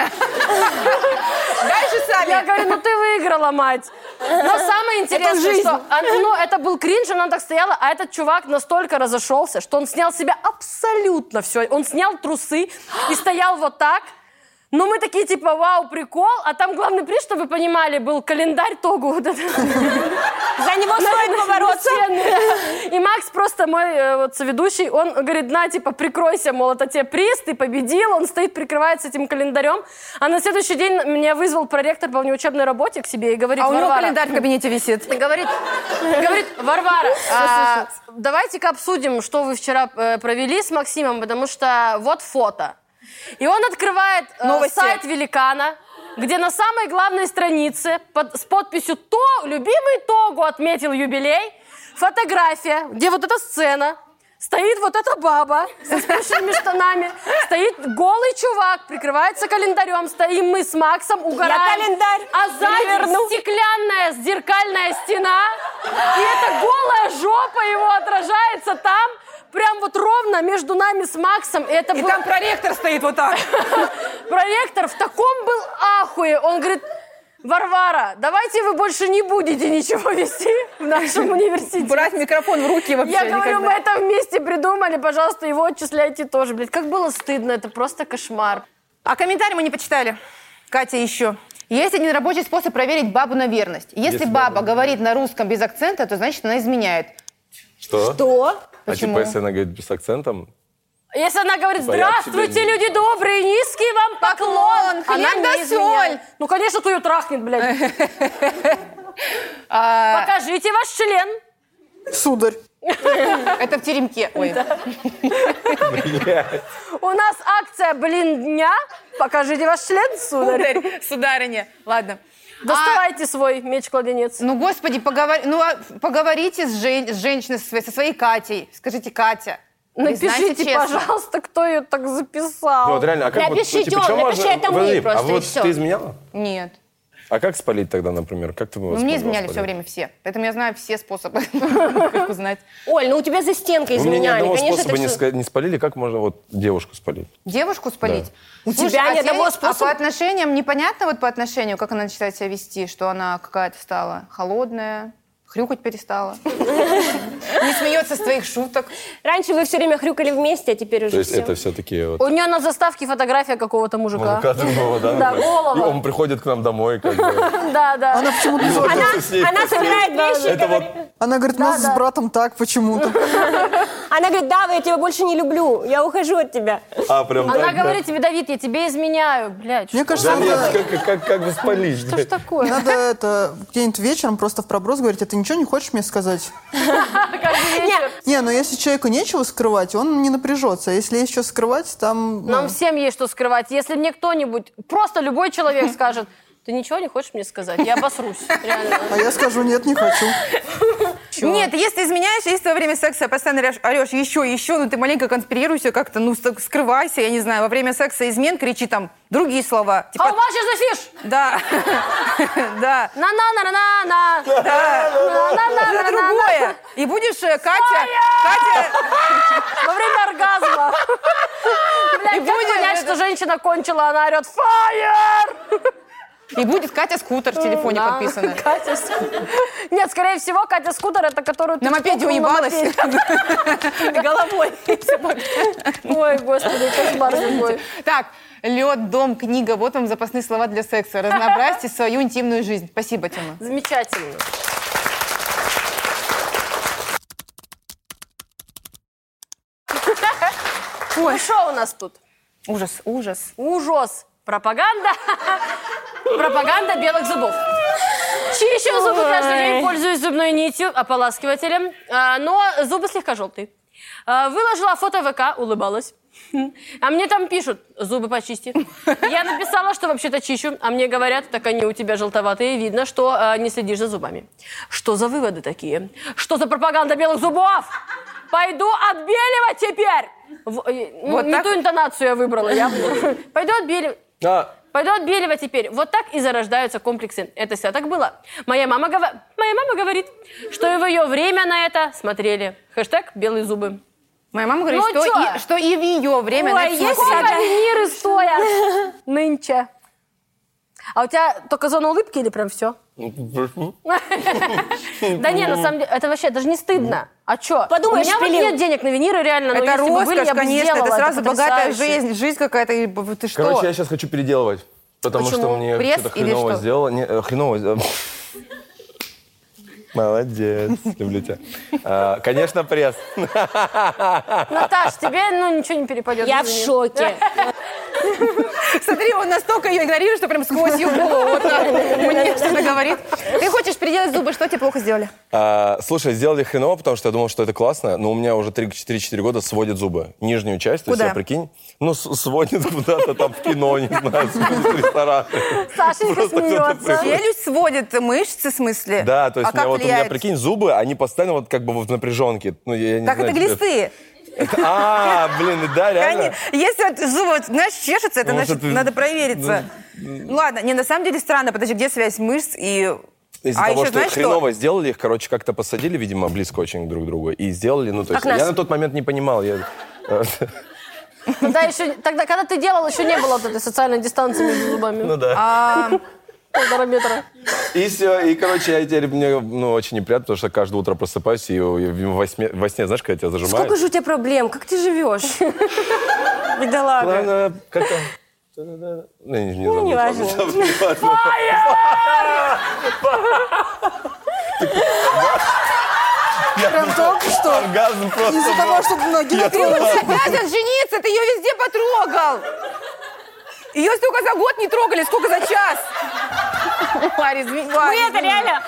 [SPEAKER 3] Дальше сами.
[SPEAKER 1] Я говорю, ну ты выиграла, мать. Но самое интересное,
[SPEAKER 3] жизнь.
[SPEAKER 1] что он- ну, это был кринж, она так стояла, а этот чувак настолько разошелся, что он снял с себя абсолютно все. Он снял трусы и стоял вот так. Ну, мы такие, типа, вау, прикол. А там главный приз, чтобы вы понимали, был календарь Тогу. Вот этот.
[SPEAKER 2] За него стоит побороться.
[SPEAKER 1] Настенный. И Макс просто мой э, вот соведущий, он говорит, на, типа, прикройся, мол, это тебе приз, ты победил, он стоит, прикрывается этим календарем. А на следующий день меня вызвал проректор по внеучебной работе к себе и говорит,
[SPEAKER 3] А у него
[SPEAKER 1] «Варвара,
[SPEAKER 3] календарь в кабинете висит.
[SPEAKER 1] Говорит, говорит, Варвара, а, давайте-ка обсудим, что вы вчера э, провели с Максимом, потому что вот фото. И он открывает э,
[SPEAKER 3] Новости.
[SPEAKER 1] сайт Великана, где на самой главной странице под- с подписью «То, любимый Тогу отметил юбилей» фотография, где вот эта сцена стоит вот эта баба со спущенными штанами, стоит голый чувак, прикрывается календарем, стоим мы с Максом, угораем.
[SPEAKER 2] календарь
[SPEAKER 1] А сзади
[SPEAKER 2] переверну.
[SPEAKER 1] стеклянная зеркальная стена, и эта голая жопа его отражается там, прям вот ровно между нами с Максом. И это
[SPEAKER 7] И
[SPEAKER 1] был
[SPEAKER 7] там проректор стоит вот так.
[SPEAKER 1] проректор в таком был ахуе. Он говорит, Варвара, давайте вы больше не будете ничего вести в нашем университете.
[SPEAKER 7] Брать микрофон в руки вообще
[SPEAKER 1] Я
[SPEAKER 7] никогда.
[SPEAKER 1] говорю, мы это вместе придумали, пожалуйста, его отчисляйте тоже. Блядь, как было стыдно, это просто кошмар.
[SPEAKER 5] А комментарий мы не почитали. Катя еще. Есть один рабочий способ проверить бабу на верность. Если,
[SPEAKER 6] Если
[SPEAKER 5] баба,
[SPEAKER 6] баба-
[SPEAKER 5] говорит на русском без акцента, то значит она изменяет.
[SPEAKER 6] Что?
[SPEAKER 2] Что?
[SPEAKER 6] А типа, если она говорит с акцентом,
[SPEAKER 1] Если она говорит,
[SPEAKER 6] Типа, я к тебе
[SPEAKER 1] здравствуйте,
[SPEAKER 6] не-
[SPEAKER 1] люди добрые, низкий вам поклон.
[SPEAKER 5] Поклон, хлеб
[SPEAKER 1] Она
[SPEAKER 5] да
[SPEAKER 1] не изменяет. Ну, конечно, кто ее трахнет, блядь.
[SPEAKER 5] А,
[SPEAKER 1] Покажите ваш член.
[SPEAKER 4] Сударь.
[SPEAKER 5] это в теремке. Ой.
[SPEAKER 6] блядь,
[SPEAKER 1] У нас акция, блин, дня. Покажите ваш член, сударь.
[SPEAKER 5] Сударь, сударыня. Ладно.
[SPEAKER 1] Доставайте свой меч-кладенец.
[SPEAKER 5] Ну, господи, поговор- ну, а поговорите с, жен- с женщиной, со своей, со своей Катей. Скажите, Катя. признайте
[SPEAKER 1] Напишите,
[SPEAKER 5] Ну, честно.
[SPEAKER 1] пожалуйста, кто ее так записал.
[SPEAKER 6] Ну, вот реально, а как вот,
[SPEAKER 2] Напишите,
[SPEAKER 6] типа,
[SPEAKER 2] он,
[SPEAKER 6] чё
[SPEAKER 2] напиши,
[SPEAKER 6] можно-
[SPEAKER 2] это мы
[SPEAKER 6] Подожди,
[SPEAKER 2] просто,
[SPEAKER 6] а
[SPEAKER 2] и
[SPEAKER 6] вот
[SPEAKER 2] всё.
[SPEAKER 6] ты изменяла?
[SPEAKER 5] Нет.
[SPEAKER 6] А как спалить тогда, например? Как ты бы
[SPEAKER 5] Ну,
[SPEAKER 6] его
[SPEAKER 5] мне
[SPEAKER 6] смогла
[SPEAKER 5] изменяли все
[SPEAKER 6] спалить?
[SPEAKER 5] время все. Поэтому я знаю все способы, как узнать.
[SPEAKER 2] Оль, ну у тебя за стенкой
[SPEAKER 6] Вы мне ни
[SPEAKER 2] изменяли.
[SPEAKER 6] одного
[SPEAKER 2] Конечно,
[SPEAKER 6] способа
[SPEAKER 2] это
[SPEAKER 6] не,
[SPEAKER 2] всё-
[SPEAKER 6] ска- не спалили, как можно вот девушку спалить?
[SPEAKER 5] Девушку спалить? У
[SPEAKER 2] тебя ни одного
[SPEAKER 5] А по
[SPEAKER 2] способа?
[SPEAKER 5] отношениям непонятно вот по отношению, как она начинает себя вести, что она какая-то стала холодная, хрюкать перестала. Не смеется с твоих шуток.
[SPEAKER 2] Раньше вы все время хрюкали вместе, а теперь уже
[SPEAKER 6] То есть
[SPEAKER 2] всё.
[SPEAKER 6] это все-таки вот...
[SPEAKER 1] У нее на заставке фотография какого-то мужика.
[SPEAKER 6] Мужика другого, да?
[SPEAKER 1] Да,
[SPEAKER 6] например?
[SPEAKER 1] голова.
[SPEAKER 6] И он приходит к нам домой, как бы.
[SPEAKER 1] Да, да.
[SPEAKER 4] Она почему-то...
[SPEAKER 6] Вот
[SPEAKER 2] Она,
[SPEAKER 6] с ней.
[SPEAKER 2] она собирает вещи.
[SPEAKER 6] Это вот
[SPEAKER 4] Она говорит, нас с братом так почему-то.
[SPEAKER 2] Она говорит, да, я тебя больше не люблю, я ухожу от тебя.
[SPEAKER 6] А, прям
[SPEAKER 1] Она
[SPEAKER 6] так, да.
[SPEAKER 1] говорит тебе, Давид, я тебе изменяю. Блядь,
[SPEAKER 4] Мне
[SPEAKER 1] что
[SPEAKER 4] кажется,
[SPEAKER 6] Да нет,
[SPEAKER 4] надо,
[SPEAKER 6] как, как, как бы спалить?
[SPEAKER 1] ж
[SPEAKER 6] блядь?
[SPEAKER 1] такое?
[SPEAKER 4] надо это где-нибудь вечером просто в проброс говорить, а ты ничего не хочешь мне сказать? Не, но если человеку нечего скрывать, он не напряжется. А если есть что скрывать, там... ну,
[SPEAKER 1] Нам всем есть что скрывать. Если мне кто-нибудь, просто любой человек скажет, ты ничего не хочешь мне сказать? Я обосрусь. Реально.
[SPEAKER 4] А я скажу, нет, не хочу.
[SPEAKER 3] Нет, если изменяешь, если во время секса постоянно орешь, орешь еще, еще, ну ты маленько конспирируйся как-то, ну ст- скрывайся, я не знаю, во время секса измен кричи там другие слова. Типа,
[SPEAKER 1] How much is the fish?
[SPEAKER 3] да, да,
[SPEAKER 1] на на на на на
[SPEAKER 3] за
[SPEAKER 1] на
[SPEAKER 3] другое. И будешь, э, Катя, Катя,
[SPEAKER 1] Во время оргазма. Блядь, как
[SPEAKER 3] будет
[SPEAKER 1] понять,
[SPEAKER 3] это-
[SPEAKER 1] что женщина кончила, она орет «Фаер!»
[SPEAKER 5] И будет Катя Скутер в телефоне
[SPEAKER 1] Да.
[SPEAKER 5] подписана.
[SPEAKER 1] Катя Скутер. Нет, скорее всего, Катя Скутер, это которую ты
[SPEAKER 3] на мопеде
[SPEAKER 1] чпокнул на
[SPEAKER 3] уебалась
[SPEAKER 1] мопеде.
[SPEAKER 3] головой.
[SPEAKER 1] Ой, господи, кошмар какой.
[SPEAKER 5] Так, лед, дом, книга. Вот вам запасные слова для секса. Разнообразьте свою интимную жизнь. Спасибо, Тима.
[SPEAKER 1] Замечательно. Ну что у нас тут?
[SPEAKER 5] Ужас, ужас.
[SPEAKER 1] Ужас. Пропаганда. Пропаганда белых зубов. Чищу зубы каждый день, пользуюсь зубной нитью, ополаскивателем, а, но зубы слегка желтые. А, Выложила фото в ВК, улыбалась. А мне там пишут, зубы почисти. Я написала, что вообще-то чищу, а мне говорят, так они у тебя желтоватые, видно, что а, не следишь за зубами. Что за выводы такие? Что за пропаганда белых зубов? Пойду отбеливать теперь! В- э, ну,
[SPEAKER 3] Вот
[SPEAKER 1] не
[SPEAKER 3] так
[SPEAKER 1] ту интонацию я выбрала. Я... Пойду отбеливать.
[SPEAKER 6] А,
[SPEAKER 1] Пойду от Белева теперь. Вот так и зарождаются комплексы. Это все так было. Моя мама, гова- Моя мама говорит, что и в ее время на это смотрели. Хэштег «белые зубы».
[SPEAKER 5] Моя мама говорит,
[SPEAKER 1] Ну,
[SPEAKER 5] что,
[SPEAKER 1] чё?
[SPEAKER 5] и, что и в ее время... на
[SPEAKER 1] Ой,
[SPEAKER 5] это
[SPEAKER 1] есть
[SPEAKER 5] смотрели.
[SPEAKER 1] сувениры стоят нынче. А у тебя только зона улыбки или прям все? Да не, на самом деле, это вообще даже не стыдно. А чё?
[SPEAKER 2] Подумаешь,
[SPEAKER 1] У меня вот
[SPEAKER 2] пилил.
[SPEAKER 1] нет денег на виниры, реально. но
[SPEAKER 3] Это
[SPEAKER 1] если бы были,
[SPEAKER 3] роскошь,
[SPEAKER 1] я бы
[SPEAKER 3] конечно,
[SPEAKER 1] сделала,
[SPEAKER 3] это сразу богатая
[SPEAKER 1] потрясающе.
[SPEAKER 3] жизнь, жизнь какая-то, и б- ты что?
[SPEAKER 6] короче, я сейчас хочу переделывать. Потому что
[SPEAKER 3] Почему?
[SPEAKER 6] мне
[SPEAKER 3] Пресс
[SPEAKER 6] что-то
[SPEAKER 3] или
[SPEAKER 6] хреново
[SPEAKER 3] что?
[SPEAKER 6] сделало. Не, э, хреново сделало. Молодец, люблю тебя. А, Конечно, пресс.
[SPEAKER 1] Наташ, тебе ну ничего не перепадет.
[SPEAKER 2] Я в
[SPEAKER 1] извини.
[SPEAKER 2] шоке.
[SPEAKER 7] Смотри, он настолько ее игнорирует, что прям сквозь ее голову вот так мне что-то говорит.
[SPEAKER 5] Ты хочешь переделать зубы, что тебе плохо сделали?
[SPEAKER 6] А, слушай, сделали хреново, потому что я думал, что это классно, но у меня уже 3-4 года сводят зубы. Нижнюю часть, то есть
[SPEAKER 5] Куда?
[SPEAKER 6] я прикинь, ну, с- сводит куда-то там в кино, не знаю, сводит в ресторан.
[SPEAKER 1] Сашенька
[SPEAKER 6] Просто кто-то
[SPEAKER 1] смеется.
[SPEAKER 6] приходит.
[SPEAKER 5] Челюсть сводит мышцы, в смысле?
[SPEAKER 6] Да, то есть
[SPEAKER 5] а
[SPEAKER 6] у меня,
[SPEAKER 5] как
[SPEAKER 6] вот, у меня,
[SPEAKER 5] влияет?
[SPEAKER 6] прикинь, зубы, они постоянно вот как бы в напряженке. Ну, я не
[SPEAKER 5] Как
[SPEAKER 6] знаю,
[SPEAKER 5] это
[SPEAKER 6] тебе-
[SPEAKER 5] глисты?
[SPEAKER 6] А, блин, да, реально.
[SPEAKER 5] Они- Если вот зубы, вот, знаешь, чешется, это
[SPEAKER 6] Может,
[SPEAKER 5] значит,
[SPEAKER 6] это-
[SPEAKER 5] надо провериться. Ну ладно, не, на самом деле странно, подожди, где связь мышц и...
[SPEAKER 6] Из-за
[SPEAKER 5] а
[SPEAKER 6] того,
[SPEAKER 5] еще
[SPEAKER 6] что
[SPEAKER 5] знаешь,
[SPEAKER 6] их хреново сделали, их, короче, как-то посадили, видимо, близко очень друг к другу. И сделали, ну, то есть,
[SPEAKER 2] нас.
[SPEAKER 6] я на тот момент не понимал. Я... э,
[SPEAKER 1] Тогда еще, тогда, когда ты делал, еще не было вот этой социальной дистанции между зубами.
[SPEAKER 6] Ну да.
[SPEAKER 1] Полтора метра.
[SPEAKER 6] И все, и, короче, я теперь мне ну, очень неприятно, потому что каждое утро просыпаюсь, и, и во, сне, во сне, знаешь, когда тебя зажимают.
[SPEAKER 2] Сколько же у тебя проблем? Как ты живешь? Бедолага.
[SPEAKER 6] Ладно, как там? Да-да-да. Ну, я не, не забыл.
[SPEAKER 2] не важно.
[SPEAKER 6] Забыл, не важно.
[SPEAKER 4] Прям только что.
[SPEAKER 6] Оргазм просто
[SPEAKER 4] Из-за
[SPEAKER 6] был.
[SPEAKER 4] того, что ты ноги
[SPEAKER 5] ну,
[SPEAKER 4] накрыла.
[SPEAKER 7] Обязан жениться, ты ее везде потрогал. Ее столько за год не трогали, сколько за час.
[SPEAKER 5] Варя, извини, Варя,
[SPEAKER 2] Мы Ну, это
[SPEAKER 5] извини.
[SPEAKER 2] реально...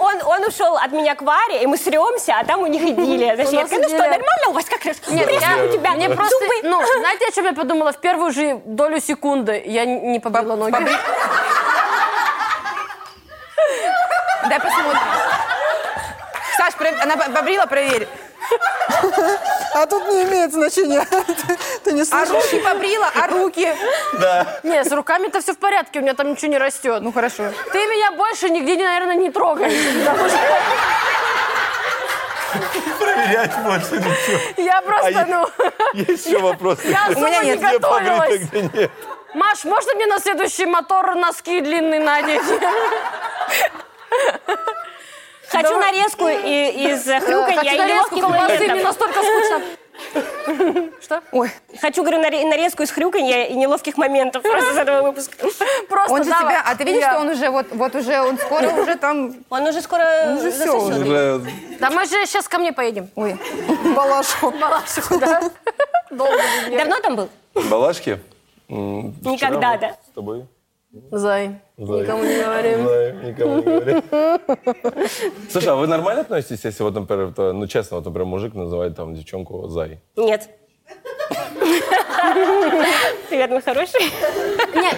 [SPEAKER 2] Он, он ушел от меня к Варе, и мы сремся, а там у них идиллия. Значит, я
[SPEAKER 1] нас
[SPEAKER 2] такая, ну что,
[SPEAKER 1] идиллия.
[SPEAKER 2] нормально у вас? Как раз? Нет,
[SPEAKER 6] я-
[SPEAKER 2] у тебя
[SPEAKER 1] Мне
[SPEAKER 2] зубы.
[SPEAKER 1] просто, ну, знаете, о чем я подумала? В первую же долю секунды я н- не побила ноги.
[SPEAKER 7] Дай посмотрим.
[SPEAKER 5] Саш, про- она по- побрила, проверь.
[SPEAKER 4] А тут не имеет значения. Ты- Ты не
[SPEAKER 5] А
[SPEAKER 4] слышишь?
[SPEAKER 5] руки побрила, а руки.
[SPEAKER 1] Не, с руками-то все в порядке, у меня там ничего не растет.
[SPEAKER 5] Ну хорошо.
[SPEAKER 1] Ты меня больше нигде, не- наверное, не трогай. потому что
[SPEAKER 6] Проверять больше ничего.
[SPEAKER 1] Я
[SPEAKER 6] я-
[SPEAKER 1] просто, ну...
[SPEAKER 6] Есть еще вопросы?
[SPEAKER 1] Я особо
[SPEAKER 5] меня
[SPEAKER 1] не
[SPEAKER 5] нет.
[SPEAKER 6] Где побриты,
[SPEAKER 1] готовилась.
[SPEAKER 6] где нет?
[SPEAKER 1] Маш, можно мне на следующий мотор носки длинные надеть?
[SPEAKER 2] Хочу нарезку и, из хрюка.
[SPEAKER 1] Хочу нарезку Ну, колбасы, мне настолько скучно.
[SPEAKER 2] Хочу, говорю, наре- нарезку из хрюканья и неловких моментов просто с этого выпуска.
[SPEAKER 1] Просто
[SPEAKER 5] Он же
[SPEAKER 1] Ну, давай.
[SPEAKER 5] тебя, а ты видишь,
[SPEAKER 1] Я- Ну,
[SPEAKER 5] что он уже, вот, вот уже, он скоро уже там...
[SPEAKER 2] Он уже скоро засосет.
[SPEAKER 6] Уже
[SPEAKER 1] Да мы же сейчас ко мне поедем.
[SPEAKER 5] Ой.
[SPEAKER 4] Балашку.
[SPEAKER 1] Балашиху, да? Долго же мне.
[SPEAKER 2] Давно там был?
[SPEAKER 6] Балашки? М, вчера
[SPEAKER 2] Никогда,
[SPEAKER 6] вот
[SPEAKER 2] да.
[SPEAKER 6] С тобой?
[SPEAKER 1] Зай,
[SPEAKER 6] Зай.
[SPEAKER 1] никому не говорим.
[SPEAKER 6] Знаю, никому не говори. Слушай, а вы нормально относитесь, если вот, например, то, ну честно, вот, например, мужик называет там девчонку Зай?
[SPEAKER 2] Нет. Привет, мой хороший.
[SPEAKER 6] Не,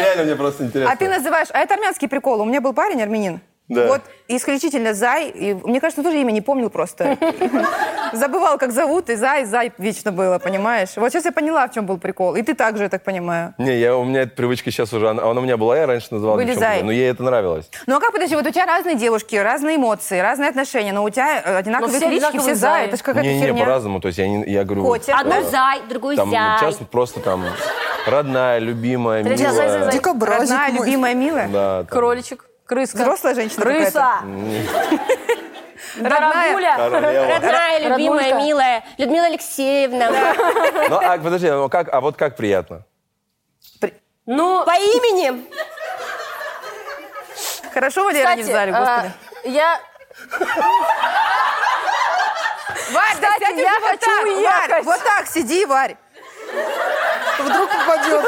[SPEAKER 6] реально, мне просто интересно.
[SPEAKER 5] А ты называешь... А это армянский прикол. У меня был парень армянин.
[SPEAKER 6] Да.
[SPEAKER 5] Вот исключительно Зай. И, мне кажется, он тоже имя не помнил просто. Забывал, как зовут, и Зай, Зай вечно было, понимаешь? Вот сейчас я поняла, в чем был прикол. И ты также, я так понимаю.
[SPEAKER 6] Не, я, у меня эта привычка сейчас уже, она, она у меня была, я раньше называл
[SPEAKER 5] Были
[SPEAKER 6] девчонку,
[SPEAKER 5] Зай.
[SPEAKER 6] но ей это нравилось.
[SPEAKER 5] Ну а как, подожди, вот у тебя разные девушки, разные эмоции, разные отношения, но у тебя э, одинаковые
[SPEAKER 1] все
[SPEAKER 5] клички,
[SPEAKER 1] одинаковые
[SPEAKER 5] все Зай.
[SPEAKER 1] Заи.
[SPEAKER 5] Это же какая-то
[SPEAKER 6] Не, не,
[SPEAKER 5] херня.
[SPEAKER 6] по-разному, то есть я, не, я говорю...
[SPEAKER 5] Котя.
[SPEAKER 2] Одну зай, другую
[SPEAKER 6] Там,
[SPEAKER 2] зяй.
[SPEAKER 6] часто просто там родная, любимая,
[SPEAKER 1] Третья
[SPEAKER 6] милая.
[SPEAKER 1] Зай, Зай, Зай.
[SPEAKER 4] Дикобразик
[SPEAKER 5] Родная,
[SPEAKER 4] мой.
[SPEAKER 5] любимая, милая.
[SPEAKER 6] Да, там.
[SPEAKER 1] Кроличек, крыска.
[SPEAKER 5] Взрослая женщина какая-то.
[SPEAKER 1] Крыса.
[SPEAKER 6] Королева.
[SPEAKER 1] Дорогуля.
[SPEAKER 2] Родная, любимая,
[SPEAKER 1] Роднулька.
[SPEAKER 2] милая. Людмила Алексеевна.
[SPEAKER 6] Ну, а, подожди, ну как, а вот как приятно?
[SPEAKER 1] Ну,
[SPEAKER 2] По имени.
[SPEAKER 5] Хорошо, Валера, не в зале, господи.
[SPEAKER 1] кстати, э, я...
[SPEAKER 5] Варь, да
[SPEAKER 1] кстати, я
[SPEAKER 5] сядь уже вот
[SPEAKER 1] хочу
[SPEAKER 5] так,
[SPEAKER 1] уехать.
[SPEAKER 5] Варь, вот так сиди, Варь.
[SPEAKER 4] Вдруг попадет.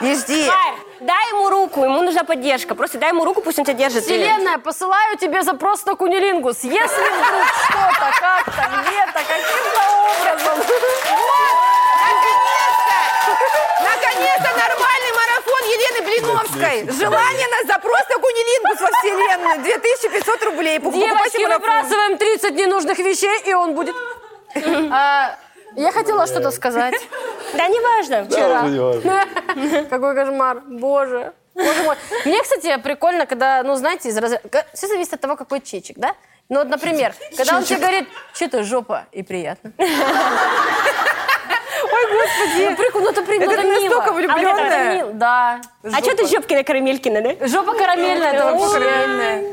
[SPEAKER 5] И жди.
[SPEAKER 2] Варь, Дай ему руку, ему нужна поддержка. Просто дай ему руку, пусть он тебя держит.
[SPEAKER 1] Вселенная, посылаю тебе запрос на кунилингус. Если вдруг что-то, как-то, где-то, каким-то образом...
[SPEAKER 5] Наконец-то нормальный марафон Елены Блиновской. Желание на запрос на кунилингус во вселенную. 2500 рублей. Пок- покупайте
[SPEAKER 1] Девочки,
[SPEAKER 5] марафон.
[SPEAKER 1] выбрасываем 30 ненужных вещей, и он будет... А, Я хотела что-то сказать.
[SPEAKER 2] Да, неважно.
[SPEAKER 6] Да, уже не важно.
[SPEAKER 1] Какой кошмар, боже. Боже мой. Мне, кстати, прикольно, когда, ну, знаете, из разря- Ка- все зависит от того, какой чечек, да? Ну, вот, например, когда он тебе говорит, что ты жопа, и приятно. Ой, господи. Ну, прикольно, ну, это, при- ну,
[SPEAKER 5] Это
[SPEAKER 1] это
[SPEAKER 5] ты настолько
[SPEAKER 1] мило.
[SPEAKER 5] влюбленная.
[SPEAKER 1] А вот это мило, Да.
[SPEAKER 2] А что ты Жопкина Карамелькина, да?
[SPEAKER 1] Жопа карамельная, это
[SPEAKER 5] Ой.
[SPEAKER 1] вообще.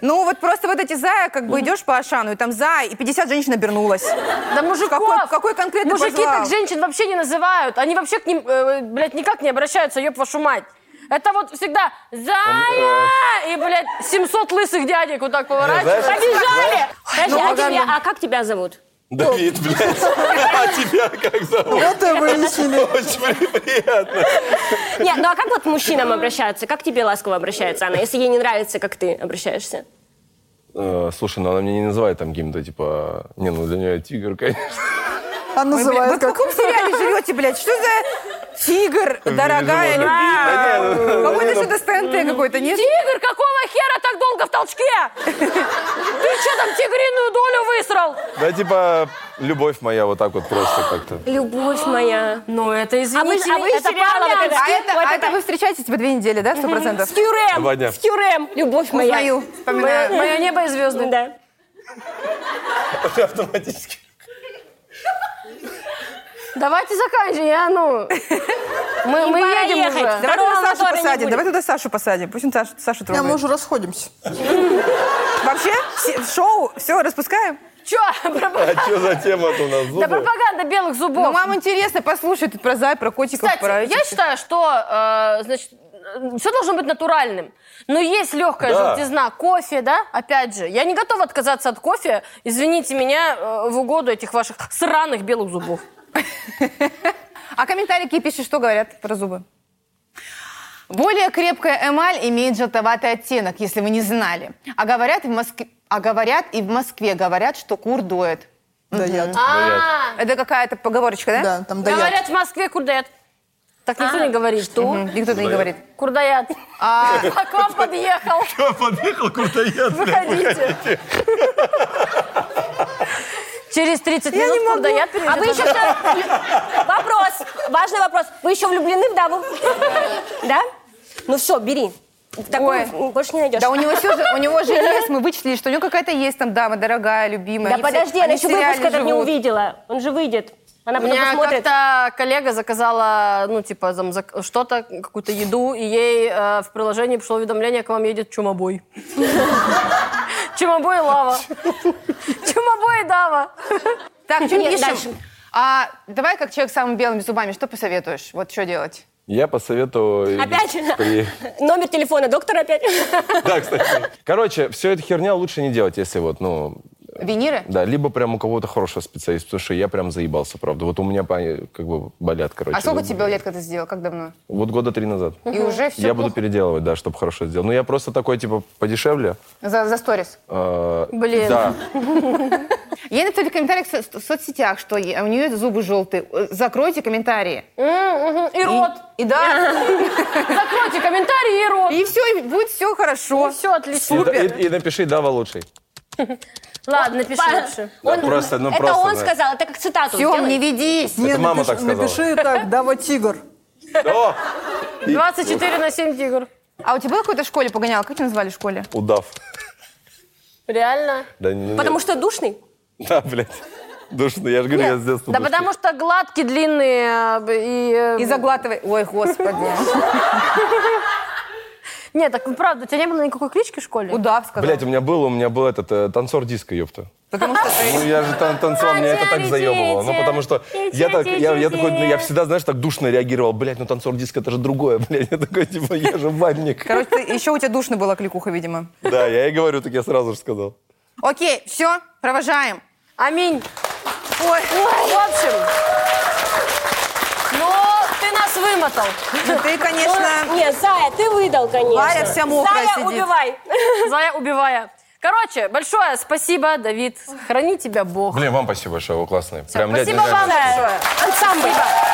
[SPEAKER 5] Ну вот просто вот эти зая, как бы идешь по Ашану, и там зая, и 50 женщин обернулась.
[SPEAKER 1] Да мужиков.
[SPEAKER 5] Какой- какой конкретно
[SPEAKER 1] Мужики
[SPEAKER 5] позвал?
[SPEAKER 1] так женщин вообще не называют. Они вообще к ним, э, блядь, никак не обращаются, ёб вашу мать. Это вот всегда «Зая!» и, блядь, 700 лысых дядек вот так
[SPEAKER 6] знаешь,
[SPEAKER 1] поворачивают.
[SPEAKER 2] Побежали! Подожди,
[SPEAKER 1] Ну,
[SPEAKER 2] а,
[SPEAKER 1] ладно.
[SPEAKER 2] тебя- а как тебя зовут?
[SPEAKER 6] Давид, блядь. А тебя как зовут?
[SPEAKER 4] Вот и выяснили.
[SPEAKER 6] Очень приятно.
[SPEAKER 2] Нет, ну а как вот к мужчинам обращаются? Как к тебе ласково обращается она, если ей не нравится, как ты обращаешься?
[SPEAKER 6] Э, Слушай, ну она меня не называет там каким-то, типа... Не, ну для нее я тигр, конечно.
[SPEAKER 4] А называют как...
[SPEAKER 5] каком сериале живете, блядь? Что за тигр, дорогая,
[SPEAKER 6] Да не,
[SPEAKER 5] любимая?
[SPEAKER 6] ну,
[SPEAKER 5] Какой-то
[SPEAKER 6] ну,
[SPEAKER 5] что-то СТНТ какой-то, нет?
[SPEAKER 1] Тигр, какого хера так долго в толчке? Ты что там тигриную долю высрал?
[SPEAKER 6] Да типа любовь моя вот так вот просто как-то.
[SPEAKER 2] Любовь моя.
[SPEAKER 1] Ну, это,
[SPEAKER 2] А вы,
[SPEAKER 1] извините,
[SPEAKER 2] а вы
[SPEAKER 1] это
[SPEAKER 2] сериалы,
[SPEAKER 1] парламент.
[SPEAKER 2] когда-
[SPEAKER 5] А это, а это вы встречаетесь типа две недели, да, сто процентов?
[SPEAKER 2] С Кюрем!
[SPEAKER 6] Два дня.
[SPEAKER 2] С Кюрем! Любовь моя.
[SPEAKER 5] Узнаю, вспоминаю.
[SPEAKER 1] Мое небо и звезды.
[SPEAKER 2] Да.
[SPEAKER 6] Автоматически.
[SPEAKER 1] Давайте заканчивай, а ну. Мы, мы
[SPEAKER 2] пора
[SPEAKER 1] едем
[SPEAKER 2] ехать.
[SPEAKER 1] уже.
[SPEAKER 5] Давай
[SPEAKER 2] Второго
[SPEAKER 5] туда Сашу
[SPEAKER 2] мотора не
[SPEAKER 5] посадим,
[SPEAKER 2] будет.
[SPEAKER 5] давай туда Сашу посадим. Пусть он Сашу, Сашу
[SPEAKER 4] Я, А мы
[SPEAKER 5] трогает.
[SPEAKER 4] уже расходимся.
[SPEAKER 5] Вообще, все- шоу, все, распускаем.
[SPEAKER 1] Че?
[SPEAKER 6] А что за тема-то у нас?
[SPEAKER 1] Да
[SPEAKER 6] зубы?
[SPEAKER 1] пропаганда белых зубов.
[SPEAKER 5] Ну, мам, интересно, послушай, тут про зай, про котиков,
[SPEAKER 1] Кстати,
[SPEAKER 5] про...
[SPEAKER 1] я считаю, что, э, значит, все должно быть натуральным. Но есть легкая
[SPEAKER 6] Да.
[SPEAKER 1] желтизна. Кофе, да? Опять же, я не готова отказаться от кофе. Извините меня э, в угоду этих ваших сраных белых зубов.
[SPEAKER 5] А комментарии какие пишешь, что говорят про зубы?
[SPEAKER 3] Более крепкая эмаль имеет желтоватый оттенок, если вы не знали. А говорят, в Москве, а говорят и в Москве говорят, что кур дует.
[SPEAKER 4] Да, яд.
[SPEAKER 6] Говорят.
[SPEAKER 5] Это какая-то поговорочка, да?
[SPEAKER 4] Да, там да яд.
[SPEAKER 1] Говорят, в Москве курдаят. Так никто не говорит. Что?
[SPEAKER 5] Мгм, Никто не говорит.
[SPEAKER 1] Курдаят. А к вам подъехал.
[SPEAKER 6] Подъехал крутоед, блядь.
[SPEAKER 1] Выходите. Через 30 минут курдаят
[SPEAKER 2] А вы еще что? Вопрос. Важный вопрос. Вы еще влюблены в даму? Да? Ну все, бери. Такую м, больше не
[SPEAKER 3] А
[SPEAKER 2] найдешь.
[SPEAKER 5] Да у него все же, у него же есть, мы вычислили, что у него какая-то есть там дама дорогая, любимая.
[SPEAKER 2] Да
[SPEAKER 5] Они все-
[SPEAKER 2] подожди, она
[SPEAKER 5] они
[SPEAKER 2] еще
[SPEAKER 5] в сериале
[SPEAKER 2] выпуск этот не
[SPEAKER 5] живут.
[SPEAKER 2] увидела. Он же выйдет. Она
[SPEAKER 1] У
[SPEAKER 2] А потом
[SPEAKER 1] меня
[SPEAKER 2] посмотрит.
[SPEAKER 1] как-то коллега заказала, ну, типа, там, зак- что-то, какую-то еду, и ей э, в приложении пришло уведомление, к вам едет чумобой. Чумобой и лава. Чумобой и дава.
[SPEAKER 3] Так, что
[SPEAKER 2] Нет,
[SPEAKER 3] пишем?
[SPEAKER 2] дальше.
[SPEAKER 3] А давай, как человек с самыми белыми зубами, что посоветуешь? Вот что делать?
[SPEAKER 6] Я посоветую...
[SPEAKER 2] Опять
[SPEAKER 6] при-
[SPEAKER 2] номер телефона доктора опять.
[SPEAKER 6] Да, кстати. Короче, все это херня лучше не делать, если вот, ну...
[SPEAKER 3] Виниры?
[SPEAKER 6] Да, либо прям у кого-то хорошего специалиста, потому что я прям заебался, правда. Вот у меня по- как бы болят, короче.
[SPEAKER 3] А сколько
[SPEAKER 6] зубы.
[SPEAKER 3] тебе лет, когда ты сделал? Как давно?
[SPEAKER 6] Вот года три назад.
[SPEAKER 3] И уже все
[SPEAKER 6] я буду переделывать, да, чтобы хорошо сделать. Ну, я просто такой, типа, подешевле.
[SPEAKER 3] За, за сторис.
[SPEAKER 6] Блин. Да.
[SPEAKER 3] Ей написали в комментариях в, со- в соцсетях, что е- у нее зубы желтые. Э, Закройте комментарии.
[SPEAKER 1] И рот.
[SPEAKER 3] И да,
[SPEAKER 1] Закройте комментарии и рот.
[SPEAKER 5] И все, будет все хорошо.
[SPEAKER 1] Все
[SPEAKER 6] И,
[SPEAKER 1] отлично.
[SPEAKER 6] и- и напиши «Дава лучший».
[SPEAKER 1] Ладно, пиши
[SPEAKER 2] Па-
[SPEAKER 1] лучше.
[SPEAKER 6] Да, просто, ну,
[SPEAKER 2] это
[SPEAKER 6] просто,
[SPEAKER 2] он
[SPEAKER 6] да.
[SPEAKER 2] сказал, это как цитату.
[SPEAKER 3] все,
[SPEAKER 2] сделай.
[SPEAKER 3] не ведись.
[SPEAKER 4] Не,
[SPEAKER 6] Это мама так
[SPEAKER 4] напиши,
[SPEAKER 6] сказала.
[SPEAKER 4] ну, напиши так, Дава Тигр.
[SPEAKER 6] О,
[SPEAKER 1] 24 на 7 тигр.
[SPEAKER 5] А у тебя был какой-то в школе погонял? Как тебя назвали в школе?
[SPEAKER 6] удав.
[SPEAKER 1] Реально?
[SPEAKER 6] Да, не- не-
[SPEAKER 2] Потому что душный.
[SPEAKER 6] Да, блядь. Душно, я же говорю, я с детства
[SPEAKER 1] Да
[SPEAKER 6] душный.
[SPEAKER 1] потому что гладкие, длинные э, и... э,
[SPEAKER 5] И заглатывай. Ой, господи.
[SPEAKER 1] Нет, так правда, у тебя не было никакой клички в школе?
[SPEAKER 5] Удав сказал.
[SPEAKER 6] Блядь, у меня был, у меня был этот э, танцор диска, ёпта.
[SPEAKER 5] Потому что
[SPEAKER 6] Ну, я же там танцевал, меня это так заебывало. Ну, потому что я так, я, я такой, ну, я всегда, знаешь, так душно реагировал. Блядь, ну танцор диска это же другое, блядь. Я такой, типа, я же ванник.
[SPEAKER 5] Короче, ты- еще у тебя душно была кликуха, видимо.
[SPEAKER 6] Да, я и говорю, так я сразу же сказал.
[SPEAKER 5] Окей, все, провожаем.
[SPEAKER 1] Аминь.
[SPEAKER 5] Ой,
[SPEAKER 1] В общем, ну, ты нас вымотал.
[SPEAKER 5] ну ты, конечно,
[SPEAKER 2] Нет, Зая, ты выдал, конечно.
[SPEAKER 5] Варя вся мокрая
[SPEAKER 2] Зая,
[SPEAKER 5] сидит.
[SPEAKER 2] убивай.
[SPEAKER 1] Зая убивая. Короче, большое спасибо, Давид. Храни тебя Бог.
[SPEAKER 6] Блин, вам спасибо большое, вы классные. Прям, блядь,
[SPEAKER 1] спасибо
[SPEAKER 6] реально.
[SPEAKER 1] вам большое.
[SPEAKER 2] Ансамбль.